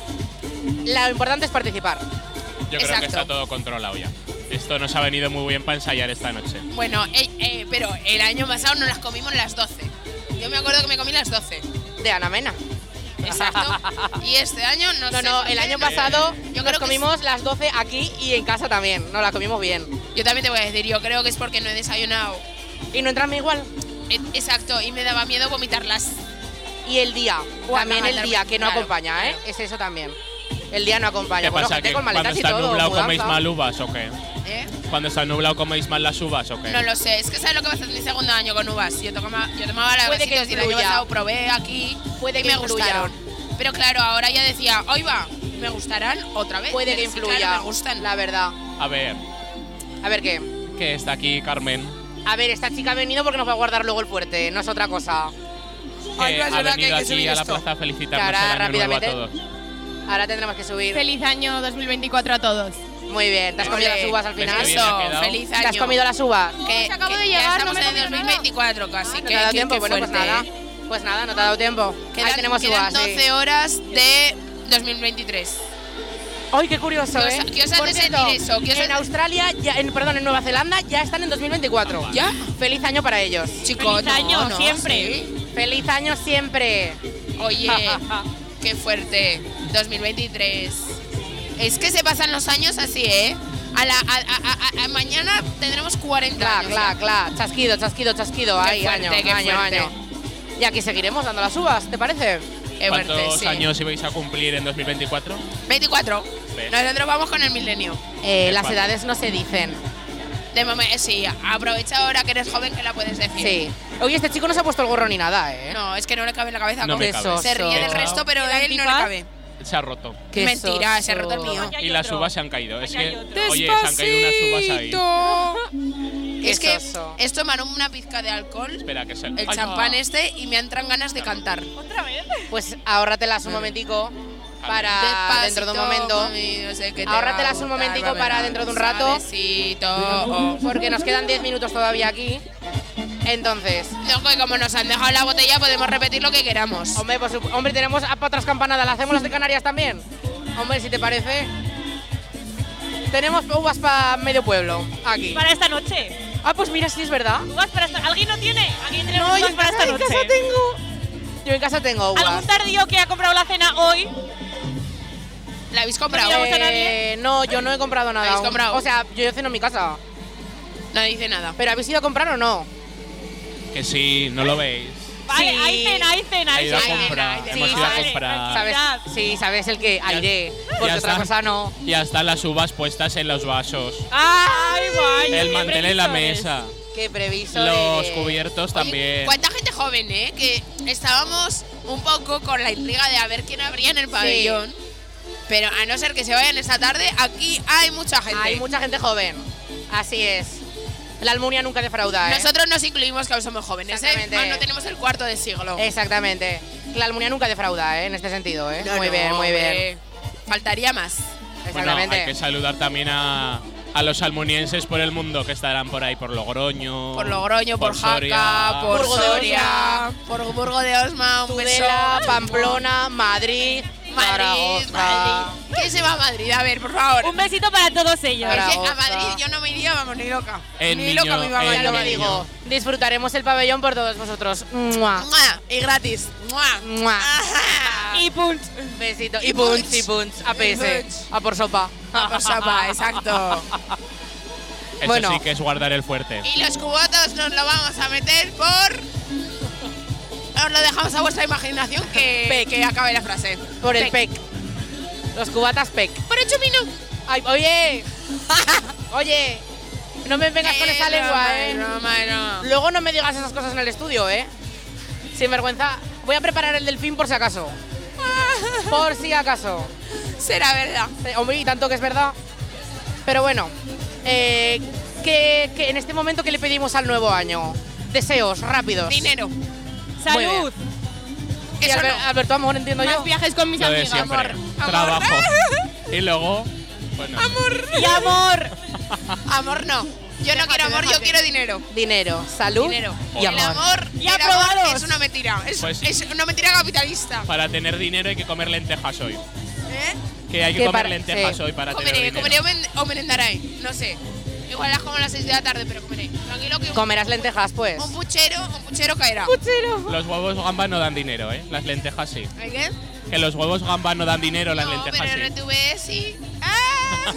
Speaker 2: lo importante es participar.
Speaker 5: Yo creo
Speaker 4: Exacto.
Speaker 5: que está todo controlado ya. Esto nos ha venido muy bien para ensayar esta noche.
Speaker 4: bueno, eh, eh, pero el año pasado no las comimos las 12. Yo me acuerdo que me comí las 12.
Speaker 2: De Ana Mena.
Speaker 4: Exacto. y este año no
Speaker 2: No,
Speaker 4: sé.
Speaker 2: no, el año pasado
Speaker 4: Yo
Speaker 2: nos
Speaker 4: creo que
Speaker 2: comimos las 12 aquí y en casa también. No, las comimos bien.
Speaker 4: Yo también te voy a decir, yo creo que es porque no he desayunado.
Speaker 2: Y no entramos igual.
Speaker 4: Eh, Exacto, y me daba miedo vomitarlas.
Speaker 2: Y el día, también el día, que no
Speaker 4: Claro,
Speaker 2: acompaña, ¿eh? Es eso también. El día no acompaña.
Speaker 5: ¿Qué
Speaker 2: Bueno,
Speaker 5: pasa?
Speaker 2: gente
Speaker 5: ¿Que
Speaker 2: con
Speaker 5: cuando
Speaker 2: maletas y
Speaker 5: está
Speaker 2: todo,
Speaker 5: nublado
Speaker 2: mudanza.
Speaker 5: coméis mal uvas o qué?
Speaker 4: ¿eh?
Speaker 5: ¿Cuando está nublado coméis mal las uvas o qué?
Speaker 4: No lo sé, es que sabes lo que pasa en mi segundo año con uvas. Yo tomaba, yo tomaba las
Speaker 2: Puede que
Speaker 4: vasitos y el año
Speaker 2: influya.
Speaker 4: pasado probé aquí
Speaker 2: Puede
Speaker 4: y
Speaker 2: que
Speaker 4: me
Speaker 2: influya.
Speaker 4: gustaron. Pero claro, ahora ya decía, hoy va, me gustarán otra vez.
Speaker 2: Puede que
Speaker 4: Pero sí, claro,
Speaker 2: influya,
Speaker 4: me gustan.
Speaker 2: la verdad.
Speaker 5: A ver,
Speaker 2: A ver qué.
Speaker 5: que está aquí Carmen.
Speaker 2: A ver, esta chica ha venido porque nos va a guardar luego el fuerte, no es otra cosa.
Speaker 5: Que
Speaker 4: Ay, no, es
Speaker 5: ha
Speaker 4: verdad que
Speaker 5: venido
Speaker 4: hay que
Speaker 5: aquí
Speaker 4: subir
Speaker 5: a la
Speaker 4: esto.
Speaker 5: plaza a felicitarnos
Speaker 2: Cara,
Speaker 5: el año nuevo a
Speaker 2: rápidamente.
Speaker 5: todos.
Speaker 2: Ahora tendremos que subir.
Speaker 12: Feliz año 2024 a todos.
Speaker 2: Muy bien, ¿te has comido
Speaker 4: Ole,
Speaker 2: las uvas al
Speaker 5: ¿Ves que
Speaker 4: pues
Speaker 2: final?
Speaker 5: bien ha quedado?
Speaker 4: feliz
Speaker 2: ¿Te
Speaker 4: año.
Speaker 2: has comido las uvas?
Speaker 4: que,
Speaker 12: Se acabo
Speaker 4: que
Speaker 12: de
Speaker 4: ya
Speaker 12: llegar,
Speaker 4: estamos
Speaker 12: no me he
Speaker 4: en el
Speaker 12: comido nada.
Speaker 4: 2024 casi.
Speaker 2: ¿No
Speaker 4: que,
Speaker 2: te ha dado
Speaker 4: que-
Speaker 2: tiempo?
Speaker 4: que
Speaker 2: Bueno, pues
Speaker 4: fuerte,
Speaker 2: nada.
Speaker 4: ¿eh?
Speaker 2: Pues nada, no te ha dado tiempo. Ahí
Speaker 4: Quedan,
Speaker 2: tenemos
Speaker 4: quedan
Speaker 2: uvas,
Speaker 4: 12
Speaker 2: sí.
Speaker 4: horas de 2023.
Speaker 2: ¡Ay, qué curioso,
Speaker 4: ¿Qué os-
Speaker 2: eh!
Speaker 4: qué os hace
Speaker 2: Por cierto,
Speaker 4: sentir eso? ¿Qué os
Speaker 2: en
Speaker 4: hace-
Speaker 2: Australia, ya- en, perdón, en Nueva Zelanda ya están en 2024.
Speaker 4: ¿Ya?
Speaker 2: ¡Feliz año para ellos!
Speaker 4: Chicos,
Speaker 11: Feliz año, siempre.
Speaker 2: ¡Feliz año siempre!
Speaker 4: Oye, qué fuerte. 2023. Es que se pasan los años así, ¿eh? A la, a, a- a- a- mañana tendremos 40
Speaker 2: Cla,
Speaker 4: años.
Speaker 2: cla, cla. Chasquido, chasquido, chasquido.
Speaker 4: Qué
Speaker 2: Ahí,
Speaker 4: fuerte,
Speaker 2: año,
Speaker 4: qué
Speaker 2: año,
Speaker 4: fuerte.
Speaker 2: año. Y aquí seguiremos dando las uvas, ¿te parece?
Speaker 4: Qué fuerte,
Speaker 5: ¿Cuántos
Speaker 4: sí.
Speaker 5: años ibais a cumplir en 2024?
Speaker 4: 24.
Speaker 5: ¿Ves?
Speaker 4: Nosotros vamos con el milenio.
Speaker 2: Eh,
Speaker 5: Qué
Speaker 2: las
Speaker 5: fácil.
Speaker 2: edades no se dicen.
Speaker 4: De momento, sí, aprovecha ahora que eres joven que la puedes decir.
Speaker 2: Sí. Oye, este chico no se ha puesto el gorro ni nada, ¿eh?
Speaker 4: No, es que no le cabe en la cabeza.
Speaker 2: No
Speaker 4: como
Speaker 2: me cabe.
Speaker 4: Se ríe del
Speaker 2: Quesoso.
Speaker 4: resto, pero
Speaker 2: ¿El
Speaker 4: a él no le
Speaker 2: antifaz?
Speaker 4: cabe.
Speaker 5: Se ha roto.
Speaker 4: Qué Mentira, se ha roto el mío.
Speaker 5: Y las uvas se han caído. Es que,
Speaker 4: otro.
Speaker 5: oye, se han caído unas uvas ahí.
Speaker 4: Es que
Speaker 5: Quesoso.
Speaker 4: es tomar una pizca de alcohol,
Speaker 5: Espera, que se
Speaker 4: el champán este, y me entran ganas de cantar. ¿Otra vez?
Speaker 2: Pues ahórratelas un momentico para dentro de un momento. Ahórratelas un momentico para dentro de un rato. Porque nos quedan 10 minutos todavía aquí. Entonces.
Speaker 4: Luego, como nos han dejado la botella, podemos repetir lo que queramos.
Speaker 2: Hombre, por supu- hombre tenemos a- pa' otras campanadas. ¿Las hacemos las de Canarias también? Hombre, si te parece. Tenemos uvas para medio pueblo aquí.
Speaker 3: Para esta noche.
Speaker 2: Ah, pues mira, sí es verdad.
Speaker 3: Uvas para esta ¿Alguien no tiene? ¿Alguien tiene
Speaker 2: No, yo
Speaker 3: uvas
Speaker 2: en
Speaker 3: para
Speaker 2: casa-
Speaker 3: esta
Speaker 2: en
Speaker 3: noche?
Speaker 2: casa tengo. Yo en casa tengo uvas.
Speaker 3: ¿Algún tardío que ha comprado la cena hoy?
Speaker 4: ¿La habéis
Speaker 3: ¿No miramos a
Speaker 2: Eh, no, yo no he comprado nada.
Speaker 4: ¿Habéis
Speaker 2: aún.
Speaker 4: comprado?
Speaker 2: O sea, yo ceno en mi casa.
Speaker 4: No dice nada.
Speaker 2: ¿Pero habéis ido a comprar o no?
Speaker 5: Que sí, no lo veis.
Speaker 3: Vale, hay cena, hay cena.
Speaker 5: Ha
Speaker 3: hay
Speaker 5: ido a
Speaker 3: cena.
Speaker 5: comprar.
Speaker 2: cena.
Speaker 5: Hemos
Speaker 2: Sí,
Speaker 5: ido a
Speaker 2: vale,
Speaker 5: comprar.
Speaker 2: ¿Sabes? Sí, sabes el que aire. Porque otra
Speaker 5: está.
Speaker 2: cosa no.
Speaker 5: Ya están las uvas puestas en los vasos.
Speaker 2: ¡Ay,
Speaker 5: el mantel en la mesa.
Speaker 2: ¡Qué previsto!
Speaker 5: Los cubiertos también.
Speaker 4: Cuánta gente joven, ¿eh? Que estábamos un poco con la intriga de a ver quién abría en el pabellón. Pero a no ser que se vayan esta tarde, aquí hay mucha gente.
Speaker 2: Hay mucha gente joven. Así es. La Almunia nunca defrauda, ¿eh?
Speaker 4: Nosotros nos incluimos que aún somos jóvenes, ¿eh?
Speaker 2: Exactamente.
Speaker 4: Aún no tenemos el cuarto de siglo.
Speaker 2: Exactamente. La Almunia nunca defrauda, ¿eh? En este sentido, ¿eh?
Speaker 4: No,
Speaker 2: muy
Speaker 4: no,
Speaker 2: bien, muy bien.
Speaker 4: hombre. Faltaría más.
Speaker 5: Bueno, hay que
Speaker 2: Exactamente.
Speaker 5: saludar también a, a los almunienses por el mundo que estarán por ahí, por Logroño.
Speaker 4: Por Logroño, por, Jaca,
Speaker 2: Ah,
Speaker 12: Ah,
Speaker 5: Soria.
Speaker 4: por
Speaker 2: Burgo de
Speaker 4: Soria, por Burgo de Osma, un beso.
Speaker 2: Tudela, Pamplona, Madrid,
Speaker 4: Madrid,
Speaker 2: Zaragoza.
Speaker 4: Madrid. ¿Quién se va a Madrid? A ver, por favor.
Speaker 3: Un besito para todos ellos.
Speaker 4: Es que
Speaker 2: Zaragoza.
Speaker 4: a Madrid yo no me iría, vamos, ni loca.
Speaker 5: En
Speaker 4: ni loca
Speaker 5: Miño,
Speaker 4: me iba a
Speaker 5: en
Speaker 4: Madrid.
Speaker 2: Ya lo que digo. Disfrutaremos el pabellón por todos vosotros. ¡Mua!
Speaker 4: ¡Mua! Y gratis. ¡Mua!
Speaker 2: ¡Mua!
Speaker 4: Ajá.
Speaker 3: Y punch.
Speaker 2: Besito.
Speaker 4: Y
Speaker 2: Y punch,
Speaker 4: punch.
Speaker 2: y punch.
Speaker 4: Y
Speaker 2: APS.
Speaker 4: punch.
Speaker 2: A por sopa.
Speaker 4: Ah, pues, apa, exacto.
Speaker 5: Eso
Speaker 2: Bueno.
Speaker 5: sí que es guardar el fuerte.
Speaker 4: Y los cubotos nos lo vamos a meter por. Os lo dejamos a vuestra imaginación que,
Speaker 2: Pec.
Speaker 4: que acabe la frase.
Speaker 2: Por el PEC. Los cubatas PEC.
Speaker 4: Por hecho, Mino.
Speaker 2: Ay, oye. oye. No me vengas con esa lengua, eh. Luego no me digas esas cosas en el estudio, eh. Sin vergüenza. Voy a preparar el delfín por si acaso. Por si acaso.
Speaker 4: Será verdad.
Speaker 2: Eh, Hombre, y tanto que es verdad. Pero bueno, eh, ¿qué- qué- en este momento, ¿qué le pedimos al nuevo año? Deseos rápidos.
Speaker 4: Dinero.
Speaker 3: Salud.
Speaker 2: Sí,
Speaker 4: Eso
Speaker 2: Alber-
Speaker 4: no.
Speaker 2: Alberto Amor, entiendo yo.
Speaker 3: Más viajes con mis
Speaker 5: Lo de
Speaker 3: amigas.
Speaker 5: siempre.
Speaker 3: Amor.
Speaker 5: Trabajo. Y luego. Bueno,
Speaker 3: Y amor.
Speaker 4: Amor no. Yo no quiero amor, yo
Speaker 2: déjate.
Speaker 4: quiero dinero.
Speaker 2: Dinero, salud
Speaker 4: Dinero.
Speaker 2: y
Speaker 4: El
Speaker 2: amor.
Speaker 4: amor,
Speaker 3: Ya
Speaker 4: el amor
Speaker 3: aprobados.
Speaker 4: es una mentira. Es,
Speaker 5: Pues sí.
Speaker 4: es una mentira capitalista.
Speaker 5: para tener dinero hay que comer lentejas hoy.
Speaker 4: ¿Eh?
Speaker 5: Que hay que
Speaker 2: Que
Speaker 5: comer
Speaker 2: para-
Speaker 5: lentejas
Speaker 2: sí.
Speaker 5: hoy para
Speaker 4: Comeré,
Speaker 5: tener
Speaker 4: comeré o
Speaker 5: dinero.
Speaker 4: men- o merendaré. No sé. Igual las como a las 6 de la tarde, pero comeré. Tranquilo que un-
Speaker 2: Comerás lentejas, pues.
Speaker 4: Un puchero, un puchero caerá.
Speaker 5: Los huevos gamba no dan dinero, ¿eh? Las lentejas sí.
Speaker 4: ¿Ay, qué?
Speaker 5: Que los huevos gamba no dan dinero, las
Speaker 4: No,
Speaker 5: lentejas
Speaker 4: pero
Speaker 5: sí.
Speaker 4: RTV sí. Ah.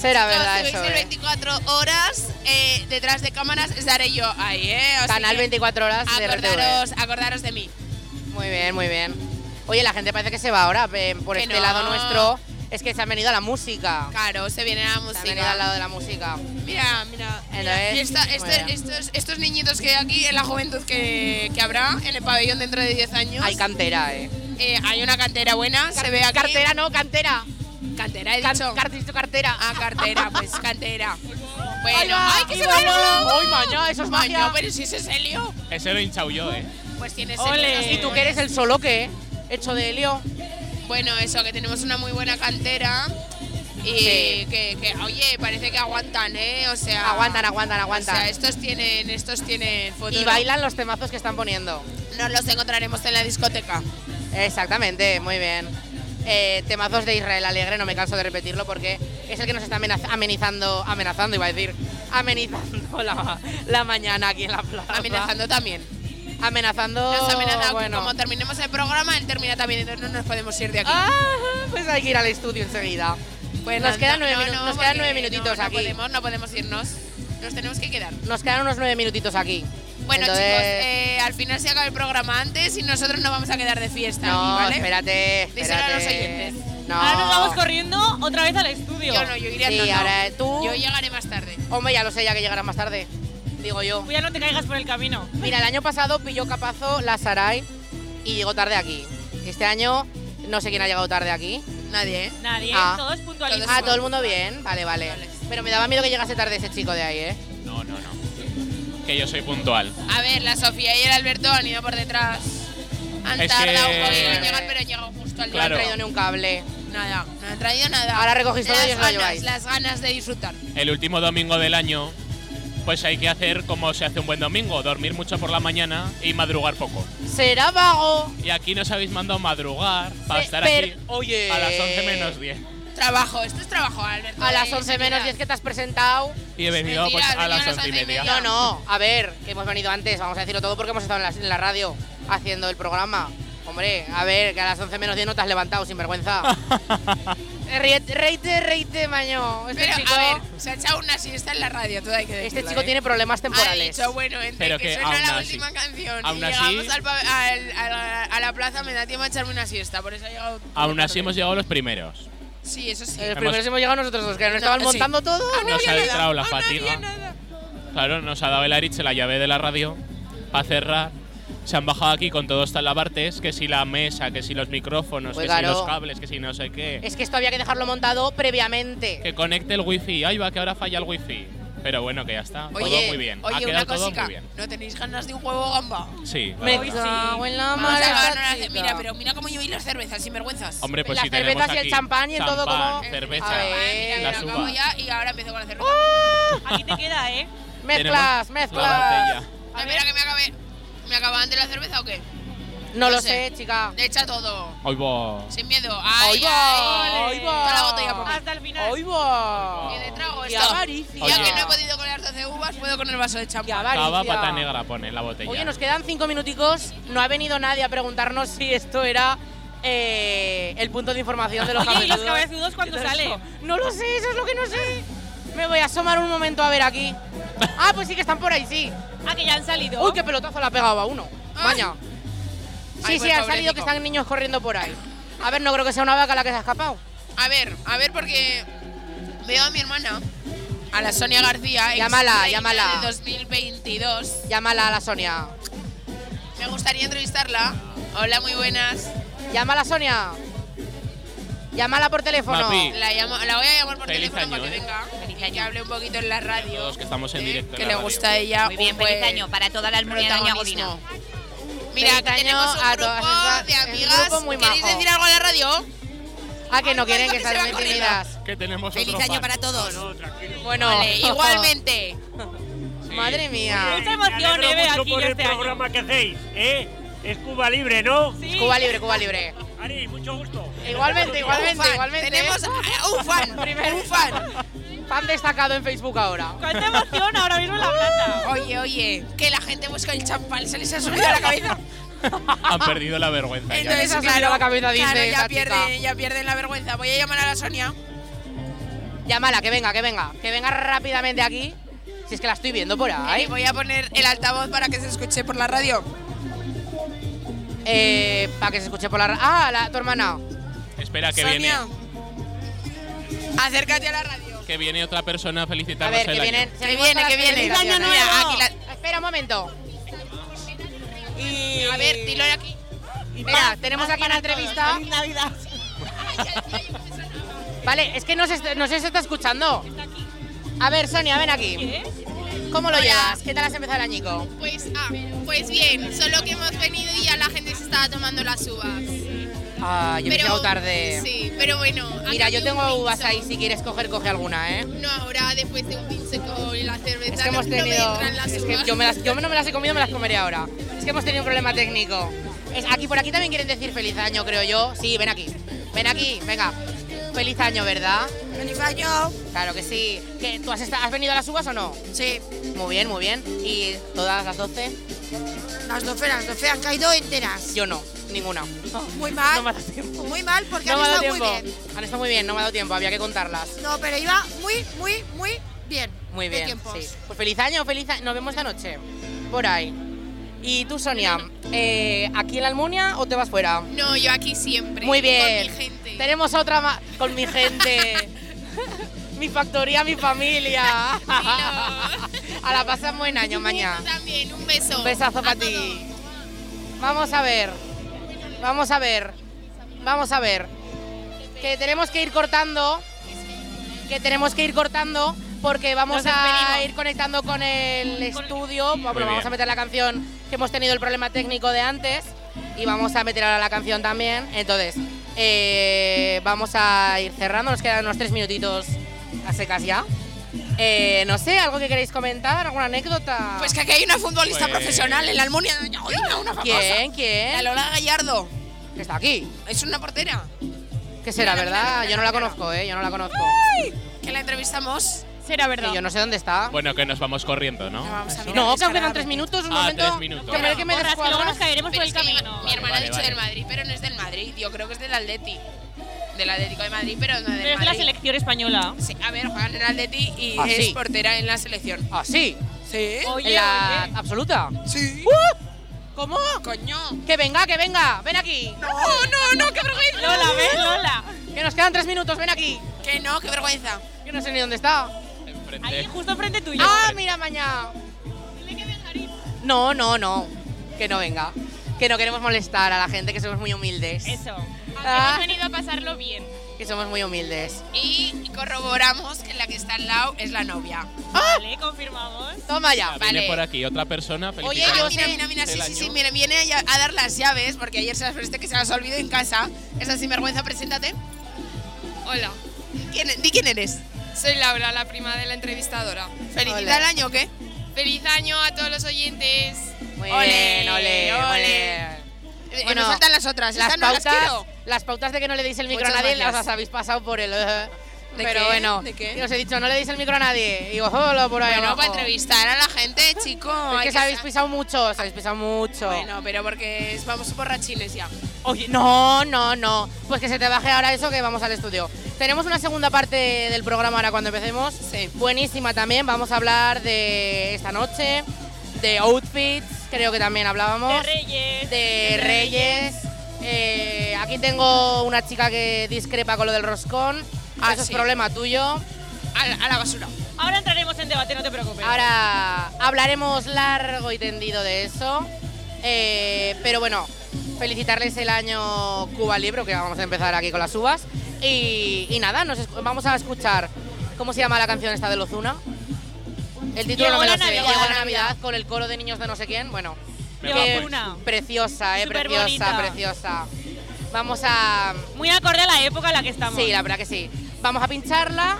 Speaker 2: Será
Speaker 4: Chicos,
Speaker 2: verdad
Speaker 4: si
Speaker 2: eso.
Speaker 4: veis el
Speaker 2: eh.
Speaker 4: 24 horas eh, detrás de cámaras estaré yo ahí, ¿eh? O sea
Speaker 2: Canal
Speaker 4: que
Speaker 2: 24 horas de RTV.
Speaker 4: Acordaros, acordaros de mí.
Speaker 2: Muy bien, muy bien. Oye, la gente parece que se va ahora eh, por
Speaker 4: Que
Speaker 2: este
Speaker 4: no.
Speaker 2: lado nuestro. Es que se han venido a la música.
Speaker 4: Claro, se viene la
Speaker 2: Se han venido al
Speaker 4: música.
Speaker 2: lado de la música.
Speaker 4: Mira, mira.
Speaker 2: Entonces,
Speaker 4: Y esta-
Speaker 2: muy
Speaker 4: esto-
Speaker 2: bien.
Speaker 4: estos, estos niñitos que hay aquí, en la juventud que, que habrá, en el pabellón dentro de 10 años,
Speaker 2: Hay cantera, eh.
Speaker 4: eh, hay una cantera buena, se ve aquí.
Speaker 2: Cartera, no, cantera.
Speaker 4: Cantera, he
Speaker 2: Can-
Speaker 4: dicho.
Speaker 2: car- dicho cartera.
Speaker 4: ah, cartera, pues cantera.
Speaker 2: Ahí
Speaker 4: Bueno,
Speaker 2: va,
Speaker 4: ¡ay, que
Speaker 2: ahí
Speaker 4: se
Speaker 2: va,
Speaker 4: va el
Speaker 2: no.
Speaker 4: globo!
Speaker 2: Ay, maña, eso es
Speaker 4: Maña,
Speaker 2: magia.
Speaker 4: pero si ese es helio.
Speaker 5: Ese lo he hinchado yo, ¿eh?
Speaker 4: Pues tienes
Speaker 3: Ole.
Speaker 4: helio.
Speaker 2: Y tú que eres el soloque, eh, hecho de helio.
Speaker 4: Bueno, eso, que tenemos una muy buena cantera. Y
Speaker 2: Sí.
Speaker 4: que, que, oye, parece que aguantan, ¿eh? O sea.
Speaker 2: Aguantan, aguantan, aguantan.
Speaker 4: O sea, estos tienen, estos tienen futuro.
Speaker 2: y bailan los temazos que están poniendo.
Speaker 4: Nos los encontraremos en la discoteca.
Speaker 2: Exactamente, muy bien. Eh, temazos de Israel Alegre, no me canso de repetirlo porque es el que nos está amenaz- amenizando, amenazando, iba a decir, amenizando la, la mañana aquí en la plaza.
Speaker 4: Amenazando también.
Speaker 2: Amenazando.
Speaker 4: Nos amenaza que
Speaker 2: bueno.
Speaker 4: como terminemos el programa, él termina también, entonces no nos podemos ir de aquí.
Speaker 2: Ah, pues hay que ir al estudio enseguida. Pues nos
Speaker 4: No,
Speaker 2: quedan
Speaker 4: no,
Speaker 2: nueve,
Speaker 4: no,
Speaker 2: minu-
Speaker 4: no,
Speaker 2: nos quedan
Speaker 4: porque
Speaker 2: nueve
Speaker 4: no,
Speaker 2: minutitos
Speaker 4: no
Speaker 2: aquí.
Speaker 4: podemos, no podemos irnos. Nos tenemos que quedar.
Speaker 2: Nos quedan unos nueve minutitos aquí.
Speaker 4: Bueno,
Speaker 2: Entonces-
Speaker 4: chicos, eh, al final se acaba el programa antes y nosotros nos vamos a quedar de fiesta.
Speaker 2: No,
Speaker 4: ¿vale?
Speaker 2: espérate,
Speaker 4: Díselo a los
Speaker 2: espérate.
Speaker 4: oyentes.
Speaker 2: No.
Speaker 13: Ahora nos vamos corriendo otra vez al estudio.
Speaker 4: Yo no, yo iría
Speaker 2: Sí,
Speaker 4: no, no.
Speaker 2: ahora tú-
Speaker 4: Yo llegaré más tarde.
Speaker 2: Hombre, ya lo sé, ya que llegará más tarde. Digo yo.
Speaker 13: Cuidado, no te caigas por el camino.
Speaker 2: Mira, el año pasado pilló capazo la Sarai y llegó tarde aquí. Este año no sé quién ha llegado tarde aquí.
Speaker 4: Nadie, ¿eh?
Speaker 13: Nadie,
Speaker 2: Ah.
Speaker 13: todos puntualizan.
Speaker 2: Ah, todo el mundo bien. Vale, vale. Pero me daba miedo que llegase tarde ese chico de ahí, ¿eh?
Speaker 5: No, no, no. Que yo soy puntual.
Speaker 4: A ver, la Sofía y el Alberto han ido por detrás. Han
Speaker 5: Es
Speaker 4: tardado
Speaker 5: que-
Speaker 4: un poquito en llegar, pero llegó justo al
Speaker 2: No han
Speaker 5: Claro.
Speaker 2: traído ni un cable.
Speaker 4: Nada, no han traído nada.
Speaker 2: Ahora recogéis todo
Speaker 4: las
Speaker 2: y os lo
Speaker 4: ganas,
Speaker 2: lleváis.
Speaker 4: Las ganas de disfrutar.
Speaker 5: El último domingo del año, pues hay que hacer como se hace un buen domingo: dormir mucho por la mañana y madrugar poco.
Speaker 2: Será vago.
Speaker 5: Y aquí nos habéis mandado madrugar para
Speaker 2: Pe-
Speaker 5: estar
Speaker 2: per-
Speaker 5: aquí
Speaker 2: Oye.
Speaker 5: a las 11 menos 10.
Speaker 4: Trabajo, esto es trabajo, Alberto. ¿eh?
Speaker 2: A las
Speaker 4: Ahí,
Speaker 2: 11
Speaker 4: se
Speaker 2: menos
Speaker 4: mira.
Speaker 2: 10 que te has presentado.
Speaker 5: Y he venido pues,
Speaker 4: Mentira,
Speaker 5: a las
Speaker 4: venía a las
Speaker 5: 11 y
Speaker 4: 11 y
Speaker 5: media.
Speaker 2: No, no. A ver, que hemos venido antes, vamos a decirlo todo porque hemos estado en la, en la radio haciendo el programa. Hombre, a ver, que a las 11 menos 10 no te has levantado, sin vergüenza. eh, reite, reite, reite, maño. Este
Speaker 4: Pero,
Speaker 2: chico,
Speaker 4: a ver, se ha echado una siesta en la radio, todo hay que decirlo.
Speaker 2: este chico
Speaker 4: ¿eh?
Speaker 2: tiene problemas temporales.
Speaker 4: Ha dicho, bueno, entre
Speaker 5: Pero
Speaker 4: que,
Speaker 5: que
Speaker 4: suena
Speaker 5: aún
Speaker 4: la
Speaker 5: así-
Speaker 4: última canción y
Speaker 5: aún así-
Speaker 4: llegamos al pa- al- a, la, a la plaza, me da tiempo a echarme una siesta, por eso ha llegado.
Speaker 2: Ah.
Speaker 5: Aún así hemos llegado los primeros.
Speaker 4: Sí, eso sí.
Speaker 2: Eh, los primeros hemos llegado nosotros dos, que nos estaban
Speaker 4: sí.
Speaker 2: montando todo.
Speaker 5: Nos Ah, ha entrado la
Speaker 4: Aún no había
Speaker 5: fatiga.
Speaker 4: nada.
Speaker 5: Claro, nos ha dado el Aritz la llave de la radio para cerrar. Se han bajado aquí con todos tan lavartes, que si la mesa, que si los micrófonos,
Speaker 2: Pues
Speaker 5: que
Speaker 2: claro.
Speaker 5: si los cables, que si no sé qué.
Speaker 2: Es que esto había que dejarlo montado previamente.
Speaker 5: Que conecte el wifi. Ay, va, que ahora falla el wifi. Pero bueno, que ya está. todo muy bien.
Speaker 4: Oye,
Speaker 5: ha
Speaker 4: una
Speaker 5: quedado todo
Speaker 4: cosica.
Speaker 5: muy bien.
Speaker 4: ¿No tenéis ganas de un juego gamba?
Speaker 5: Sí. la
Speaker 2: Me
Speaker 5: verdad.
Speaker 2: cago en la
Speaker 4: Vamos
Speaker 2: mala
Speaker 4: a ganar
Speaker 2: esta
Speaker 4: hace-
Speaker 2: chica.
Speaker 4: Mira, pero mira cómo yo y las cervezas, sin vergüenzas.
Speaker 5: Hombre, pues
Speaker 2: Las
Speaker 5: si tenemos
Speaker 2: cervezas y el
Speaker 5: aquí
Speaker 2: champán y en todo
Speaker 5: champán,
Speaker 2: como-
Speaker 5: cerveza,
Speaker 2: A ver,
Speaker 4: mira,
Speaker 5: la
Speaker 4: mira,
Speaker 5: suba,
Speaker 4: acabo ya y ahora empiezo con la cerveza.
Speaker 13: Aquí te queda, ¿eh?
Speaker 2: Mezclas,
Speaker 5: tenemos
Speaker 2: mezclas.
Speaker 5: La botella.
Speaker 4: a ver, a que me acabe. ¿Me acaba antes la cerveza o qué?
Speaker 2: No
Speaker 4: No
Speaker 2: lo
Speaker 4: sé.
Speaker 2: sé, chica.
Speaker 4: Echa todo.
Speaker 5: Ay, va.
Speaker 4: Sin miedo. Ay,
Speaker 2: Ahí va,
Speaker 4: ay.
Speaker 2: ahí va.
Speaker 4: Toda la botella para mí.
Speaker 13: Hasta el final.
Speaker 2: Ahí va.
Speaker 4: Y de trago
Speaker 2: Qué
Speaker 4: esto.
Speaker 2: avaricia.
Speaker 4: Ya
Speaker 5: Oye.
Speaker 4: que no he podido con las 12 uvas, puedo con el vaso de
Speaker 2: Qué
Speaker 4: champán.
Speaker 2: avaricia.
Speaker 5: Cava pata negra pone en la botella.
Speaker 2: Oye, nos quedan cinco minuticos. No ha venido nadie a preguntarnos si esto era eh, el punto de información de los
Speaker 13: Oye, ¿y los cabezudos
Speaker 2: cabezudos.
Speaker 13: cuándo sale?
Speaker 2: No lo sé, eso es lo que no sé. Me voy a asomar un momento a ver aquí. Ah, pues sí que están por ahí, sí.
Speaker 13: Ah, que ya han salido.
Speaker 2: Uy, qué pelotazo la pegaba uno. Maña. Sí,
Speaker 4: Ay,
Speaker 2: sí,
Speaker 4: pues,
Speaker 2: han salido
Speaker 4: pobrecico.
Speaker 2: que están niños corriendo por ahí. A ver, no creo que sea una vaca la que se ha escapado.
Speaker 4: A ver, a ver, porque veo a mi hermana, a la Sonia García, ex
Speaker 2: Llámala,
Speaker 4: reina
Speaker 2: llámala.
Speaker 4: de 2022.
Speaker 2: Llámala a la Sonia.
Speaker 4: Me gustaría entrevistarla. Hola, muy buenas.
Speaker 2: Llámala a Sonia. Llámala por teléfono.
Speaker 5: Mapi.
Speaker 4: La, llamo, la voy a llamar por
Speaker 5: Feliz
Speaker 4: teléfono para
Speaker 5: año,
Speaker 4: que
Speaker 5: ¿eh?
Speaker 4: venga y que hable un poquito en la radio.
Speaker 5: Todos que estamos en
Speaker 4: ¿eh?
Speaker 5: directo en
Speaker 4: Que
Speaker 5: la
Speaker 4: le
Speaker 5: radio.
Speaker 4: gusta a ella.
Speaker 3: Muy bien,
Speaker 4: un
Speaker 3: feliz
Speaker 4: buen
Speaker 3: año para toda la almunia de Godina.
Speaker 4: protagonismo. Mira,
Speaker 2: Feliz
Speaker 4: aquí
Speaker 2: año
Speaker 4: tenemos un
Speaker 2: a
Speaker 4: grupo
Speaker 2: todas,
Speaker 4: de
Speaker 2: es un
Speaker 4: amigas.
Speaker 2: grupo muy
Speaker 4: ¿Queréis
Speaker 2: majo.
Speaker 4: decir algo a la radio?
Speaker 2: Ah, que no
Speaker 4: Ay,
Speaker 2: quieren
Speaker 4: vaya, que
Speaker 2: que
Speaker 4: se
Speaker 2: salgan
Speaker 4: va corriendo.
Speaker 2: metidas.
Speaker 5: Que tenemos
Speaker 3: Feliz
Speaker 5: otro
Speaker 3: año
Speaker 5: fan.
Speaker 3: para todos.
Speaker 2: Bueno,
Speaker 4: Vale, igualmente.
Speaker 2: Madre mía.
Speaker 13: Mucha emoción,
Speaker 3: eh,
Speaker 13: Eve, aquí yo este año.
Speaker 14: que hacéis, ¿eh? Es Cuba Libre, ¿no?
Speaker 13: Sí.
Speaker 2: Cuba libre, Cuba libre.
Speaker 14: Ari, mucho gusto.
Speaker 2: Igualmente,
Speaker 4: Un
Speaker 2: igualmente,
Speaker 4: fan.
Speaker 2: igualmente. ¿eh?
Speaker 4: Tenemos a- un fan.
Speaker 2: Primer-
Speaker 4: Un fan.
Speaker 2: fan destacado en Facebook ahora.
Speaker 13: Cuánta emoción ahora mismo en la plata.
Speaker 4: Oye, oye, que la gente busca el champán, se les ha subido a la cabeza.
Speaker 5: Han perdido la vergüenza ya.
Speaker 2: Entonces- les ha subido a la cabeza, dice
Speaker 4: claro,
Speaker 2: esta
Speaker 4: ya pierden, ya pierden la vergüenza. Voy a llamar a la Sonia.
Speaker 2: Llámala, que venga, que venga. Que venga rápidamente aquí. Si es que la estoy viendo por
Speaker 4: Ahí
Speaker 2: ahí.
Speaker 4: Eh, voy a poner el altavoz para que se escuche por la radio.
Speaker 2: Eh, para que se escuche por la... ra- Ah, la, tu hermana.
Speaker 5: Espera, que viene,
Speaker 4: Sonia, acércate a la radio.
Speaker 5: que viene otra persona a
Speaker 2: A
Speaker 5: felicitarnos
Speaker 2: ver, que
Speaker 5: el año.
Speaker 2: vienen... se
Speaker 4: Que
Speaker 2: han
Speaker 4: viene,
Speaker 2: puesto
Speaker 4: que
Speaker 2: las
Speaker 4: viene.
Speaker 2: felicitaciones.
Speaker 4: Mira, aquí la-
Speaker 2: Espera un momento.
Speaker 4: A ver, dilo aquí.
Speaker 2: Espera, tenemos aquí una entrevista.
Speaker 3: Navidad.
Speaker 2: Vale, es que no se, est- no se está escuchando. A ver, Sonia, ven aquí.
Speaker 13: ¿Qué?
Speaker 2: ¿Cómo lo
Speaker 4: Hola.
Speaker 2: llevas? ¿Qué tal has empezado el añico?
Speaker 4: Pues, ah, pues bien, solo que hemos venido y ya la gente se estaba tomando las uvas.
Speaker 2: Ah, yo me he llegado tarde.
Speaker 4: Sí, pero bueno.
Speaker 2: Mira,
Speaker 4: aquí
Speaker 2: yo
Speaker 4: un
Speaker 2: tengo uvas
Speaker 4: pincho.
Speaker 2: ahí, si quieres coger, coge alguna, ¿eh?
Speaker 4: No, ahora después de un pinche con la cerveza.
Speaker 2: Es que hemos
Speaker 4: no me
Speaker 2: tenido.
Speaker 4: entran las
Speaker 2: Es que
Speaker 4: uvas.
Speaker 2: yo, me las- yo no me las he comido, me las comeré ahora. Es que hemos tenido un problema técnico. Es, aquí por aquí también quieren decir feliz año, creo yo. Sí, ven aquí. Ven aquí, venga. Feliz año, ¿verdad?
Speaker 3: Feliz año.
Speaker 2: Claro que sí. ¿Qué, ¿Tú has, esta- has venido a las uvas o no?
Speaker 3: Sí,
Speaker 2: Muy bien, muy bien. ¿Y todas las 12?
Speaker 3: las doce, las doce han caído enteras.
Speaker 2: Yo no, ninguna.
Speaker 3: Muy mal.
Speaker 2: No me ha dado tiempo.
Speaker 3: Muy mal porque
Speaker 2: No me
Speaker 3: han
Speaker 2: ha dado
Speaker 3: estado
Speaker 2: tiempo.
Speaker 3: muy bien.
Speaker 2: Han estado muy bien, no me ha dado tiempo, había que contarlas.
Speaker 3: No, pero iba muy, muy, muy bien.
Speaker 2: Muy
Speaker 3: De
Speaker 2: bien.
Speaker 3: tiempos.
Speaker 2: sí. Pues feliz año, feliz año. Nos vemos esta noche. por ahí. Y tú, Sonia, eh, ¿aquí en la Almunia o te vas fuera?
Speaker 4: No, yo aquí siempre.
Speaker 2: Muy bien.
Speaker 4: Con mi gente.
Speaker 2: Tenemos otra ma- con mi gente. mi factoría, mi familia. a la pasamos buen año mañana.
Speaker 4: También, un beso.
Speaker 2: Un besazo para ti. Vamos a ver. Vamos a ver. Vamos a ver. Que tenemos que ir cortando. Que tenemos que ir cortando porque vamos
Speaker 4: Nos
Speaker 2: a
Speaker 4: despedimos.
Speaker 2: ir conectando con el estudio. Bueno,
Speaker 4: Muy
Speaker 2: vamos
Speaker 4: bien.
Speaker 2: a meter la canción que hemos tenido el problema técnico de antes y vamos a meter ahora la canción también. Entonces, eh, vamos a ir cerrando. Nos quedan unos tres minutitos a secas ya. Eh, no sé, ¿algo que queréis comentar? ¿Alguna anécdota?
Speaker 4: Pues que aquí hay una futbolista
Speaker 2: Pues-
Speaker 4: profesional en la Almunia. Ay, no, una famosa.
Speaker 2: ¿Quién? ¿Quién?
Speaker 4: La Lola Gallardo.
Speaker 2: Que está aquí.
Speaker 4: Es una portera.
Speaker 2: Que será,
Speaker 4: Mira, mira,
Speaker 2: ¿verdad?
Speaker 4: mira,
Speaker 2: yo no
Speaker 4: mira,
Speaker 2: la conozco, ¿eh? Yo no la conozco.
Speaker 4: Que la entrevistamos.
Speaker 15: Será
Speaker 2: Que yo no sé dónde está.
Speaker 5: Bueno, que nos vamos corriendo, ¿no?
Speaker 2: No, que aún quedan tres minutos, un
Speaker 5: Ah,
Speaker 2: momento.
Speaker 5: tres minutos.
Speaker 2: Que me, que me
Speaker 15: Porras, que luego nos caeremos por
Speaker 4: Pero
Speaker 15: el
Speaker 4: es que mi-
Speaker 15: camino.
Speaker 4: Mi, hermana
Speaker 5: Vale,
Speaker 4: ha dicho
Speaker 5: vale.
Speaker 4: del Madrid, pero no es del Madrid. Yo creo que es del Atleti. Del Atlético de Madrid, pero no del
Speaker 15: Pero es de
Speaker 4: Madrid.
Speaker 15: la selección española.
Speaker 4: Sí, a ver, juegan en el Atleti y
Speaker 2: Ah,
Speaker 4: es
Speaker 2: sí.
Speaker 4: portera en la selección.
Speaker 2: Ah, sí.
Speaker 4: Sí.
Speaker 2: ¿En la absoluta?
Speaker 4: Sí.
Speaker 2: ¿Cómo?
Speaker 4: Coño.
Speaker 2: Que venga, que venga. Ven aquí. No, no, no, qué vergüenza.
Speaker 4: Lola, ven, Lola.
Speaker 2: Que nos quedan tres minutos, ven aquí.
Speaker 4: Que no, qué vergüenza.
Speaker 2: Yo no sé ni dónde está.
Speaker 5: Enfrente.
Speaker 15: Justo frente tuyo.
Speaker 2: Ah, mira, mañana. No, no, no. Que no venga. Que no queremos molestar a la gente, que somos muy humildes.
Speaker 15: Eso.
Speaker 2: Ah.
Speaker 4: Hemos venido a pasarlo bien.
Speaker 2: Que somos muy humildes.
Speaker 4: Y corroboramos que la que está al lado es la novia.
Speaker 15: Vale, confirmamos.
Speaker 2: Toma Ah. ya.
Speaker 5: Viene
Speaker 4: Vale.
Speaker 5: por aquí otra persona.
Speaker 4: Oye,
Speaker 5: felicitándonos
Speaker 4: yo mira, mira, mira, sí,
Speaker 5: el
Speaker 4: sí,
Speaker 5: año.
Speaker 4: sí, mira, viene a, a dar las llaves porque ayer se las presté que se las olvidó en casa. Esa sinvergüenza, preséntate. Hola. di quién eres.
Speaker 16: Soy Laura, la prima de la entrevistadora.
Speaker 4: ¿Felicita el año o qué?
Speaker 16: Feliz año a todos los oyentes.
Speaker 2: Ole, ole, ole.
Speaker 4: Eh, nos faltan las otras,
Speaker 2: Las
Speaker 4: ¿esas no las
Speaker 2: pautas,
Speaker 4: quiero?
Speaker 2: las pautas de que no le deis el micro
Speaker 4: Muchas
Speaker 2: a nadie
Speaker 4: gracias.
Speaker 2: las habéis pasado por el. eh,
Speaker 4: ¿De
Speaker 2: pero
Speaker 4: qué?
Speaker 2: bueno,
Speaker 4: ¿De qué?
Speaker 2: yo os he dicho, no le deis el micro a nadie. Y digo, solo por ahí.
Speaker 4: Bueno,
Speaker 2: abajo.
Speaker 4: para entrevistar a la gente, chico.
Speaker 2: Es
Speaker 4: hay
Speaker 2: que pues os habéis pisado mucho, os habéis pisado mucho.
Speaker 4: Bueno, pero porque es- vamos borrachines ya.
Speaker 2: Oye, no, no, no. Pues que se te baje ahora eso que vamos al estudio. Tenemos una segunda parte del programa ahora cuando empecemos. Buenísima también. Vamos a hablar de esta noche, de outfits, creo que también hablábamos.
Speaker 15: De Reyes.
Speaker 2: de Reyes. Eh, aquí tengo una chica que discrepa con lo del roscón.
Speaker 4: Ah,
Speaker 2: Eso
Speaker 4: sí.
Speaker 2: es problema tuyo.
Speaker 4: A la, a la basura.
Speaker 15: Ahora entraremos en debate, no te preocupes.
Speaker 2: Ahora hablaremos largo y tendido de eso. Eh, pero bueno, felicitarles el año Cuba Libre, que vamos a empezar aquí con las uvas. Y, y nada, nos escu- vamos a escuchar. ¿Cómo se llama la canción esta de Lozuna? El título
Speaker 15: Llegó
Speaker 2: no me lo
Speaker 15: la
Speaker 2: sé.
Speaker 15: Navidad.
Speaker 2: Llegó la Navidad con el coro de niños de no sé quién. Bueno,
Speaker 15: Me
Speaker 2: qué
Speaker 15: va, pues. Lozuna.
Speaker 2: preciosa, eh, preciosa,
Speaker 15: Superbonita.
Speaker 2: preciosa. Vamos a.
Speaker 15: Muy acorde a la época en la que estamos.
Speaker 2: Sí, la verdad que sí. Vamos a pincharla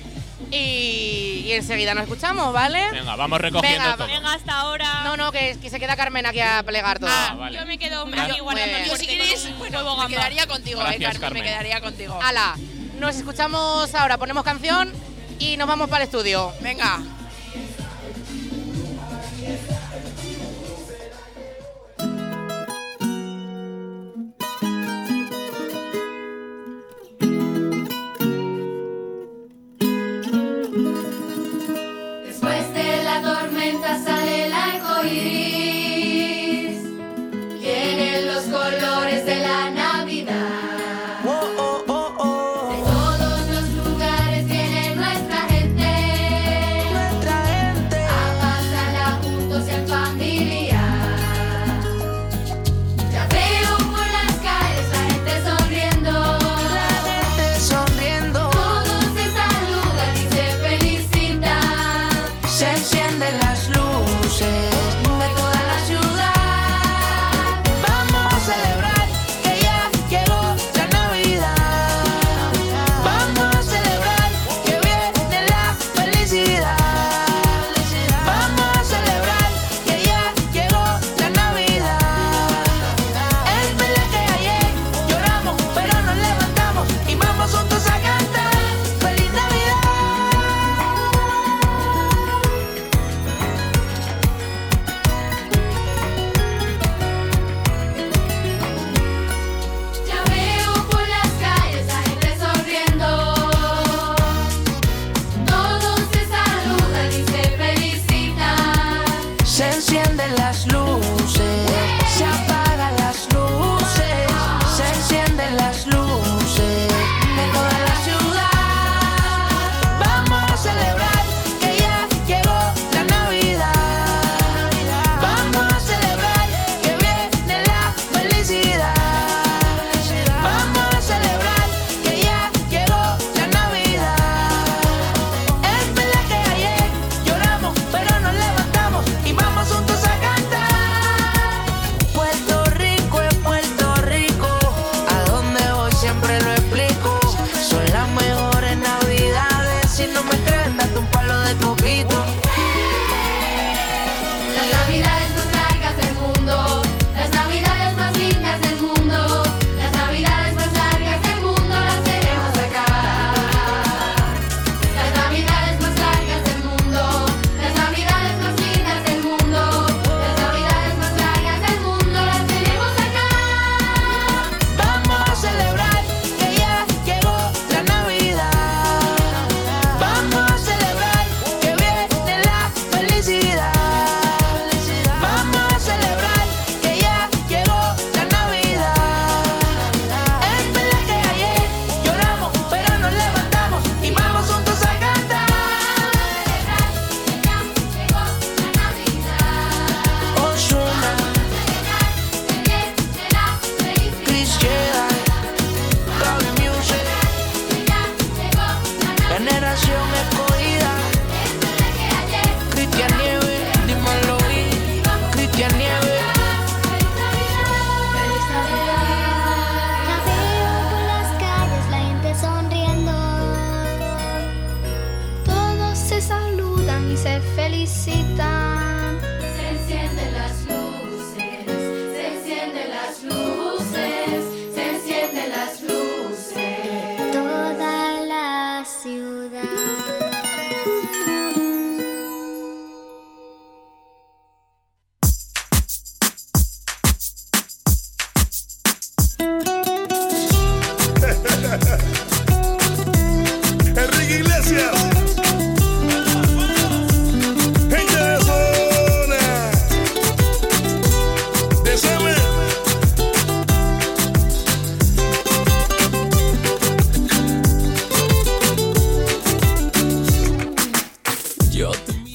Speaker 2: y, y enseguida nos escuchamos, ¿vale?
Speaker 5: Venga, vamos recogiendo
Speaker 2: Venga,
Speaker 5: todo.
Speaker 15: Venga, hasta ahora.
Speaker 2: No, no, que, que se queda Carmen aquí a plegar todo.
Speaker 5: Ah, vale.
Speaker 15: Yo me quedo
Speaker 2: Claro.
Speaker 15: aquí guardando
Speaker 2: Muy
Speaker 15: el
Speaker 4: Yo
Speaker 2: bien.
Speaker 4: si quieres, bueno, me quedaría contigo, eh,
Speaker 2: Gracias,
Speaker 4: Carmen, me
Speaker 2: Carmen.
Speaker 4: quedaría contigo.
Speaker 2: Ala, nos escuchamos ahora, ponemos canción y nos vamos para el estudio.
Speaker 4: Venga.
Speaker 3: Después de la tormenta sale el arco iris. Vienen los colores de la Navidad. oh. De todos los lugares viene nuestra gente.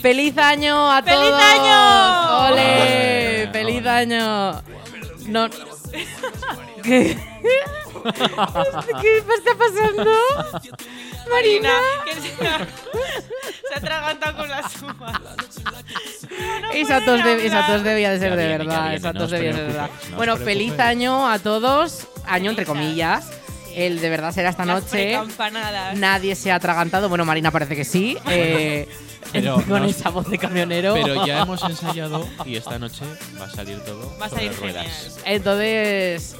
Speaker 2: ¡Feliz año a
Speaker 4: ¡Feliz
Speaker 2: todos!
Speaker 4: año!
Speaker 2: ¡Ole! ¡Feliz año! No. ¿Qué? ¿Qué está pasando?
Speaker 4: Marina, que se ha, se ha atragantado con las uvas.
Speaker 2: Esa tos, de- esa tos debía de ser
Speaker 17: Ya
Speaker 2: de
Speaker 17: viene, ya
Speaker 2: verdad.
Speaker 17: viene,
Speaker 2: Esa
Speaker 17: no
Speaker 2: tos
Speaker 17: os
Speaker 2: debía de ser de verdad.
Speaker 17: preocupéis, no os
Speaker 2: Bueno, feliz
Speaker 17: preocupéis.
Speaker 2: año a todos. Año entre comillas. El de verdad será esta noche.
Speaker 4: Campanadas.
Speaker 2: Nadie se ha atragantado. Bueno, Marina parece que sí. eh,
Speaker 5: Pero
Speaker 2: con
Speaker 5: no os-
Speaker 2: esa voz de camionero.
Speaker 5: Pero ya hemos ensayado y esta noche va a salir todo
Speaker 4: Va a
Speaker 5: sobre
Speaker 4: salir
Speaker 5: ruedas.
Speaker 2: Entonces,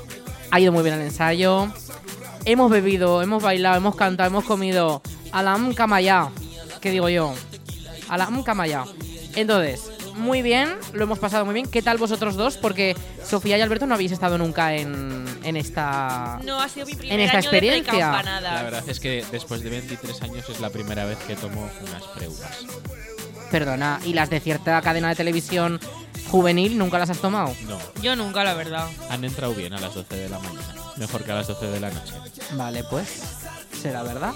Speaker 2: ha ido muy bien el ensayo. Hemos bebido, hemos bailado, hemos cantado, hemos comido. Alam Kamaya, que digo yo. Alam Kamaya. Entonces, muy bien, lo hemos pasado muy bien. ¿Qué tal vosotros dos? Porque Sofía y Alberto no habéis estado nunca en, en esta.
Speaker 4: No, ha sido mi primer
Speaker 2: En esta
Speaker 4: año de
Speaker 2: experiencia.
Speaker 4: precampanadas.
Speaker 5: Ah, La verdad es que después de 23 años es la primera vez que tomo unas preugas.
Speaker 2: Perdona, ¿y las de cierta cadena de televisión juvenil nunca las has tomado?
Speaker 5: No,
Speaker 4: Yo nunca, la verdad.
Speaker 5: han entrado bien a las 12 de la mañana. Mejor que a las 12 de la noche.
Speaker 2: Vale, pues. Será verdad.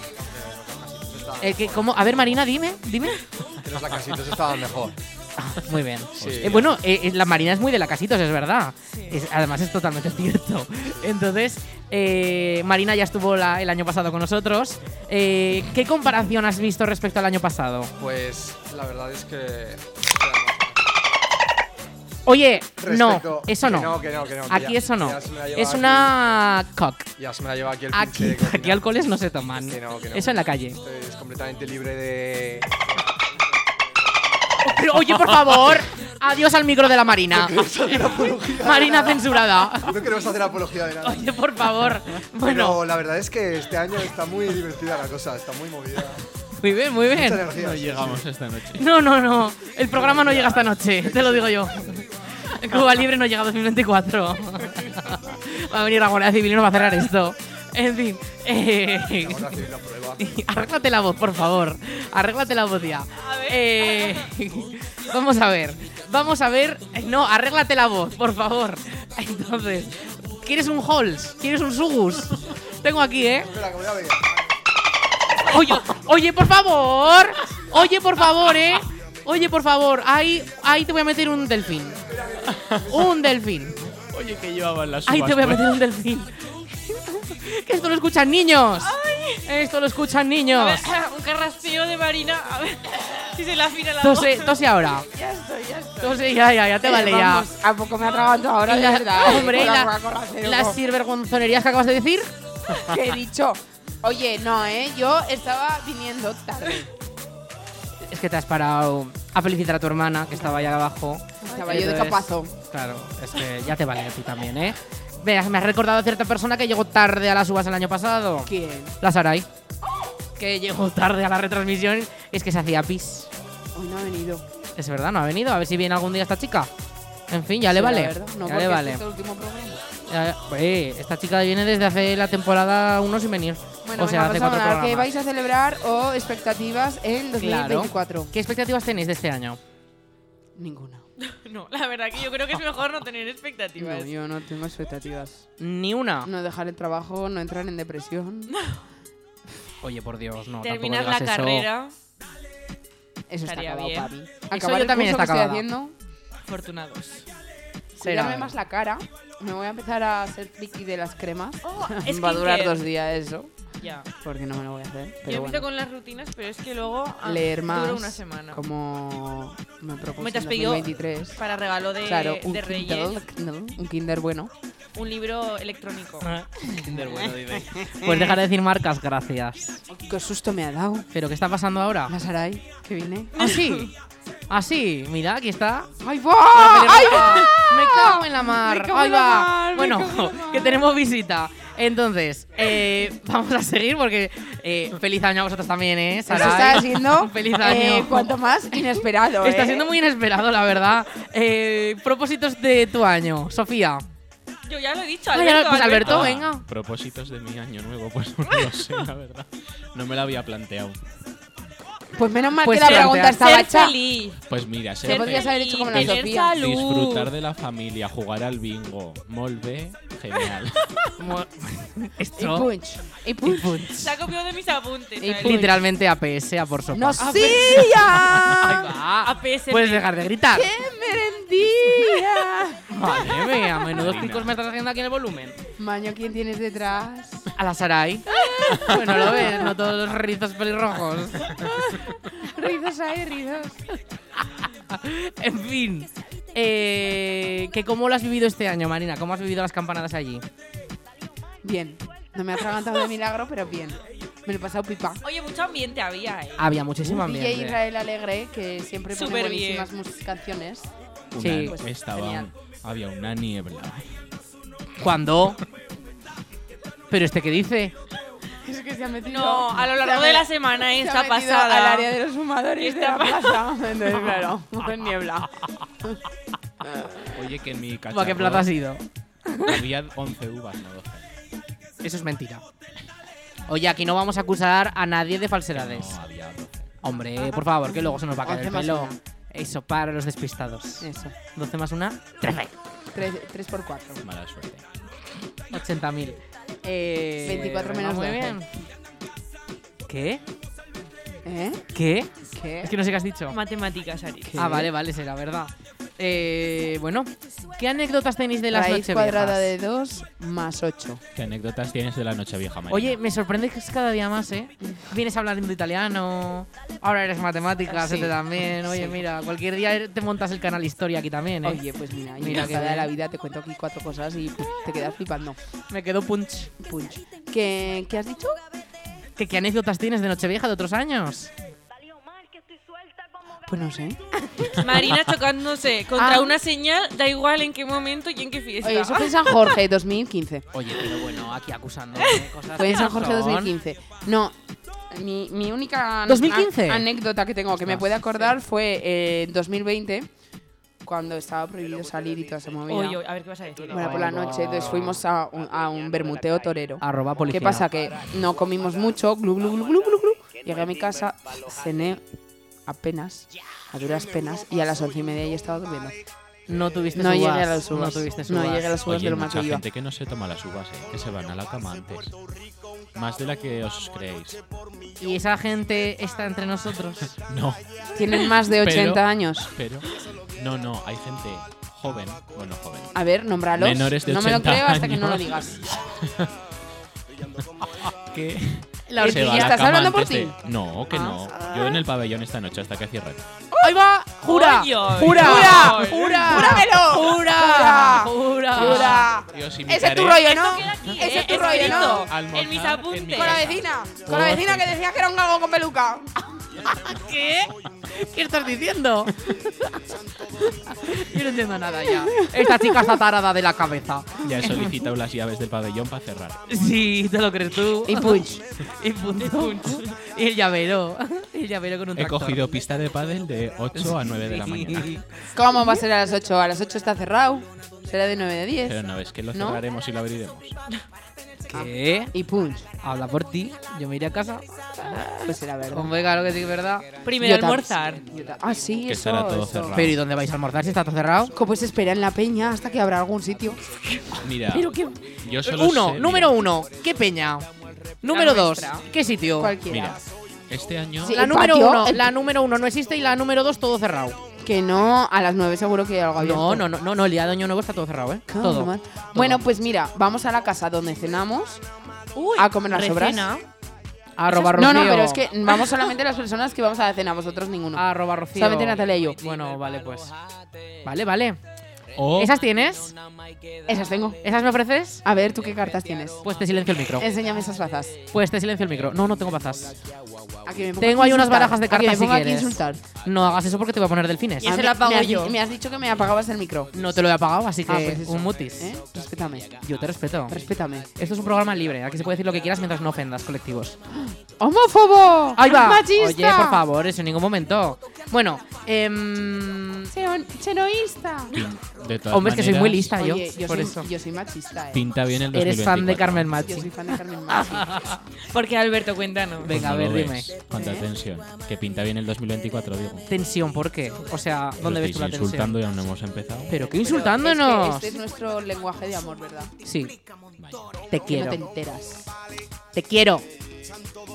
Speaker 2: Eh, que, ¿cómo? A ver, Marina, dime, dime.
Speaker 18: Que los lacasitos estaban mejor.
Speaker 2: Muy bien.
Speaker 18: Sí.
Speaker 2: Eh, bueno, eh, eh, la Marina es muy de la casitos, es verdad. Es- además es totalmente cierto. Entonces, eh, Marina ya estuvo la- el año pasado con nosotros. Eh, ¿Qué comparación has visto respecto al año pasado?
Speaker 18: Pues la verdad es que.
Speaker 2: Oye, no,
Speaker 18: Respecto-
Speaker 2: eso no.
Speaker 18: que no, que no, que no, que
Speaker 2: Aquí
Speaker 18: ya-
Speaker 2: eso no.
Speaker 18: ya se me la lleva
Speaker 2: Es
Speaker 18: aquí.
Speaker 2: una cock.
Speaker 18: Ya se me la lleva aquí el pinche
Speaker 2: Aquí,
Speaker 18: de cocina.
Speaker 2: aquí alcoholes no se toman.
Speaker 18: Que no, que no.
Speaker 2: Eso en la calle.
Speaker 18: Esto es completamente libre de.
Speaker 2: Pero, oye, por favor, adiós al micro de la Marina.
Speaker 18: queremos hacer apología de
Speaker 2: Marina
Speaker 18: nada.
Speaker 2: censurada.
Speaker 18: No queremos hacer apología de nada.
Speaker 2: Oye, por favor. Bueno.
Speaker 18: Pero la verdad es que este año está muy divertida la cosa, está muy movida.
Speaker 2: Muy bien, muy bien.
Speaker 18: Mucha energía.
Speaker 5: No llegamos esta noche.
Speaker 2: No, no, no. El programa no llega esta noche, te lo digo yo. Cuba Libre no llega a 2024. Va a venir la Guardia Civil y nos va a cerrar esto. En fin. eh,
Speaker 18: La Guardia Civil lo aprueba.
Speaker 2: Arréglate la voz, por favor. Arréglate la voz ya. Eh, vamos a ver. Vamos a ver. No, arréglate la voz, por favor. Entonces, ¿quieres un Halls? ¿Quieres un Sugus? Tengo aquí, ¿eh?
Speaker 18: Espera, que voy a ver.
Speaker 2: Oye, oye, por favor. Oye, por favor, eh. Oye, por favor. Ahí, ahí te voy a meter un delfín. Un delfín.
Speaker 5: Oye, que llevaban las uvas.
Speaker 2: Ahí te voy a
Speaker 5: pues.
Speaker 2: meter un delfín. Que esto lo escuchan niños. Esto lo escuchan
Speaker 4: A
Speaker 2: niños.
Speaker 4: ver, un carraspeo de Marina. A ver si se la afina la
Speaker 2: Tose,
Speaker 4: voz.
Speaker 2: tose ahora.
Speaker 4: Ya estoy, ya estoy.
Speaker 2: Entonces ya, ya, ya te
Speaker 3: Eh,
Speaker 2: vale ya.
Speaker 3: vamos, ¿A poco me atraganto ahora?
Speaker 2: Y
Speaker 3: De
Speaker 2: la-
Speaker 3: verdad, eh,
Speaker 2: hombre, y
Speaker 3: con la
Speaker 2: la-
Speaker 3: Coca-Cola cero.
Speaker 2: las sirvergonzonerías que acabas de decir.
Speaker 3: ¿Qué he dicho? Oye, no, ¿eh? Yo estaba viniendo tarde.
Speaker 2: Es que te has parado a felicitar a tu hermana, que estaba allá abajo.
Speaker 3: Estaba yo de
Speaker 2: Entonces,
Speaker 3: capazo.
Speaker 2: Claro, es que ya te vale a ti también, ¿eh? Veas, me has recordado a cierta persona que llegó tarde a las uvas el año pasado.
Speaker 3: ¿Quién?
Speaker 2: La Saray. Que llegó tarde a la retransmisión. Es que se hacía pis.
Speaker 3: Hoy no ha venido.
Speaker 2: Es verdad, no ha venido. A ver si viene algún día esta chica. En fin, ya
Speaker 3: Sí,
Speaker 2: le
Speaker 3: la
Speaker 2: vale.
Speaker 3: verdad. No,
Speaker 2: ya
Speaker 3: porque
Speaker 2: le
Speaker 3: este
Speaker 2: vale.
Speaker 3: es el último programa.
Speaker 2: Ya- eh, esta chica viene desde hace la temporada 1 sin venir.
Speaker 3: Bueno,
Speaker 2: o sea,
Speaker 4: pues
Speaker 3: venga,
Speaker 2: hace
Speaker 3: vamos
Speaker 2: cuatro
Speaker 3: a hablar. ¿Qué vais
Speaker 2: programas.
Speaker 3: a celebrar o expectativas en 2024?
Speaker 2: Claro. ¿Qué expectativas tenéis de este año?
Speaker 3: Ninguna.
Speaker 4: No, la verdad que yo creo que es mejor no tener expectativas.
Speaker 3: No, yo no tengo expectativas.
Speaker 2: Ni una.
Speaker 3: No dejar el trabajo, no entrar en depresión.
Speaker 2: Oye, por Dios, no. tampoco
Speaker 4: Terminar la
Speaker 2: digas eso.
Speaker 4: carrera.
Speaker 3: Eso está
Speaker 4: Estaría
Speaker 3: acabado,
Speaker 4: bien.
Speaker 3: papi.
Speaker 4: Eso
Speaker 3: Acabar
Speaker 2: yo
Speaker 3: el
Speaker 2: también
Speaker 3: curso
Speaker 2: está
Speaker 3: que
Speaker 2: acabada.
Speaker 3: estoy haciendo,
Speaker 4: Afortunados.
Speaker 2: Será.
Speaker 3: cuidarme más la cara. Me voy a empezar a hacer friki de las cremas.
Speaker 4: skincare.
Speaker 3: Va a durar dos días eso.
Speaker 4: Ya.
Speaker 3: Porque no me lo voy a hacer.
Speaker 4: yo
Speaker 3: Pero
Speaker 4: empiezo
Speaker 3: bueno.
Speaker 4: con las rutinas, pero es que luego ah,
Speaker 3: Leer más.
Speaker 4: dura una semana.
Speaker 3: Como me propuse
Speaker 4: Me te has
Speaker 3: en
Speaker 4: pedido
Speaker 3: 2023.
Speaker 4: para regalo de,
Speaker 3: Claro, un
Speaker 4: de Reyes
Speaker 3: Kindle, Kindle, un Kinder bueno.
Speaker 4: un libro electrónico.
Speaker 5: Kinder Ah, bueno, dime.
Speaker 2: Ah. Pues dejar de decir marcas, gracias.
Speaker 3: Qué susto me ha dado.
Speaker 2: ¿Pero qué está pasando ahora?
Speaker 3: La Sarai, que viene.
Speaker 2: ¿Ah, sí? ¿Ah, sí? Mira, aquí está.
Speaker 3: ¡Ay,
Speaker 2: va!
Speaker 3: ¡Ay,
Speaker 2: Me cago en la mar.
Speaker 3: Me cago
Speaker 2: Ahí
Speaker 3: en la
Speaker 2: va.
Speaker 3: mar, me
Speaker 2: bueno,
Speaker 3: cago en la
Speaker 2: que tenemos visita. Entonces, eh, vamos a seguir porque eh, feliz año a vosotros también, ¿eh?
Speaker 3: Eso
Speaker 2: Sarai?
Speaker 3: está siendo
Speaker 2: feliz año.
Speaker 3: eh, cuanto más inesperado.
Speaker 2: Está
Speaker 3: ¿eh?
Speaker 2: siendo muy inesperado, la verdad. Eh, propósitos de tu año, Sofía.
Speaker 4: Yo ya lo he dicho,
Speaker 2: Ah, ya
Speaker 4: Alberto.
Speaker 2: lo- pues Alberto,
Speaker 5: Ah,
Speaker 2: venga.
Speaker 5: Propósitos de mi año nuevo, pues no lo sé, la verdad. No me lo había planteado.
Speaker 3: Pues menos mal
Speaker 2: Pues
Speaker 3: que la
Speaker 2: ser-
Speaker 3: pregunta
Speaker 2: ser
Speaker 3: estaba hecha.
Speaker 4: feliz.
Speaker 5: Pues mira, ser
Speaker 3: Lo podrías
Speaker 5: feliz,
Speaker 3: haber hecho como la
Speaker 5: dis-
Speaker 3: Sofía.
Speaker 5: disfrutar de la familia, jugar al bingo, molve, Genial.
Speaker 2: Esto-
Speaker 3: Y punch. Y punch.
Speaker 2: Y punch.
Speaker 4: Se ha copiado de mis apuntes. ¿sabes? Ah,
Speaker 2: Literalmente APS, a por sopa.
Speaker 3: ¡No
Speaker 4: A PSP.
Speaker 2: Puedes dejar de gritar.
Speaker 3: ¡Qué merendía!
Speaker 2: Madre mía, menudos picos me estás haciendo aquí en el volumen.
Speaker 3: Maño, ¿quién tienes detrás?
Speaker 2: A la Sarai. bueno, lo ves, no todos los rizos pelirrojos.
Speaker 3: Rizos ahí, rizos.
Speaker 2: en fin. eh, que ¿Cómo lo has vivido este año, Marina? ¿Cómo has vivido las campanadas allí?
Speaker 3: Bien. No me ha atragantado de milagro, pero bien. Me lo he pasado pipa.
Speaker 4: Oye, mucho ambiente había, ¿eh?
Speaker 2: Había muchísimo
Speaker 3: Un DJ
Speaker 2: ambiente.
Speaker 3: Israel Alegre, que siempre pone
Speaker 4: Súper
Speaker 3: buenísimas mus- canciones.
Speaker 5: Una-
Speaker 2: Sí.
Speaker 3: Pues,
Speaker 5: estaba,
Speaker 3: genial.
Speaker 5: había una niebla.
Speaker 2: ¿Cuándo? ¿Pero este qué dice?
Speaker 3: Es que se ha metido.
Speaker 4: No, a lo
Speaker 3: se ha
Speaker 4: largo de la
Speaker 3: met-
Speaker 4: semana,
Speaker 3: se ha
Speaker 4: esta
Speaker 3: metido
Speaker 4: pasada.
Speaker 3: Al área de los fumadores de
Speaker 4: Esta
Speaker 3: la
Speaker 4: pa-
Speaker 3: plaza. Entonces, claro, con niebla.
Speaker 5: Oye, que mi cacharro...
Speaker 2: ¿Para qué plaza has ido?
Speaker 5: Había 11 uvas, no 12.
Speaker 2: Eso es mentira. Oye, aquí no vamos a acusar a nadie de falsedades. Hombre, por favor, que luego se nos va a caer
Speaker 3: 11
Speaker 2: el
Speaker 3: más
Speaker 2: pelo.
Speaker 3: una.
Speaker 2: Eso, para los despistados.
Speaker 3: Eso.
Speaker 2: 12 más 1, 13.
Speaker 3: 3 por 4.
Speaker 5: Mala suerte.
Speaker 2: 80.000. Eh,
Speaker 3: 24 menos
Speaker 2: muy
Speaker 3: 12.
Speaker 2: bien. ¿Qué?
Speaker 3: ¿Eh?
Speaker 2: ¿Qué?
Speaker 3: ¿Qué?
Speaker 2: Es que no sé qué has dicho.
Speaker 4: Matemáticas, Ari.
Speaker 2: Ah, vale, vale, será verdad. Eh, bueno, ¿qué anécdotas tenéis de las
Speaker 3: Raíz
Speaker 2: noche
Speaker 3: cuadrada de 2 más 8.
Speaker 5: ¿Qué anécdotas tienes de la noche vieja, María?
Speaker 2: Oye, me sorprendes que es cada día más, ¿eh? Vienes hablando italiano, ahora eres matemáticas,
Speaker 3: Sí.
Speaker 2: este también. Oye,
Speaker 3: Sí.
Speaker 2: mira, cualquier día te montas el canal Historia aquí también, ¿eh?
Speaker 3: Oye, pues mira, yo mira
Speaker 2: Mira qué
Speaker 3: que de la
Speaker 2: bien.
Speaker 3: vida te cuento aquí cuatro cosas y puf, te quedas flipando.
Speaker 2: Me quedo punch.
Speaker 3: Punch. ¿Qué, qué has dicho?
Speaker 2: ¿Qué, qué anécdotas tienes de Nochevieja de otros años?
Speaker 3: Pues no sé.
Speaker 4: Marina chocándose contra
Speaker 3: Ah.
Speaker 4: una señal, da igual en qué momento y en qué fiesta.
Speaker 3: Oye, eso fue en San Jorge 2015.
Speaker 2: Oye, pero bueno, aquí acusando de cosas.
Speaker 3: Fue en
Speaker 2: que
Speaker 3: San
Speaker 2: no
Speaker 3: Jorge
Speaker 2: son.
Speaker 3: 2015. No, mi, mi única
Speaker 2: 2015.
Speaker 3: a- anécdota que tengo que me puede acordar fue eh, en 2020, cuando estaba prohibido salir y toda esa movida.
Speaker 4: Oye, oye, a ver qué vas a decir.
Speaker 3: Bueno, por la noche, entonces fuimos a un, a un bermuteo torero.
Speaker 2: Arroba policía.
Speaker 3: ¿Qué pasa? Que no comimos mucho, glu, glu, glu, glu, glu, glu. Llegué a mi casa, cené apenas, a duras penas, y a las once y media ya estaba durmiendo.
Speaker 2: No tuviste
Speaker 3: No llegué
Speaker 2: subas,
Speaker 3: a las
Speaker 2: No
Speaker 3: uvas.
Speaker 2: tuviste
Speaker 3: No
Speaker 2: subas.
Speaker 3: llegué a las uvas
Speaker 5: Oye,
Speaker 3: de lo más
Speaker 5: mucha
Speaker 3: que iba.
Speaker 5: gente que no se toma las uvas, eh, que se van a la cama antes. Más de la que os creéis.
Speaker 2: ¿Y esa gente está entre nosotros?
Speaker 5: No.
Speaker 3: Tienen más de
Speaker 5: Pero-
Speaker 3: 80 años.
Speaker 5: Pero, no, no, hay gente joven, bueno, joven.
Speaker 3: A ver, nómbralos.
Speaker 5: Menores de
Speaker 3: no me lo
Speaker 5: 80
Speaker 3: creo hasta que no lo
Speaker 5: años.
Speaker 3: digas.
Speaker 5: que
Speaker 3: La
Speaker 5: se va a
Speaker 3: horquilla,
Speaker 5: la
Speaker 3: ¿estás
Speaker 5: cama
Speaker 3: hablando por
Speaker 5: antes de-
Speaker 3: ti? Ah.
Speaker 5: No, que no. Yo en el pabellón esta noche hasta que cierren.
Speaker 3: ¡Ahí va! ¡Jura!
Speaker 4: Oye, oye,
Speaker 3: ¡Jura!
Speaker 4: oye.
Speaker 3: ¡Jura! ¡Júramelo!
Speaker 2: ¡Jura! ¡Jura!
Speaker 3: ¡Jura!
Speaker 5: Dios,
Speaker 3: Ah. Ese es tu rollo, ¿no? Ese es tu rollo, ¿no?
Speaker 4: eh, En mis apuntes.
Speaker 3: Con la vecina. Con la vecina que decías que era un galgo con peluca.
Speaker 2: ¿Qué? ¿Qué estás diciendo? Yo no entiendo nada ya. Esta chica está tarada de la cabeza.
Speaker 5: Ya he solicitado las llaves del pabellón para cerrar.
Speaker 2: Sí, te lo crees tú.
Speaker 3: Y punch.
Speaker 2: y punch. Y el llavero. Y el llavero con un
Speaker 5: He
Speaker 2: tractor.
Speaker 5: cogido pista de pádel de 8 a 9 de la mañana.
Speaker 3: ¿Cómo va a ser a las 8? A las 8 está cerrado. Será de 9 a 10.
Speaker 5: Pero no, es que lo
Speaker 3: ¿No? Ah.
Speaker 5: cerraremos y lo abriremos.
Speaker 2: ¿Qué?
Speaker 3: Y punch.
Speaker 2: Habla por ti. Yo me iré a casa.
Speaker 3: Pues será verdad.
Speaker 2: Hombre, claro que sí, ¿verdad?
Speaker 4: Primero
Speaker 3: Yo tam-
Speaker 4: almorzar.
Speaker 3: yo ta- Ah, sí,
Speaker 5: Que
Speaker 3: eso.
Speaker 5: estará todo
Speaker 3: eso.
Speaker 5: cerrado.
Speaker 2: Pero ¿y dónde vais a almorzar si está todo cerrado?
Speaker 3: Co- Pues espera en la peña hasta que habrá algún sitio.
Speaker 5: Mira,
Speaker 2: Pero qué-
Speaker 5: yo solo
Speaker 2: Uno,
Speaker 5: sé-
Speaker 2: número
Speaker 5: mira,
Speaker 2: uno. ¿Qué peña? Número dos.
Speaker 3: nuestra.
Speaker 2: ¿Qué sitio?
Speaker 3: Cualquiera.
Speaker 5: Mira, este año
Speaker 3: Sí.
Speaker 2: La
Speaker 3: el
Speaker 2: número
Speaker 3: patio,
Speaker 2: uno.
Speaker 3: el-
Speaker 2: La número uno no existe y la número dos todo cerrado.
Speaker 3: Que no, a las 9 seguro que hay algo abierto.
Speaker 2: No, no, no, no, no, el día de Año Nuevo está todo cerrado, ¿eh?
Speaker 3: Claro,
Speaker 2: todo.
Speaker 3: normal. Bueno, pues mira, vamos a la casa donde cenamos
Speaker 2: Uy,
Speaker 3: a comer las sobras.
Speaker 2: recena. Arroba
Speaker 3: no,
Speaker 2: Rocío.
Speaker 3: no, pero es que vamos solamente las personas que vamos a la cena, vosotros ninguno.
Speaker 2: Arroba Rocío.
Speaker 3: Solamente Natalia y yo.
Speaker 2: Bueno, vale, pues. Vale, vale.
Speaker 5: o
Speaker 2: Oh. ¿Esas tienes?
Speaker 3: Esas tengo.
Speaker 2: ¿Esas me ofreces?
Speaker 3: A ver, ¿tú qué cartas tienes?
Speaker 2: Pues te silencio el micro.
Speaker 3: Enséñame esas bazas.
Speaker 2: Pues
Speaker 5: este
Speaker 2: te silencio el micro. No, no tengo bazas.
Speaker 3: A que me pongo
Speaker 2: Tengo
Speaker 3: aquí
Speaker 2: ahí
Speaker 3: a
Speaker 2: unas
Speaker 3: insultar.
Speaker 2: barajas de
Speaker 3: A que
Speaker 2: cartas
Speaker 3: me
Speaker 2: si
Speaker 3: pongo aquí a
Speaker 2: quieres.
Speaker 3: insultar.
Speaker 2: No hagas eso porque te voy a poner delfines.
Speaker 3: Ah, me- me has di- Me has dicho que me apagabas el micro.
Speaker 2: No te lo he apagado, así que
Speaker 3: Ah, pues eso.
Speaker 2: un mutis.
Speaker 3: ¿Eh? Respétame.
Speaker 2: Yo te respeto.
Speaker 3: Respétame.
Speaker 2: Esto es un programa libre, aquí se puede decir lo que quieras mientras no ofendas colectivos.
Speaker 3: ¡Homófobo!
Speaker 2: ¡Ahí va!
Speaker 3: Ah, ¡Machista!
Speaker 2: Oye, por favor, eso en ningún momento. Bueno, Em,
Speaker 3: Chenoísta.
Speaker 5: De todas
Speaker 2: hombre, es que soy muy
Speaker 5: maneras,
Speaker 2: lista yo.
Speaker 3: Oye, yo
Speaker 2: por
Speaker 3: soy,
Speaker 2: eso.
Speaker 3: yo soy machista, eh.
Speaker 5: Pinta bien el
Speaker 2: Eres fan de
Speaker 5: 2024.
Speaker 2: Carmen
Speaker 3: Yo soy
Speaker 2: Machi. Ah,
Speaker 3: fan de Carmen Machi.
Speaker 4: Porque Alberto, cuéntanos.
Speaker 2: Venga, a
Speaker 5: ¿Cómo
Speaker 2: ver,
Speaker 5: lo
Speaker 2: dime. ¿Eh?
Speaker 5: ves?
Speaker 3: ¿Eh?
Speaker 5: Cuánta tensión. Que pinta bien el 2024, digo.
Speaker 2: Tensión, ¿por qué? O sea, ¿dónde
Speaker 5: Lo
Speaker 2: ves
Speaker 5: estáis
Speaker 2: tú la tensión?
Speaker 5: insultando y aún no hemos empezado.
Speaker 2: Pero qué
Speaker 3: Pero
Speaker 2: insultándonos.
Speaker 3: es que este es nuestro lenguaje de amor, ¿verdad?
Speaker 2: Sí. Te
Speaker 3: Que
Speaker 2: quiero.
Speaker 3: No te enteras.
Speaker 2: Te quiero.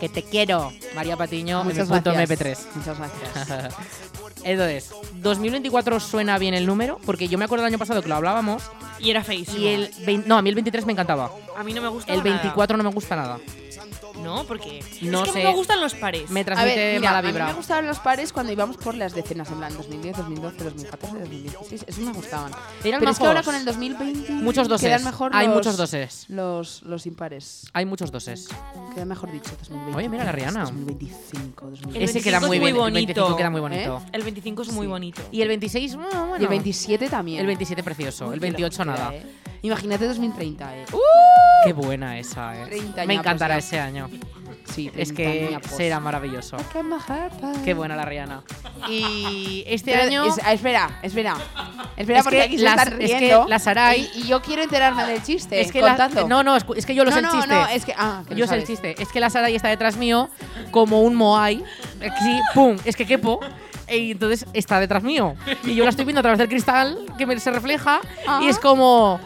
Speaker 2: Que te quiero. María Patiño,
Speaker 3: Ah, Muchas
Speaker 2: en el punto
Speaker 3: gracias.
Speaker 2: MP3.
Speaker 3: Muchas gracias.
Speaker 2: Entonces, 2024 suena bien el número, porque yo me acuerdo el año pasado que lo hablábamos.
Speaker 4: Y era feísimo.
Speaker 2: Y el vein- no, a mí el 23 me encantaba.
Speaker 4: A mí no me gusta
Speaker 2: El 24 no me gusta nada.
Speaker 4: No, porque es
Speaker 2: No
Speaker 4: que
Speaker 2: sé.
Speaker 4: a mí me gustan los pares.
Speaker 2: Me
Speaker 3: A
Speaker 2: transmite
Speaker 3: ver, mira,
Speaker 2: mala
Speaker 3: a mí
Speaker 2: vibra.
Speaker 3: me gustaban los pares cuando íbamos por las decenas, en plan 2010, 2012, 2014, 2016. Eso me gustaban.
Speaker 2: Eran
Speaker 3: Pero es que ahora
Speaker 2: majos.
Speaker 3: con el 2020
Speaker 2: Muchos doses.
Speaker 3: quedan mejor
Speaker 2: Hay
Speaker 3: los-
Speaker 2: muchos doses.
Speaker 3: Los, los impares.
Speaker 2: Hay muchos doses.
Speaker 3: Queda mejor dicho, 2020.
Speaker 2: Oye, mira la Rihanna.
Speaker 3: 2025, 2025.
Speaker 4: El
Speaker 2: Ese queda
Speaker 4: 25
Speaker 2: muy
Speaker 4: es
Speaker 2: bien, el
Speaker 4: bonito. ¿Eh?
Speaker 2: 25 queda muy bonito.
Speaker 4: El 25 es muy bonito.
Speaker 2: Y el 26, bueno, bueno.
Speaker 3: Y el 27 también.
Speaker 2: El 27 precioso.
Speaker 3: Uy,
Speaker 2: el
Speaker 3: qué
Speaker 2: 28
Speaker 3: locura,
Speaker 2: nada.
Speaker 3: eh. Imagínate 2030, eh.
Speaker 2: Qué buena esa, eh.
Speaker 3: 30
Speaker 2: Me
Speaker 3: ya, pues
Speaker 2: encantará
Speaker 3: ya.
Speaker 2: ese año.
Speaker 3: Sí,
Speaker 2: es
Speaker 3: 30
Speaker 2: que
Speaker 3: ya, pues.
Speaker 2: será maravilloso.
Speaker 3: Qué maja, pa.
Speaker 2: Qué buena la Rihanna. Y este
Speaker 3: Pero
Speaker 2: año.
Speaker 3: es- ah, espera, espera. Espera,
Speaker 2: Es
Speaker 3: porque
Speaker 2: que
Speaker 3: aquí se
Speaker 2: las-
Speaker 3: están
Speaker 2: es que
Speaker 3: riendo.
Speaker 2: la Sarai-
Speaker 3: Y, y yo quiero enterarme del chiste.
Speaker 2: Es que la-
Speaker 3: contadlo.
Speaker 2: no, no, escu- es que yo lo
Speaker 3: No,
Speaker 2: sé el
Speaker 3: no,
Speaker 2: chiste.
Speaker 3: no, es que- ah, que lo
Speaker 2: yo sé el
Speaker 3: sabes.
Speaker 2: chiste. Es que la Sara ahí está detrás mío como un Moai. Eh, Sí, pum, es que quepo. Y entonces está detrás mío. Y yo la estoy viendo a través del cristal que me- se refleja.
Speaker 3: Ah.
Speaker 2: Y es como.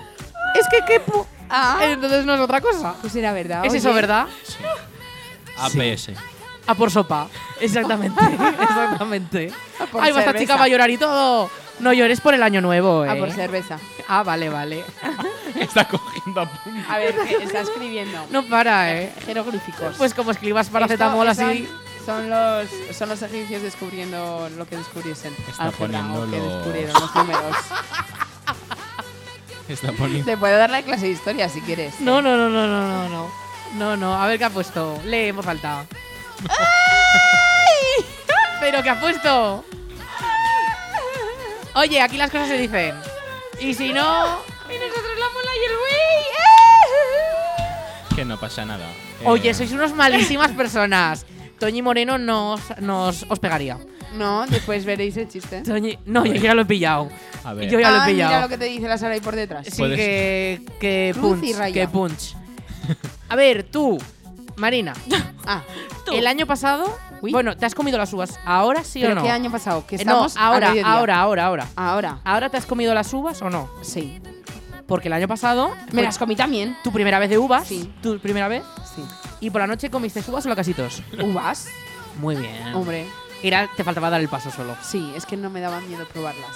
Speaker 2: Es que quepo.
Speaker 3: Ah.
Speaker 2: Entonces no es otra cosa.
Speaker 3: Pues era verdad.
Speaker 2: Es eso,
Speaker 3: oye.
Speaker 2: ¿verdad?
Speaker 5: APS.
Speaker 2: A por sopa. Exactamente. exactamente.
Speaker 3: A por
Speaker 2: Ay, va, esta
Speaker 3: cerveza.
Speaker 2: chica va a llorar y todo. No llores por el año nuevo, eh.
Speaker 3: Ah, por cerveza.
Speaker 2: Ah, vale, vale.
Speaker 5: Está cogiendo apuntes.
Speaker 3: A ver, que está escribiendo.
Speaker 2: No para, eh.
Speaker 3: Jeroglíficos.
Speaker 2: Pues como escribas para
Speaker 3: Esto
Speaker 2: Zetamol
Speaker 3: son-
Speaker 2: así.
Speaker 3: Son los, son los egipcios descubriendo lo que descubriesen.
Speaker 5: Está
Speaker 3: Álgebra, o
Speaker 5: poniendo
Speaker 3: que
Speaker 5: los-
Speaker 3: descubrieron los números.
Speaker 5: Está poniendo.
Speaker 3: Te puedo dar la clase de historia si quieres.
Speaker 2: No, no, no, no, no, no, no. No, no, a ver qué ha puesto. Le hemos faltado. ¿Pero qué ha puesto? Oye, aquí las cosas se dicen. Y si no.
Speaker 4: Y nosotros la mola y el
Speaker 5: Que no pasa nada. Eh,
Speaker 2: Oye, sois unas malísimas personas. Toñi Moreno nos, nos os pegaría.
Speaker 3: No, después veréis el chiste.
Speaker 2: Toñi, no, yo ya lo he pillado.
Speaker 5: A ver.
Speaker 2: Yo ya lo
Speaker 3: Ah,
Speaker 2: he
Speaker 3: mira
Speaker 2: pillado.
Speaker 3: lo que te dice la Sara ahí por detrás.
Speaker 2: Sí,
Speaker 5: Puedes-
Speaker 2: que, que
Speaker 3: Cruz y
Speaker 2: punch,
Speaker 3: raya.
Speaker 2: que punch. A ver, tú, Marina,
Speaker 3: Ah,
Speaker 2: el año pasado, bueno, te has comido las uvas. ¿Ahora sí o
Speaker 3: ¿pero
Speaker 2: no?
Speaker 3: qué año pasado? Que
Speaker 2: Eh, no,
Speaker 3: estamos a
Speaker 2: ahora,
Speaker 3: mediodía.
Speaker 2: ahora, ahora, ahora.
Speaker 3: Ahora.
Speaker 2: ¿Ahora te has comido las uvas o no?
Speaker 3: Sí.
Speaker 2: Porque el año pasado
Speaker 3: Me
Speaker 2: fue
Speaker 3: las comí también.
Speaker 2: tu primera vez de uvas,
Speaker 3: Sí.
Speaker 2: tu primera vez,
Speaker 3: Sí.
Speaker 2: y por la noche comiste uvas o lacasitos.
Speaker 3: ¿Uvas?
Speaker 2: Muy bien.
Speaker 3: Hombre.
Speaker 2: Era, te faltaba dar el paso solo.
Speaker 3: Sí, es que no me daba miedo probarlas.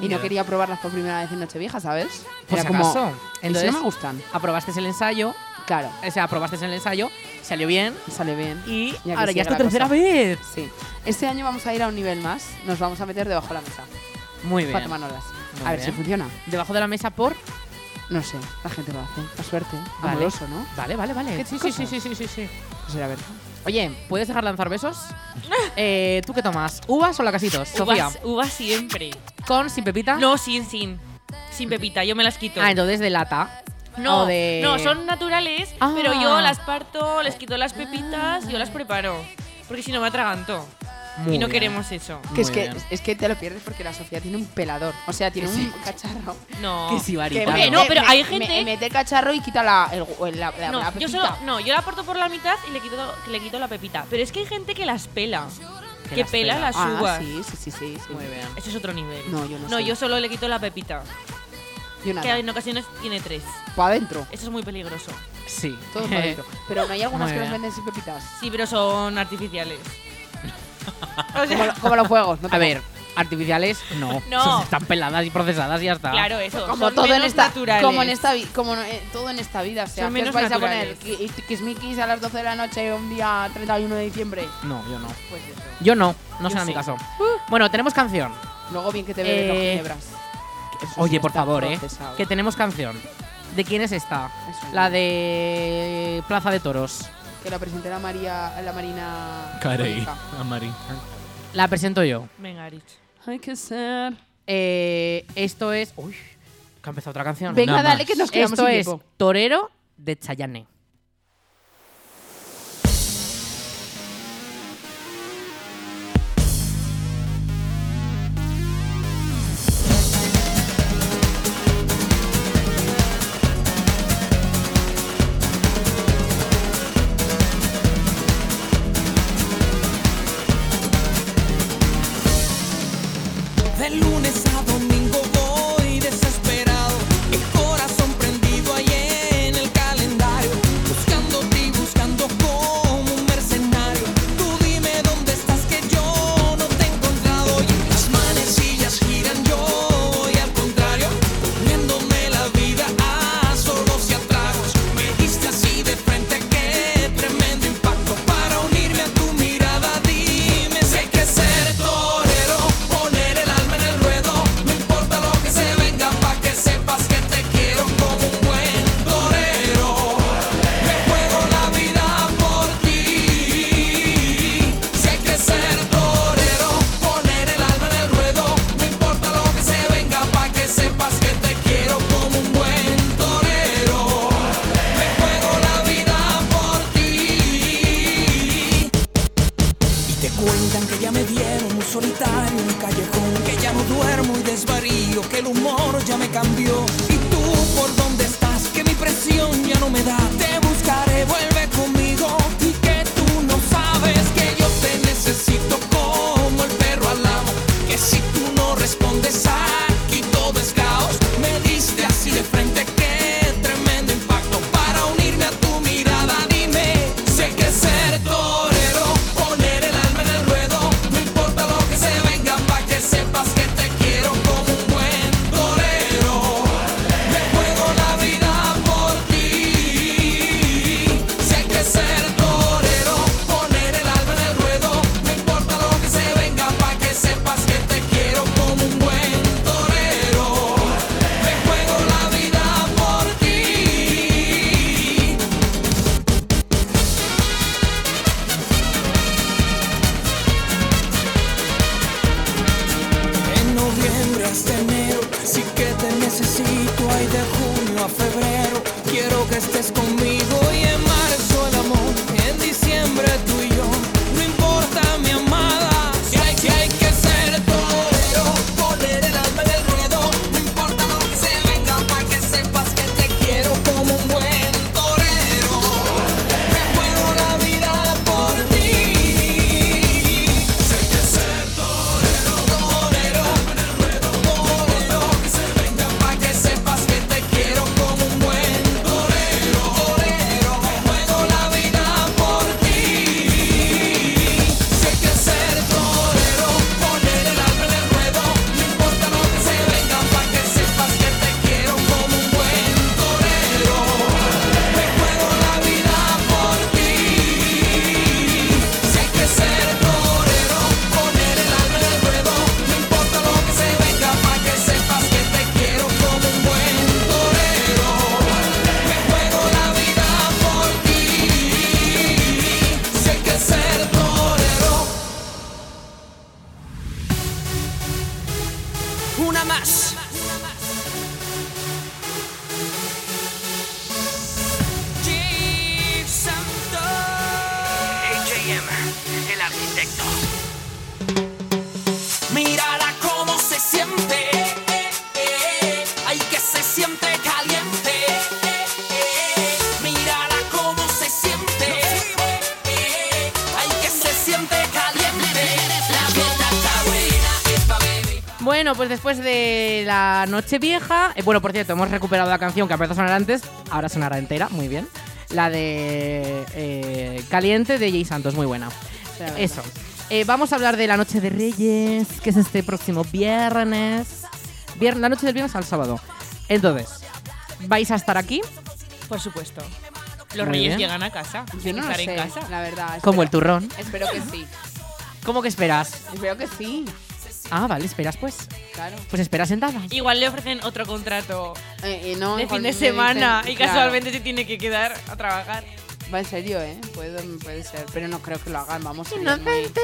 Speaker 3: y no quería probarlas por primera vez en Nochevieja, ¿sabes?
Speaker 2: Por
Speaker 3: Era
Speaker 2: si
Speaker 3: como,
Speaker 2: acaso.
Speaker 3: "¿Y si
Speaker 2: Entonces-
Speaker 3: no me gustan.
Speaker 2: Aprobaste el ensayo,
Speaker 3: Claro,
Speaker 2: o sea, aprobaste el ensayo, salió bien,
Speaker 3: sale bien.
Speaker 2: y
Speaker 3: que
Speaker 2: ahora
Speaker 3: sigue
Speaker 2: ya es tu
Speaker 3: la
Speaker 2: tercera
Speaker 3: cosa.
Speaker 2: vez.
Speaker 3: Sí. Este año vamos a ir a un nivel más. Nos vamos a meter debajo de la mesa.
Speaker 2: Muy bien.
Speaker 3: Para tomárnoslas.
Speaker 2: Muy
Speaker 3: A ver
Speaker 2: bien.
Speaker 3: si funciona.
Speaker 2: Debajo de la mesa por...
Speaker 3: No sé, la gente lo hace. La suerte.
Speaker 2: Vale.
Speaker 3: Amoroso, ¿no?
Speaker 2: Vale, vale, vale.
Speaker 3: Qué
Speaker 2: Sí, sí,
Speaker 3: cosas.
Speaker 2: sí, sí, sí, sí, sí.
Speaker 3: Pues era verdad.
Speaker 2: Oye, ¿puedes dejar lanzar besos? Eh, ¿Tú qué tomas? ¿Uvas o lacasitos? Sofía.
Speaker 4: Uvas, uvas siempre.
Speaker 2: ¿Con, sin pepita?
Speaker 4: No, sin, sin. Sin pepita, yo me las quito.
Speaker 2: Ah, entonces de lata.
Speaker 4: no,
Speaker 2: o de-
Speaker 4: no, son naturales,
Speaker 2: Ah.
Speaker 4: pero yo las parto, les quito las pepitas, yo las preparo. Porque si no me atraganto.
Speaker 2: Muy
Speaker 4: y no
Speaker 2: bien.
Speaker 4: queremos eso.
Speaker 2: Muy
Speaker 3: Que es, que,
Speaker 2: bien.
Speaker 3: es que te lo pierdes porque la Sofía tiene un pelador. O sea, tiene un cacharro.
Speaker 4: No.
Speaker 2: Que sí, varita.
Speaker 3: Que
Speaker 4: Hombre,
Speaker 3: mete-
Speaker 4: no, pero
Speaker 3: me-
Speaker 4: hay
Speaker 3: me-
Speaker 4: gente-
Speaker 3: mete el cacharro y quita la, el, el- la, la-
Speaker 4: No,
Speaker 3: la
Speaker 4: yo
Speaker 3: pepita.
Speaker 4: solo, no, yo la parto por la mitad y le quito, le quito la pepita. Pero es que hay gente que las pela. Que,
Speaker 2: las
Speaker 4: pela,
Speaker 2: pela.
Speaker 4: las
Speaker 3: Ah,
Speaker 4: uvas.
Speaker 3: sí, sí, sí, sí, sí.
Speaker 2: Muy bien.
Speaker 4: Eso es otro nivel.
Speaker 3: No, yo no
Speaker 4: No,
Speaker 3: soy.
Speaker 4: yo solo le quito la pepita.
Speaker 3: Yo nada.
Speaker 4: Que en ocasiones tiene tres.
Speaker 3: Pa' adentro.
Speaker 4: Eso es muy peligroso.
Speaker 2: Sí.
Speaker 3: Todo para adentro. Pero no hay algunas
Speaker 2: Muy
Speaker 3: que las
Speaker 2: bien.
Speaker 3: venden sin pepitas.
Speaker 4: Sí, pero son artificiales. O sea,
Speaker 3: Como, lo- como los juegos, ¿no?
Speaker 2: A ver, artificiales, no.
Speaker 4: No.
Speaker 2: Están peladas y procesadas y ya está.
Speaker 4: claro, eso.
Speaker 3: como
Speaker 4: son
Speaker 3: todo en
Speaker 4: menos
Speaker 3: esta
Speaker 4: naturales.
Speaker 3: como en esta vi- como en- eh, todo en esta vida, o sea,
Speaker 4: Son
Speaker 3: ¿qué
Speaker 4: menos
Speaker 3: os vais
Speaker 4: naturales.
Speaker 3: a poner Ki- kismikis a las 12 de la noche un día 31 de diciembre.
Speaker 2: No, yo no.
Speaker 3: Pues eso.
Speaker 2: Yo no, no
Speaker 4: Yo
Speaker 2: será mi
Speaker 4: sí.
Speaker 2: caso. Bueno, tenemos canción.
Speaker 3: Uh. Luego bien que te beben los
Speaker 2: Eh,
Speaker 3: ginebras. Que eso
Speaker 2: Oye,
Speaker 3: sí
Speaker 2: por
Speaker 3: está
Speaker 2: favor, eh.
Speaker 3: procesado.
Speaker 2: Que tenemos canción. ¿De quién es esta?
Speaker 3: Eso es.
Speaker 2: La de Plaza de Toros.
Speaker 3: que la presenté la María la Marina
Speaker 5: Carey,
Speaker 3: Mónica.
Speaker 5: a Mari.
Speaker 2: La presento yo.
Speaker 4: Venga, Aritz.
Speaker 3: Hay que ser.
Speaker 2: Eh, esto es. Uy, que ha empezado otra canción.
Speaker 3: Venga,
Speaker 5: Nada
Speaker 3: dale
Speaker 5: más.
Speaker 3: que nos quedamos
Speaker 2: Esto
Speaker 3: sin
Speaker 2: es
Speaker 3: tiempo.
Speaker 2: Torero de Chayanne.
Speaker 19: Torero el arquitecto.
Speaker 8: Mírala cómo se siente. eh, eh, Ay, que se siente caliente. eh, eh. Mírala cómo se siente. eh, Ay, que se siente caliente. La vida está buena, es pa' beber.
Speaker 2: Bueno, pues después de la noche vieja. eh, bueno, por cierto, hemos recuperado la canción que empezó a sonar antes. Ahora sonará entera, muy bien. La de eh, Caliente de Jay Santos, muy buena.
Speaker 3: Tremendo.
Speaker 2: Eso. Eh, vamos a hablar de la Noche de Reyes, que es este próximo viernes. Vier- la noche del viernes al sábado. Entonces, ¿vais a estar aquí?
Speaker 4: Por supuesto. Los
Speaker 2: Muy
Speaker 4: reyes
Speaker 2: bien.
Speaker 4: llegan a casa.
Speaker 3: Yo no lo
Speaker 4: Estar en
Speaker 3: sé,
Speaker 4: casa.
Speaker 3: la verdad. espero-
Speaker 2: Como el turrón.
Speaker 3: Espero que sí.
Speaker 2: ¿Cómo que esperas?
Speaker 3: Espero que sí.
Speaker 2: Ah, vale, esperas pues.
Speaker 3: Claro.
Speaker 2: Pues esperas sentada.
Speaker 4: Igual le ofrecen otro contrato
Speaker 3: Eh, no,
Speaker 4: de
Speaker 3: igual
Speaker 4: fin de
Speaker 3: le
Speaker 4: semana
Speaker 3: dicen-
Speaker 4: y
Speaker 3: claro.
Speaker 4: casualmente se tiene que quedar a trabajar.
Speaker 3: Va en serio, ¿eh? Puede, puede ser, pero no creo que lo hagan, vamos. sería muy-
Speaker 4: Inocente.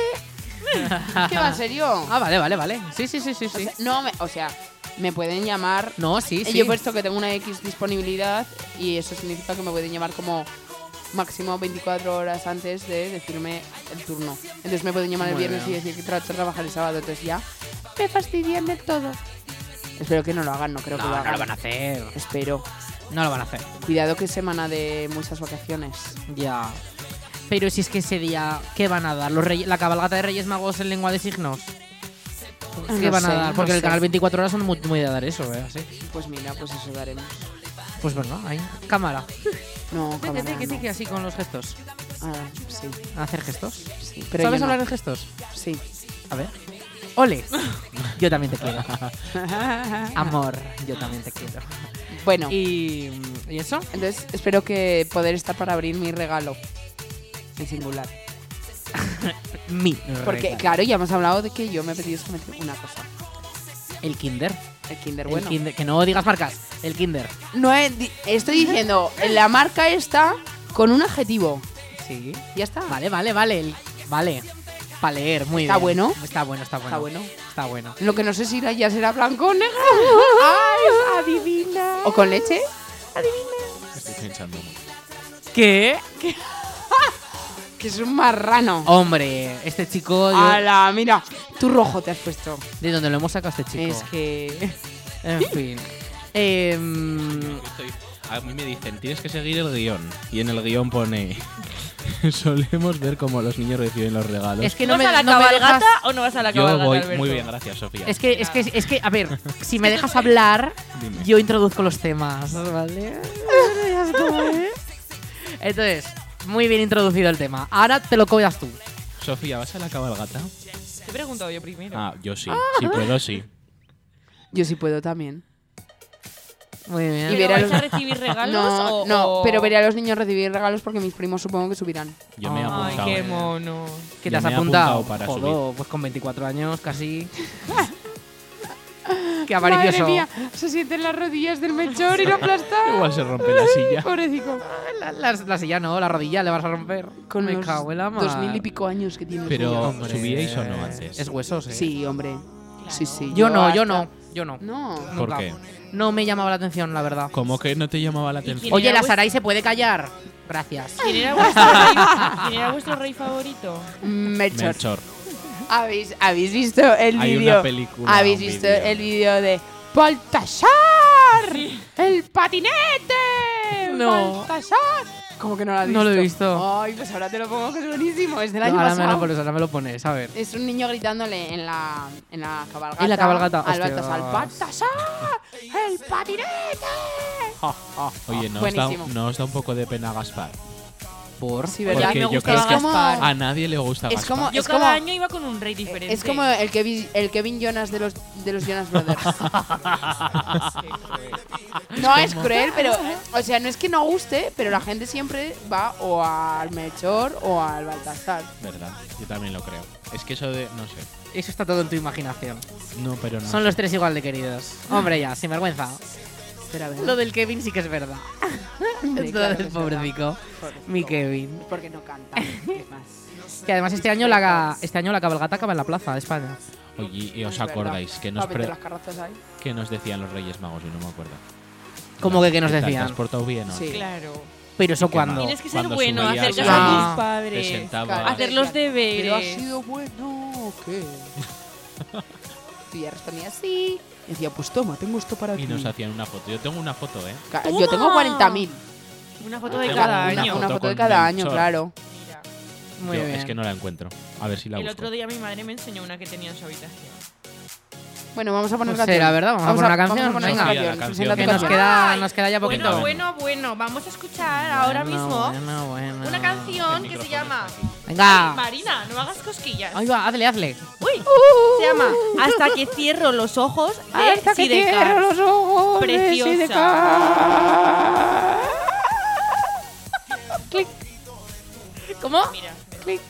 Speaker 3: ¿Qué va en serio?
Speaker 2: Ah, vale, vale, vale. Sí, sí, sí, sí.
Speaker 3: O
Speaker 2: sí.
Speaker 3: sea, no, me- o sea, me pueden llamar.
Speaker 2: No, sí,
Speaker 3: Eh,
Speaker 2: sí.
Speaker 3: Yo he puesto que tengo una X disponibilidad y eso significa que me pueden llamar como máximo 24 horas antes de decirme el turno. Entonces me pueden llamar el
Speaker 2: Muy
Speaker 3: viernes
Speaker 2: bien.
Speaker 3: y decir que trato de trabajar el sábado, entonces ya. Me fastidian de todo. Espero que no lo hagan, no creo que
Speaker 2: No,
Speaker 3: lo
Speaker 2: no
Speaker 3: hagan.
Speaker 2: lo van a hacer.
Speaker 3: Espero.
Speaker 2: No lo van a hacer.
Speaker 3: Cuidado que es semana de muchas vacaciones.
Speaker 2: Ya. Pero si es que ese día, ¿qué van a dar? Los reyes- ¿La cabalgata de Reyes Magos en lengua de signos? ¿Qué
Speaker 3: Pues No
Speaker 2: van a
Speaker 3: sé,
Speaker 2: dar? Porque
Speaker 3: no
Speaker 2: en el
Speaker 3: sé.
Speaker 2: canal 24 horas son muy, muy de dar eso, ¿eh? Así.
Speaker 3: Pues mira, pues eso daremos.
Speaker 2: Pues bueno, ahí. Cámara.
Speaker 3: No,
Speaker 2: Tic,
Speaker 3: cámara,
Speaker 2: tic, tic,
Speaker 3: no.
Speaker 2: tic, así con los gestos.
Speaker 3: Ah, sí.
Speaker 2: ¿Hacer gestos?
Speaker 3: Sí, pero
Speaker 2: ¿Sabes
Speaker 3: yo no.
Speaker 2: hablar de gestos?
Speaker 3: Sí.
Speaker 2: A ver. Ole. yo también te quiero. Amor, yo también te quiero.
Speaker 3: Bueno.
Speaker 2: ¿Y, eso?
Speaker 3: Entonces, espero que poder estar para abrir mi regalo. En singular.
Speaker 2: Mi.
Speaker 3: Porque,
Speaker 2: regalo.
Speaker 3: claro, ya hemos hablado de que yo me he pedido solamente una cosa.
Speaker 2: El Kinder.
Speaker 3: El Kinder,
Speaker 2: El
Speaker 3: bueno.
Speaker 2: Kinder- Que no digas marcas. El Kinder.
Speaker 3: No, he- di- estoy diciendo, la marca está con un adjetivo.
Speaker 2: Sí.
Speaker 3: Ya está.
Speaker 2: Vale, vale, vale. el- Vale. Para leer, muy
Speaker 3: ¿Está
Speaker 2: bien.
Speaker 3: bueno?
Speaker 2: Está bueno, está bueno.
Speaker 3: Está bueno.
Speaker 2: Está bueno.
Speaker 3: Lo que no sé si irá- ya será blanco o negro. ¡Ay, adivina! ¿O con leche?
Speaker 5: Estoy pensando
Speaker 2: ¿Qué?
Speaker 3: que es un marrano.
Speaker 2: Hombre, este chico. yo-
Speaker 3: ¡Hala! Mira, tú rojo te has puesto.
Speaker 2: ¿De dónde lo hemos sacado este chico?
Speaker 3: Es que.
Speaker 2: En fin. Em,
Speaker 5: A mí me dicen, tienes que seguir el guión. Y en el guión pone, solemos ver cómo los niños reciben los regalos.
Speaker 2: Es que no
Speaker 4: ¿Vas
Speaker 2: me-
Speaker 4: a la
Speaker 2: no me
Speaker 4: cabalgata
Speaker 2: dejas-
Speaker 4: o no vas a la
Speaker 5: Yo
Speaker 4: cabalgata,
Speaker 5: voy
Speaker 4: Alberto?
Speaker 5: muy bien, gracias, Sofía.
Speaker 2: es, que, es, que, es que, a ver, si me dejas hablar,
Speaker 5: Dime.
Speaker 2: yo introduzco los temas, ¿vale? ¿eh? Entonces, muy bien introducido el tema. Ahora te lo copias tú.
Speaker 5: Sofía, ¿vas a la cabalgata?
Speaker 4: Te he preguntado yo primero.
Speaker 5: Ah, yo sí. Si puedo, sí.
Speaker 3: Yo sí puedo también.
Speaker 2: Muy bien.
Speaker 4: ¿Pero vais a recibir regalos
Speaker 3: No,
Speaker 4: o-
Speaker 3: no,
Speaker 4: o-
Speaker 3: pero veré a los niños recibir regalos porque mis primos supongo que subirán.
Speaker 5: Yo
Speaker 2: Ah.
Speaker 5: me he
Speaker 4: Ay,
Speaker 5: apuntado.
Speaker 4: qué mono.
Speaker 2: ¿Qué te
Speaker 5: Yo
Speaker 2: has
Speaker 5: me he
Speaker 2: apuntado?
Speaker 5: apuntado para
Speaker 2: Joder,
Speaker 5: subir.
Speaker 2: pues con 24 años casi. Qué
Speaker 3: Madre
Speaker 2: avaricioso.
Speaker 3: mía, se sienten las rodillas del Melchor y lo aplastan.
Speaker 5: Igual se rompe la silla.
Speaker 3: Pobrecito.
Speaker 2: Ah, La, la- la silla no, la rodilla le vas a romper.
Speaker 3: Con
Speaker 2: Me
Speaker 3: los
Speaker 2: cago en la mar.
Speaker 3: dos mil y pico años que tiene. el
Speaker 5: Pero,
Speaker 3: señor.
Speaker 5: ¿subíais o no antes?
Speaker 2: Es huesos, ¿eh?
Speaker 3: Sí, hombre. Sí, sí.
Speaker 2: Yo no, yo
Speaker 3: hasta-
Speaker 2: no, yo no.
Speaker 3: No.
Speaker 5: ¿Por
Speaker 2: Nunca.
Speaker 5: qué?
Speaker 2: No me llamaba la atención, la verdad.
Speaker 5: ¿Cómo que no te llamaba la atención?
Speaker 2: Oye, la Sarai se puede callar. Gracias.
Speaker 4: ¿Quién era vuestro rey, ¿quién era vuestro rey favorito?
Speaker 3: Melchor.
Speaker 5: Melchor.
Speaker 3: ¿Habéis, habéis visto el
Speaker 5: Hay una
Speaker 3: vídeo?
Speaker 5: película,
Speaker 3: ¿Habéis
Speaker 5: un
Speaker 3: visto
Speaker 5: vídeo.
Speaker 3: el vídeo de Baltasar? ¡El patinete!
Speaker 2: No.
Speaker 3: ¡Baltasar! ¿Cómo que no lo has visto?
Speaker 2: No lo he visto.
Speaker 3: Ay, pues ahora te lo pongo que es buenísimo. Es del año
Speaker 2: Ahora me,
Speaker 3: pasado.
Speaker 2: lo pones, ahora me lo pones, a ver.
Speaker 3: Es un niño gritándole en la, en la cabalgata.
Speaker 2: En la cabalgata,
Speaker 3: Al
Speaker 2: hostia.
Speaker 3: Baltasar. ¡Baltasar! ¡El patinete!
Speaker 5: Oye, ¿no os, da,
Speaker 3: Buenísimo.
Speaker 5: ¿no os da un poco de pena Gaspar?
Speaker 2: Por
Speaker 3: Sí, ¿verdad?
Speaker 5: Porque
Speaker 3: Me
Speaker 5: yo
Speaker 3: gusta
Speaker 5: creo que
Speaker 3: Gaspar.
Speaker 5: a nadie le gusta
Speaker 3: Es
Speaker 5: Gaspar.
Speaker 3: como-
Speaker 4: Yo
Speaker 3: es
Speaker 4: cada
Speaker 3: como-
Speaker 4: año iba con un rey diferente.
Speaker 3: Es como el Kevin, el Kevin Jonas de los, de los Jonas Brothers. no, es cruel, pero. O sea, no es que no guste, pero la gente siempre va o al Melchor o al Baltasar.
Speaker 5: Verdad, yo también lo creo. Es que eso de... no sé.
Speaker 2: Eso está todo en tu imaginación.
Speaker 5: No, pero no.
Speaker 2: Son los tres igual de queridos. Hombre, ya, sin vergüenza.
Speaker 3: Espera, a ver.
Speaker 2: Lo del Kevin sí que es verdad.
Speaker 3: Hombre,
Speaker 2: Lo
Speaker 3: claro que
Speaker 2: del
Speaker 3: es verdad.
Speaker 2: pobrecico.
Speaker 3: Pobrecico.
Speaker 2: Mi Kevin.
Speaker 3: Porque no canta. ¿qué más?
Speaker 2: Que además este año la, ga- este año la cabalgata acaba en la plaza de España.
Speaker 5: Oye, ¿y os
Speaker 3: Es verdad.
Speaker 5: acordáis que nos,
Speaker 3: Va a meter
Speaker 5: pre-
Speaker 3: las carrozas ahí.
Speaker 5: que nos decían los Reyes Magos? Yo no me acuerdo.
Speaker 2: ¿Cómo que qué nos
Speaker 5: ¿Te has-
Speaker 2: decían?
Speaker 5: ¿Te has portado bien o no?
Speaker 3: Sí.
Speaker 4: Claro.
Speaker 2: Pero eso
Speaker 5: qué
Speaker 2: cuando.
Speaker 5: mal.
Speaker 4: Tienes que ser
Speaker 5: Cuando
Speaker 4: bueno,
Speaker 5: su
Speaker 4: hacer
Speaker 5: medias
Speaker 4: caso a
Speaker 5: ahí
Speaker 4: tus padres,
Speaker 5: te sentaba.
Speaker 4: claro. Hacer los deberes.
Speaker 3: ¿Pero ha sido bueno o qué? Tú ya respondías sí. Y decía, pues toma, tengo esto para ti.
Speaker 5: Y nos hacían una foto. Yo tengo una foto, ¿eh?
Speaker 3: Ca-
Speaker 2: Ah,
Speaker 3: Yo tengo 40.000.
Speaker 4: Una foto de
Speaker 5: Tengo
Speaker 4: cada
Speaker 5: una
Speaker 4: año.
Speaker 5: foto
Speaker 3: Una foto de
Speaker 5: con
Speaker 3: cada
Speaker 5: el
Speaker 3: año,
Speaker 5: short.
Speaker 3: claro.
Speaker 2: Muy
Speaker 5: Yo
Speaker 2: bien.
Speaker 5: Es que no la encuentro. A ver si la
Speaker 4: El
Speaker 5: busco.
Speaker 4: otro día mi madre me enseñó una que tenía en su habitación.
Speaker 3: Bueno, vamos a poner
Speaker 2: Pues será, ¿verdad? Vamos a poner una canción. Venga.
Speaker 5: Sofía, la canción.
Speaker 2: Que nos queda, nos queda ya poquito.
Speaker 4: Bueno, bueno, bueno. Vamos a escuchar ahora
Speaker 2: Bueno,
Speaker 4: mismo
Speaker 2: bueno, bueno.
Speaker 4: una canción que se llama.
Speaker 2: Venga.
Speaker 4: Ay, Marina, no hagas cosquillas.
Speaker 2: Ahí va, Uh. hazle, hazle.
Speaker 4: Uy, se llama Hasta que cierro los ojos de
Speaker 3: Hasta que
Speaker 4: Sidecar.
Speaker 3: cierro los ojos de
Speaker 4: Preciosa.
Speaker 3: Sidecar.
Speaker 4: Clic.
Speaker 2: ¿Cómo?
Speaker 4: Mira.
Speaker 3: Clic.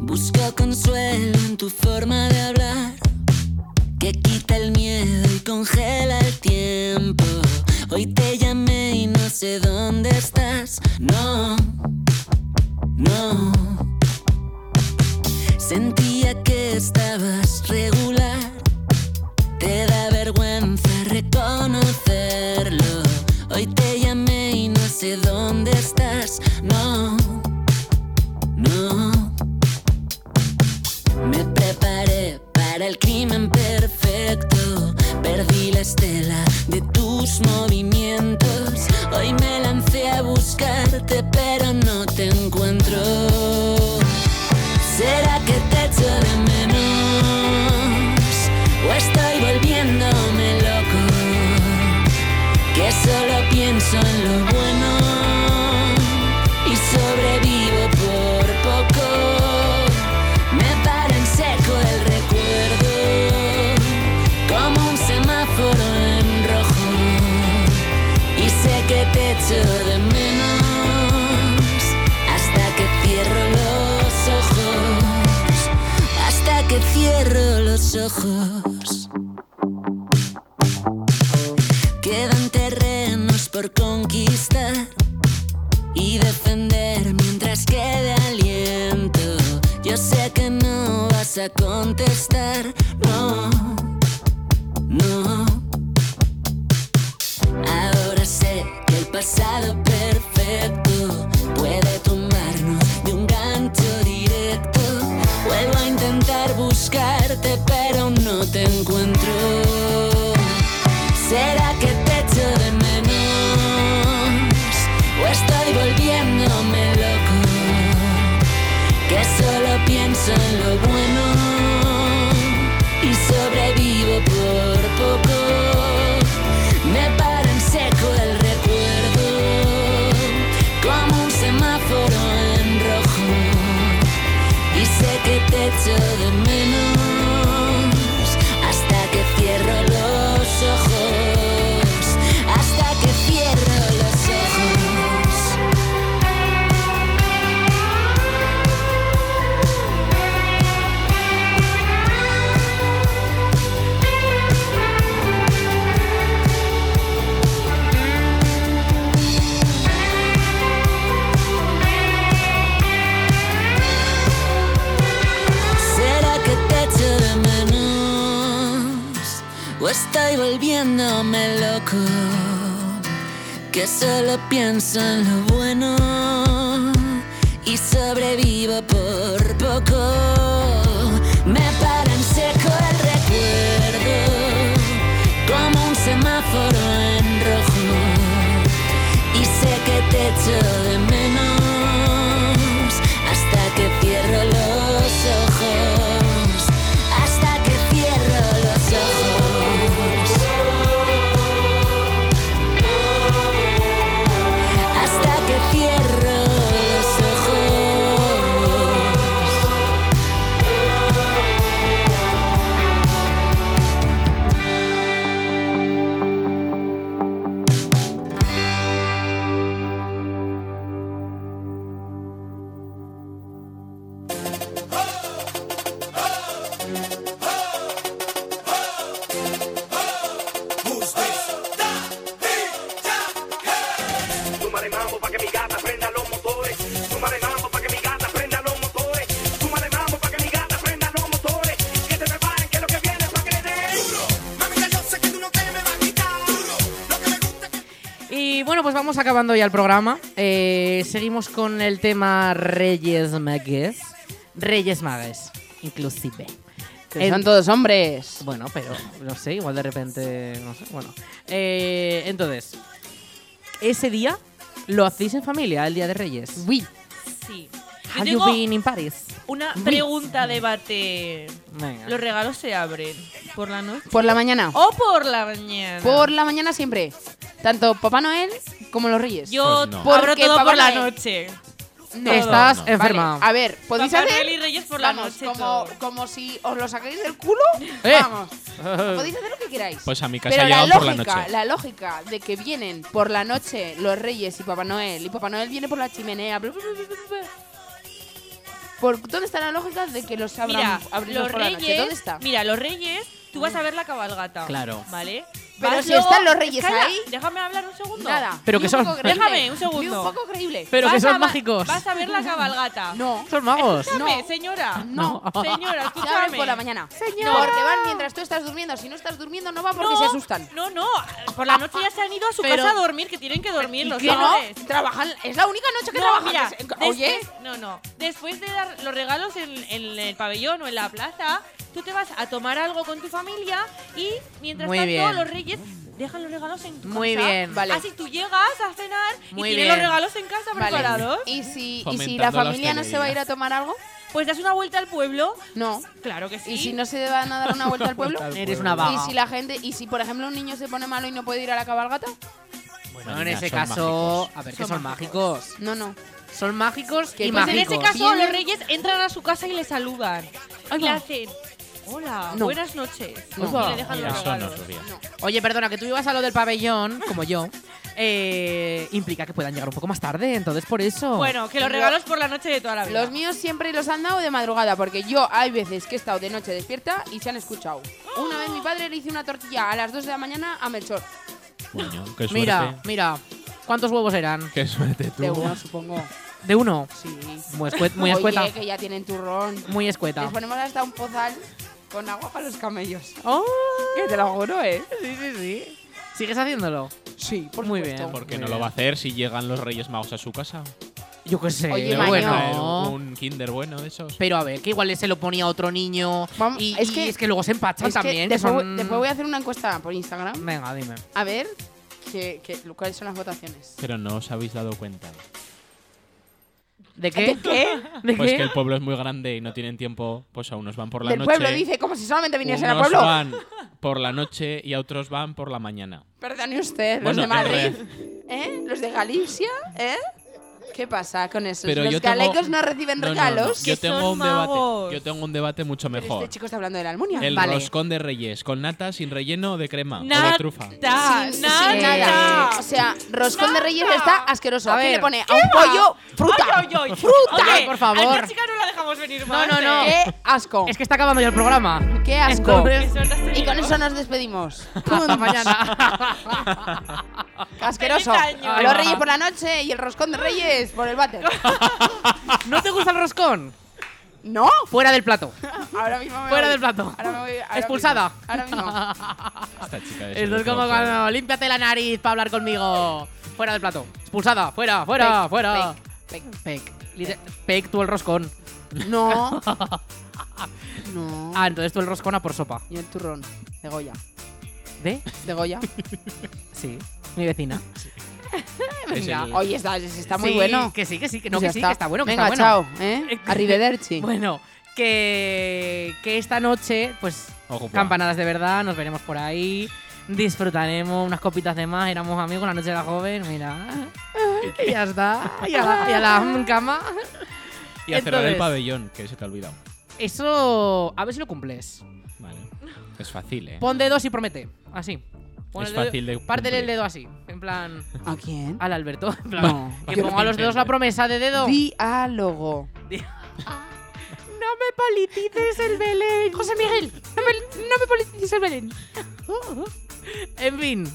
Speaker 1: Busca consuelo en tu forma de hablar, que quita el miedo y congela el tiempo. Hoy te llamé y no sé dónde estás. No, no. Sentía que estabas regular. Te da vergüenza reconocerlo. Hoy te llamé y no sé dónde estás. No, no. Me preparé para el crimen perfecto. Perdí la estela de tus movimientos. Hoy me lancé a buscarte, pero no te encuentro. ¿Será que te echo de menos? ¿O estoy volviéndome loco? Que solo pienso en lo bueno y sobrevivo por poco. Me para en seco el recuerdo, como un semáforo en rojo. Y sé que te echo de menos, hasta que cierro los ojos, hasta que cierro los ojos. Quedan terrenos por conquistar y defender mientras quede aliento. Yo sé que no vas a contestar, no, no. Ahora sé que el pasado perfecto puede tumbarnos de un gancho directo. Vuelvo a intentar buscarte, pero no te encuentro. ¿Será que te echo de menos? ¿O estoy volviéndome loco? Que solo pienso en lo bueno y sobrevivo por poco. Me para en seco el recuerdo, como un semáforo en rojo. Y sé que te echo de menos hasta que cierro los ojos, hasta que cierro los ojos. ¿Será que te echo de menos? ¿O estoy volviéndome loco? Que solo pienso en lo bueno y sobrevivo por poco. Me para en seco el recuerdo, como un semáforo en rojo y sé que te echo de menos hasta que cierro los ojos, hasta que cierro los ojos, hasta que cierro los ojos.
Speaker 2: Y bueno, pues vamos acabando ya el programa. Eh, seguimos con el tema Reyes Magues. Reyes Magues, inclusive.
Speaker 3: Que
Speaker 2: En-
Speaker 3: son todos hombres.
Speaker 2: Bueno, pues. pero no sé, igual de repente, no sé, bueno. Eh, entonces, ese día lo hacéis en familia, el Día de Reyes.
Speaker 3: Oui.
Speaker 4: Sí. Yo
Speaker 2: Have you
Speaker 4: tengo
Speaker 2: been in Paris?
Speaker 4: una
Speaker 2: Oui.
Speaker 4: pregunta debate.
Speaker 2: Venga.
Speaker 4: ¿Los regalos se abren por la noche?
Speaker 3: Por la mañana.
Speaker 4: ¿O por la mañana?
Speaker 3: Por la mañana siempre. Tanto Papá Noel como los Reyes.
Speaker 4: Yo
Speaker 3: Porque
Speaker 4: abro todo
Speaker 3: Papá
Speaker 4: por la
Speaker 3: Noel-
Speaker 4: noche.
Speaker 3: No.
Speaker 2: Estás
Speaker 3: Vale,
Speaker 2: enferma.
Speaker 3: A ver, podéis
Speaker 4: Papá
Speaker 3: hacer.
Speaker 4: Noel y Reyes por la
Speaker 3: Vamos,
Speaker 4: noche,
Speaker 3: Como,
Speaker 4: todo.
Speaker 3: como si os lo sacáis del culo.
Speaker 5: ¡Eh!
Speaker 3: Vamos. Podéis hacer lo que queráis.
Speaker 5: Pues a mi casa
Speaker 3: Pero la
Speaker 5: llegan por la
Speaker 3: lógica,
Speaker 5: noche.
Speaker 3: la lógica de que vienen por la noche los Reyes y Papá Noel y Papá Noel viene por la chimenea. bla, bla, bla, bla, bla, bla. ¿Por ¿Dónde está la lógica de que los abran
Speaker 4: Mira,
Speaker 3: abrimos
Speaker 4: los
Speaker 3: por la noche?
Speaker 4: reyes.
Speaker 3: ¿Dónde está?
Speaker 4: Mira, los reyes, tú vas a ver la cabalgata.
Speaker 2: Claro.
Speaker 4: ¿Vale?
Speaker 3: Pero
Speaker 4: Vas
Speaker 3: si están los reyes
Speaker 4: Calla,
Speaker 3: ahí.
Speaker 4: Déjame hablar un segundo.
Speaker 3: Nada.
Speaker 2: Pero que
Speaker 3: Ni un
Speaker 2: son-
Speaker 3: poco creíble.
Speaker 4: Déjame un segundo.
Speaker 3: Ni un poco creíble.
Speaker 2: Pero que
Speaker 4: Vas
Speaker 2: son
Speaker 4: a va-
Speaker 2: mágicos.
Speaker 4: Vas a ver la cabalgata.
Speaker 3: No.
Speaker 2: Son magos.
Speaker 4: Escúchame, señora.
Speaker 3: No.
Speaker 4: Señora,
Speaker 3: Se abren
Speaker 4: escúchame.
Speaker 3: por la mañana.
Speaker 4: Señora.
Speaker 3: Porque van mientras tú estás durmiendo. Si no estás durmiendo, no va porque
Speaker 4: No,
Speaker 3: se asustan.
Speaker 4: No, no. Por la noche ya se han ido a su
Speaker 3: Pero-
Speaker 4: casa a dormir, que tienen que dormir
Speaker 3: ¿Y
Speaker 4: los
Speaker 3: qué no?
Speaker 4: hombres.
Speaker 3: Trabajan. Es la única noche que
Speaker 4: No,
Speaker 3: trabajan.
Speaker 4: mira,
Speaker 3: que se- Oye.
Speaker 4: después- no, no. Después de dar los regalos en, en el pabellón o en la plaza, tú te vas a tomar algo con tu familia y mientras
Speaker 2: Muy
Speaker 4: tanto
Speaker 2: bien.
Speaker 4: los reyes dejan los regalos en tu
Speaker 2: Muy
Speaker 4: casa.
Speaker 2: bien. Vale.
Speaker 4: Así tú llegas a cenar
Speaker 2: Muy
Speaker 4: y tienes los
Speaker 2: bien.
Speaker 4: regalos en casa
Speaker 3: Vale.
Speaker 4: preparados.
Speaker 3: ¿Y si, y si
Speaker 2: Fomentando
Speaker 3: la
Speaker 2: la
Speaker 3: familia no se va a
Speaker 2: hostelería.
Speaker 3: ir a tomar algo?
Speaker 4: Pues das una vuelta al pueblo.
Speaker 3: No.
Speaker 4: Claro que sí.
Speaker 3: ¿Y si no se van a dar una vuelta al pueblo?
Speaker 2: Vuelta al Eres pueblo. una vaga.
Speaker 3: ¿Y si la gente, y si por ejemplo un niño se pone malo y no puede ir a la cabalgata?
Speaker 2: Bueno, en ese
Speaker 3: son
Speaker 2: caso, a ver, que
Speaker 3: Son
Speaker 2: son mágicos.
Speaker 3: No, no.
Speaker 2: Son mágicos
Speaker 3: Que
Speaker 2: y
Speaker 4: Pues
Speaker 2: mágicos.
Speaker 4: en ese caso los reyes entran a su casa y le saludan. y le hacen, hola,
Speaker 2: Ah, No.
Speaker 4: buenas noches. Pues
Speaker 2: No.
Speaker 4: Y le dejan los regalos.
Speaker 2: Oye, perdona, que tú ibas a lo del pabellón, como yo, eh, implica que puedan llegar un poco más tarde, entonces por eso.
Speaker 4: Bueno, que los regalos por la noche de toda la vida.
Speaker 3: Los míos siempre los han dado de madrugada, porque yo hay veces que he estado de noche despierta y se han escuchado. Una vez mi padre le hizo una tortilla a las 2 de la mañana a Melchor.
Speaker 5: Coño, qué suerte.
Speaker 2: Mira, mira, ¿cuántos huevos eran?
Speaker 5: Qué suerte tú.
Speaker 3: De uno, supongo.
Speaker 2: ¿De uno?
Speaker 3: Sí.
Speaker 2: Muy, escue- muy
Speaker 3: Oye,
Speaker 2: escueta.
Speaker 3: que ya tienen turrón.
Speaker 2: Muy escueta.
Speaker 3: Les ponemos hasta un pozal con agua para los camellos.
Speaker 2: ¡Oh!
Speaker 3: Que te lo juro, ¿eh?
Speaker 2: Sí, sí, sí. ¿Sigues haciéndolo?
Speaker 3: Sí, por
Speaker 2: Muy bien.
Speaker 5: Eh, Porque
Speaker 2: muy
Speaker 5: no lo
Speaker 2: bien.
Speaker 5: va a hacer si llegan los Reyes Magos a su casa.
Speaker 2: Yo qué sé,
Speaker 5: Oye,
Speaker 2: Maño.
Speaker 5: bueno. Un Kinder bueno de esos.
Speaker 2: Pero a ver, que igual se lo ponía a otro niño. y, y es, que, luego se empachan
Speaker 3: Es que
Speaker 2: también. que
Speaker 3: después, voy-
Speaker 2: son-
Speaker 3: después voy a hacer una encuesta por Instagram.
Speaker 2: Venga, dime.
Speaker 3: A ver que, que- cuáles son las votaciones.
Speaker 5: Pero no os habéis dado cuenta.
Speaker 2: ¿De
Speaker 3: qué? ¿De qué? ¿De
Speaker 5: pues
Speaker 3: qué?
Speaker 5: que el pueblo es muy grande y no tienen tiempo, pues a unos van por la
Speaker 3: Del
Speaker 5: noche.
Speaker 3: pueblo, dice, como si solamente viniesen al
Speaker 5: unos
Speaker 3: pueblo.
Speaker 5: van por la noche y a otros van por la mañana.
Speaker 3: Perdone usted, los
Speaker 5: Bueno,
Speaker 3: de
Speaker 5: en
Speaker 3: Madrid. ¿Eh? ¿Los de Galicia? ¿Eh? ¿Qué pasa con esos?
Speaker 5: Pero
Speaker 3: los
Speaker 5: yo tengo-
Speaker 3: galegos no reciben
Speaker 5: No, no, no.
Speaker 3: regalos.
Speaker 5: Yo tengo un debate. Yo tengo un debate mucho
Speaker 3: Pero
Speaker 5: mejor.
Speaker 3: Este chico está hablando de la Almunia.
Speaker 5: El
Speaker 3: vale.
Speaker 5: roscón de Reyes, con nata, sin relleno, o de crema o de
Speaker 4: Nata.
Speaker 5: trufa.
Speaker 4: Nada,
Speaker 3: Sin-
Speaker 4: nada.
Speaker 3: sin nada. O sea, roscón de reyes está asqueroso.
Speaker 2: A
Speaker 3: Aquí le
Speaker 2: ver.
Speaker 3: pone a
Speaker 2: ¿Qué
Speaker 3: un
Speaker 2: va?
Speaker 3: pollo fruta.
Speaker 4: Ay, ay, ay.
Speaker 3: Fruta,
Speaker 4: Oye,
Speaker 3: por
Speaker 4: A
Speaker 3: favor.
Speaker 4: esta chica no la dejamos venir
Speaker 2: No,
Speaker 4: más.
Speaker 2: no, no.
Speaker 4: ¿eh?
Speaker 3: asco.
Speaker 2: Es que está acabando ya el programa.
Speaker 3: Qué asco.
Speaker 2: Entonces-
Speaker 3: Y con eso nos despedimos.
Speaker 2: Hasta mañana.
Speaker 3: Asqueroso.
Speaker 2: Feliz año.
Speaker 3: Los reyes por la noche y el roscón de reyes por el váter.
Speaker 2: ¿No te gusta el roscón?
Speaker 3: No.
Speaker 2: Fuera del plato.
Speaker 3: Ahora mismo me
Speaker 2: Fuera
Speaker 3: voy.
Speaker 2: del plato.
Speaker 3: Ahora me voy. ahora
Speaker 2: Expulsada.
Speaker 3: mismo, Ahora mismo.
Speaker 5: Esta chica es
Speaker 2: Esto es como cuando límpiate la nariz para hablar conmigo. Fuera del plato. Expulsada. Fuera, fuera,
Speaker 3: Pec,
Speaker 2: fuera.
Speaker 3: pec, pec.
Speaker 2: Peck. Liter- Peck tú el roscón.
Speaker 3: No. no.
Speaker 2: Ah, entonces tú el roscón a por sopa.
Speaker 3: Y el turrón. De Goya.
Speaker 2: ¿De?
Speaker 3: De Goya.
Speaker 2: Sí. Mi vecina. Venga.
Speaker 3: Oye, está, está muy
Speaker 2: Sí,
Speaker 3: bueno.
Speaker 2: Que sí, que sí, que no,
Speaker 3: Pues ya
Speaker 2: que sí, que está bueno, que
Speaker 3: Venga,
Speaker 2: está
Speaker 3: chao.
Speaker 2: bueno.
Speaker 3: ¿eh? Arrivederci.
Speaker 2: Bueno, que, que esta noche, pues,
Speaker 5: Ojo, pa.
Speaker 2: campanadas de verdad, nos veremos por ahí, disfrutaremos unas copitas de más, éramos amigos la noche de la joven, mira. Y ya está, y a la, y a la cama.
Speaker 5: Y a cerrar el
Speaker 2: Entonces,
Speaker 5: pabellón, que se te ha olvidado.
Speaker 2: Eso, a ver si lo cumples.
Speaker 5: Vale. Es fácil, ¿eh?
Speaker 2: Pon dedos y promete, así. Pon
Speaker 5: Es
Speaker 2: el dedo-
Speaker 5: fácil de
Speaker 2: Pártele el
Speaker 5: cumplir.
Speaker 2: dedo así, en plan...
Speaker 3: ¿A quién?
Speaker 2: Al Alberto, en plan...
Speaker 3: No.
Speaker 2: Que ponga a los dedos la promesa de dedo.
Speaker 3: Diálogo.
Speaker 2: No me politices el Belén. José Miguel, no me, no me politices el Belén. en fin,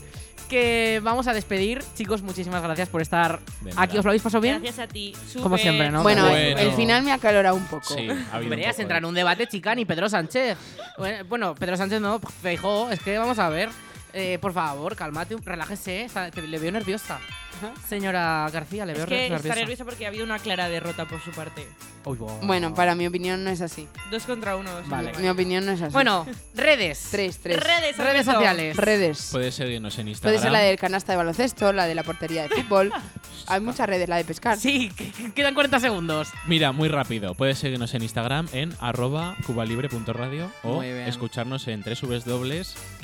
Speaker 2: que vamos a despedir. Chicos, muchísimas gracias por estar
Speaker 5: De nada.
Speaker 2: aquí. ¿Os lo habéis pasado bien?
Speaker 4: Gracias a ti.
Speaker 2: Como
Speaker 4: súper.
Speaker 2: siempre, ¿no?
Speaker 3: Bueno,
Speaker 2: Bueno.
Speaker 3: el- el final me ha acalorado un poco.
Speaker 5: Sí, ha habido un
Speaker 2: Hombre, ya
Speaker 5: poco
Speaker 2: se entra en un debate, chica, ni Pedro Sánchez. Bueno, Bueno, Pedro Sánchez no, Feijó, es que vamos a ver. Eh, por favor, cálmate, relájese. está- te- le veo nerviosa. Señora García, le veo
Speaker 4: Es que está
Speaker 2: nerviosa.
Speaker 4: nerviosa porque ha habido una clara derrota por su parte.
Speaker 2: Uy, bo-
Speaker 3: Bueno, para mi opinión no es así.
Speaker 4: Dos contra uno. dos
Speaker 3: Vale.
Speaker 4: contra
Speaker 3: Mi
Speaker 4: uno.
Speaker 3: opinión no es así.
Speaker 4: Bueno,
Speaker 2: redes.
Speaker 3: Tres, tres.
Speaker 4: Redes, Redes Alberto. sociales.
Speaker 3: Redes.
Speaker 5: Puedes seguirnos en Instagram.
Speaker 3: Puede ser la del canasta de baloncesto, la de la portería de fútbol. Hay muchas redes, la de pescar.
Speaker 2: Sí, quedan 40 segundos.
Speaker 5: Mira, muy rápido. Puedes seguirnos en Instagram en arroba cubalibre.radio o
Speaker 2: Muy bien.
Speaker 5: escucharnos en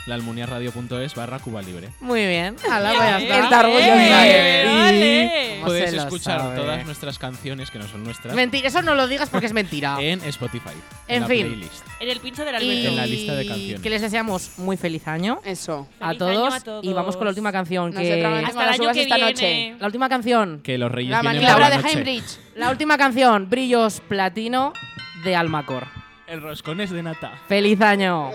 Speaker 5: www.laalmuniarradio.es barra cubalibre.
Speaker 2: Muy bien. Ala, pues ya
Speaker 3: Bien.
Speaker 2: está.
Speaker 3: El targo ya
Speaker 2: Bien.
Speaker 3: sabe.
Speaker 2: Vale.
Speaker 5: Y
Speaker 2: ¿Cómo
Speaker 5: puedes
Speaker 2: se lo
Speaker 5: escuchar
Speaker 2: sabe?
Speaker 5: todas nuestras canciones que no son nuestras
Speaker 2: Mentira, eso no lo digas porque es mentira.
Speaker 5: en Spotify.
Speaker 2: En
Speaker 5: la
Speaker 2: fin.
Speaker 5: playlist.
Speaker 4: En el pincho del
Speaker 2: Y
Speaker 4: Alberto.
Speaker 5: En la lista de canciones.
Speaker 2: que les deseamos muy feliz año.
Speaker 3: Eso.
Speaker 2: A
Speaker 4: Feliz año
Speaker 2: todos,
Speaker 4: a todos.
Speaker 2: Y vamos con la última canción
Speaker 4: No
Speaker 2: que.
Speaker 4: se traguen Hasta el las año uvas que esta viene. noche.
Speaker 2: La última canción.
Speaker 5: Que los reyes
Speaker 2: La
Speaker 5: vienen
Speaker 2: manilabra
Speaker 5: por la
Speaker 2: de
Speaker 5: noche.
Speaker 2: Heinrich. La última canción, Brillos Platino de Almacor.
Speaker 5: El roscón es de nata.
Speaker 2: ¡Feliz año!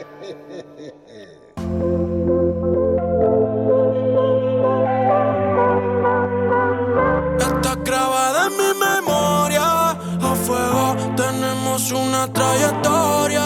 Speaker 17: Está grabada en mi memoria. A fuego tenemos una trayectoria.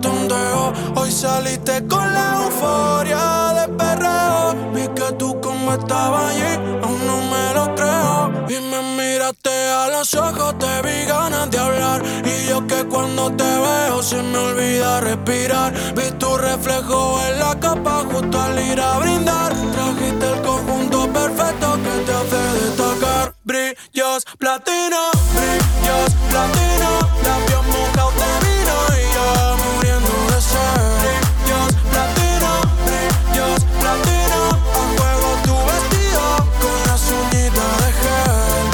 Speaker 17: Tondeo, hoy saliste con la euforia de perreo. Vi que tú como estabas allí, aún no me lo creo. Y me miraste a los ojos, te vi ganas de hablar. Y yo que cuando te veo se me olvida respirar. Vi tu reflejo en la capa justo al ir a brindar. Trajiste el conjunto perfecto que te hace destacar. Brillos platino, brillos platino. Labios mojados de vino y yo muriendo de sed. Brillos platino, brillos platino. A fuego tu vestido con las uñitas de gel.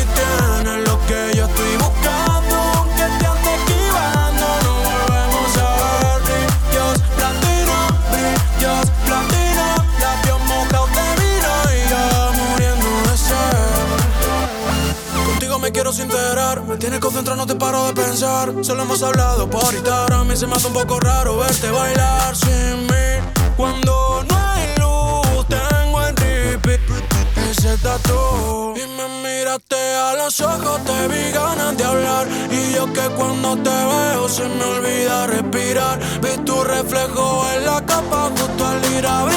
Speaker 17: Y tienes lo que yo estoy buscando, aunque te ande esquivando. No volvemos a ver brillos platino, brillos platino. Labios mojados de vino y yo muriendo de sed. Contigo me quiero sincerar, me tienes concentrado, no te paro de pensar. Solo hemos hablado por Instagram, a mí se me hace un poco raro verte bailar sin mí. Cuando no hay luz, tengo en repeat ese tatu. Y me miraste a los ojos, te vi ganas de hablar. Y yo que cuando te veo se me olvida respirar. Vi tu reflejo en la capa justo al ir a brindar.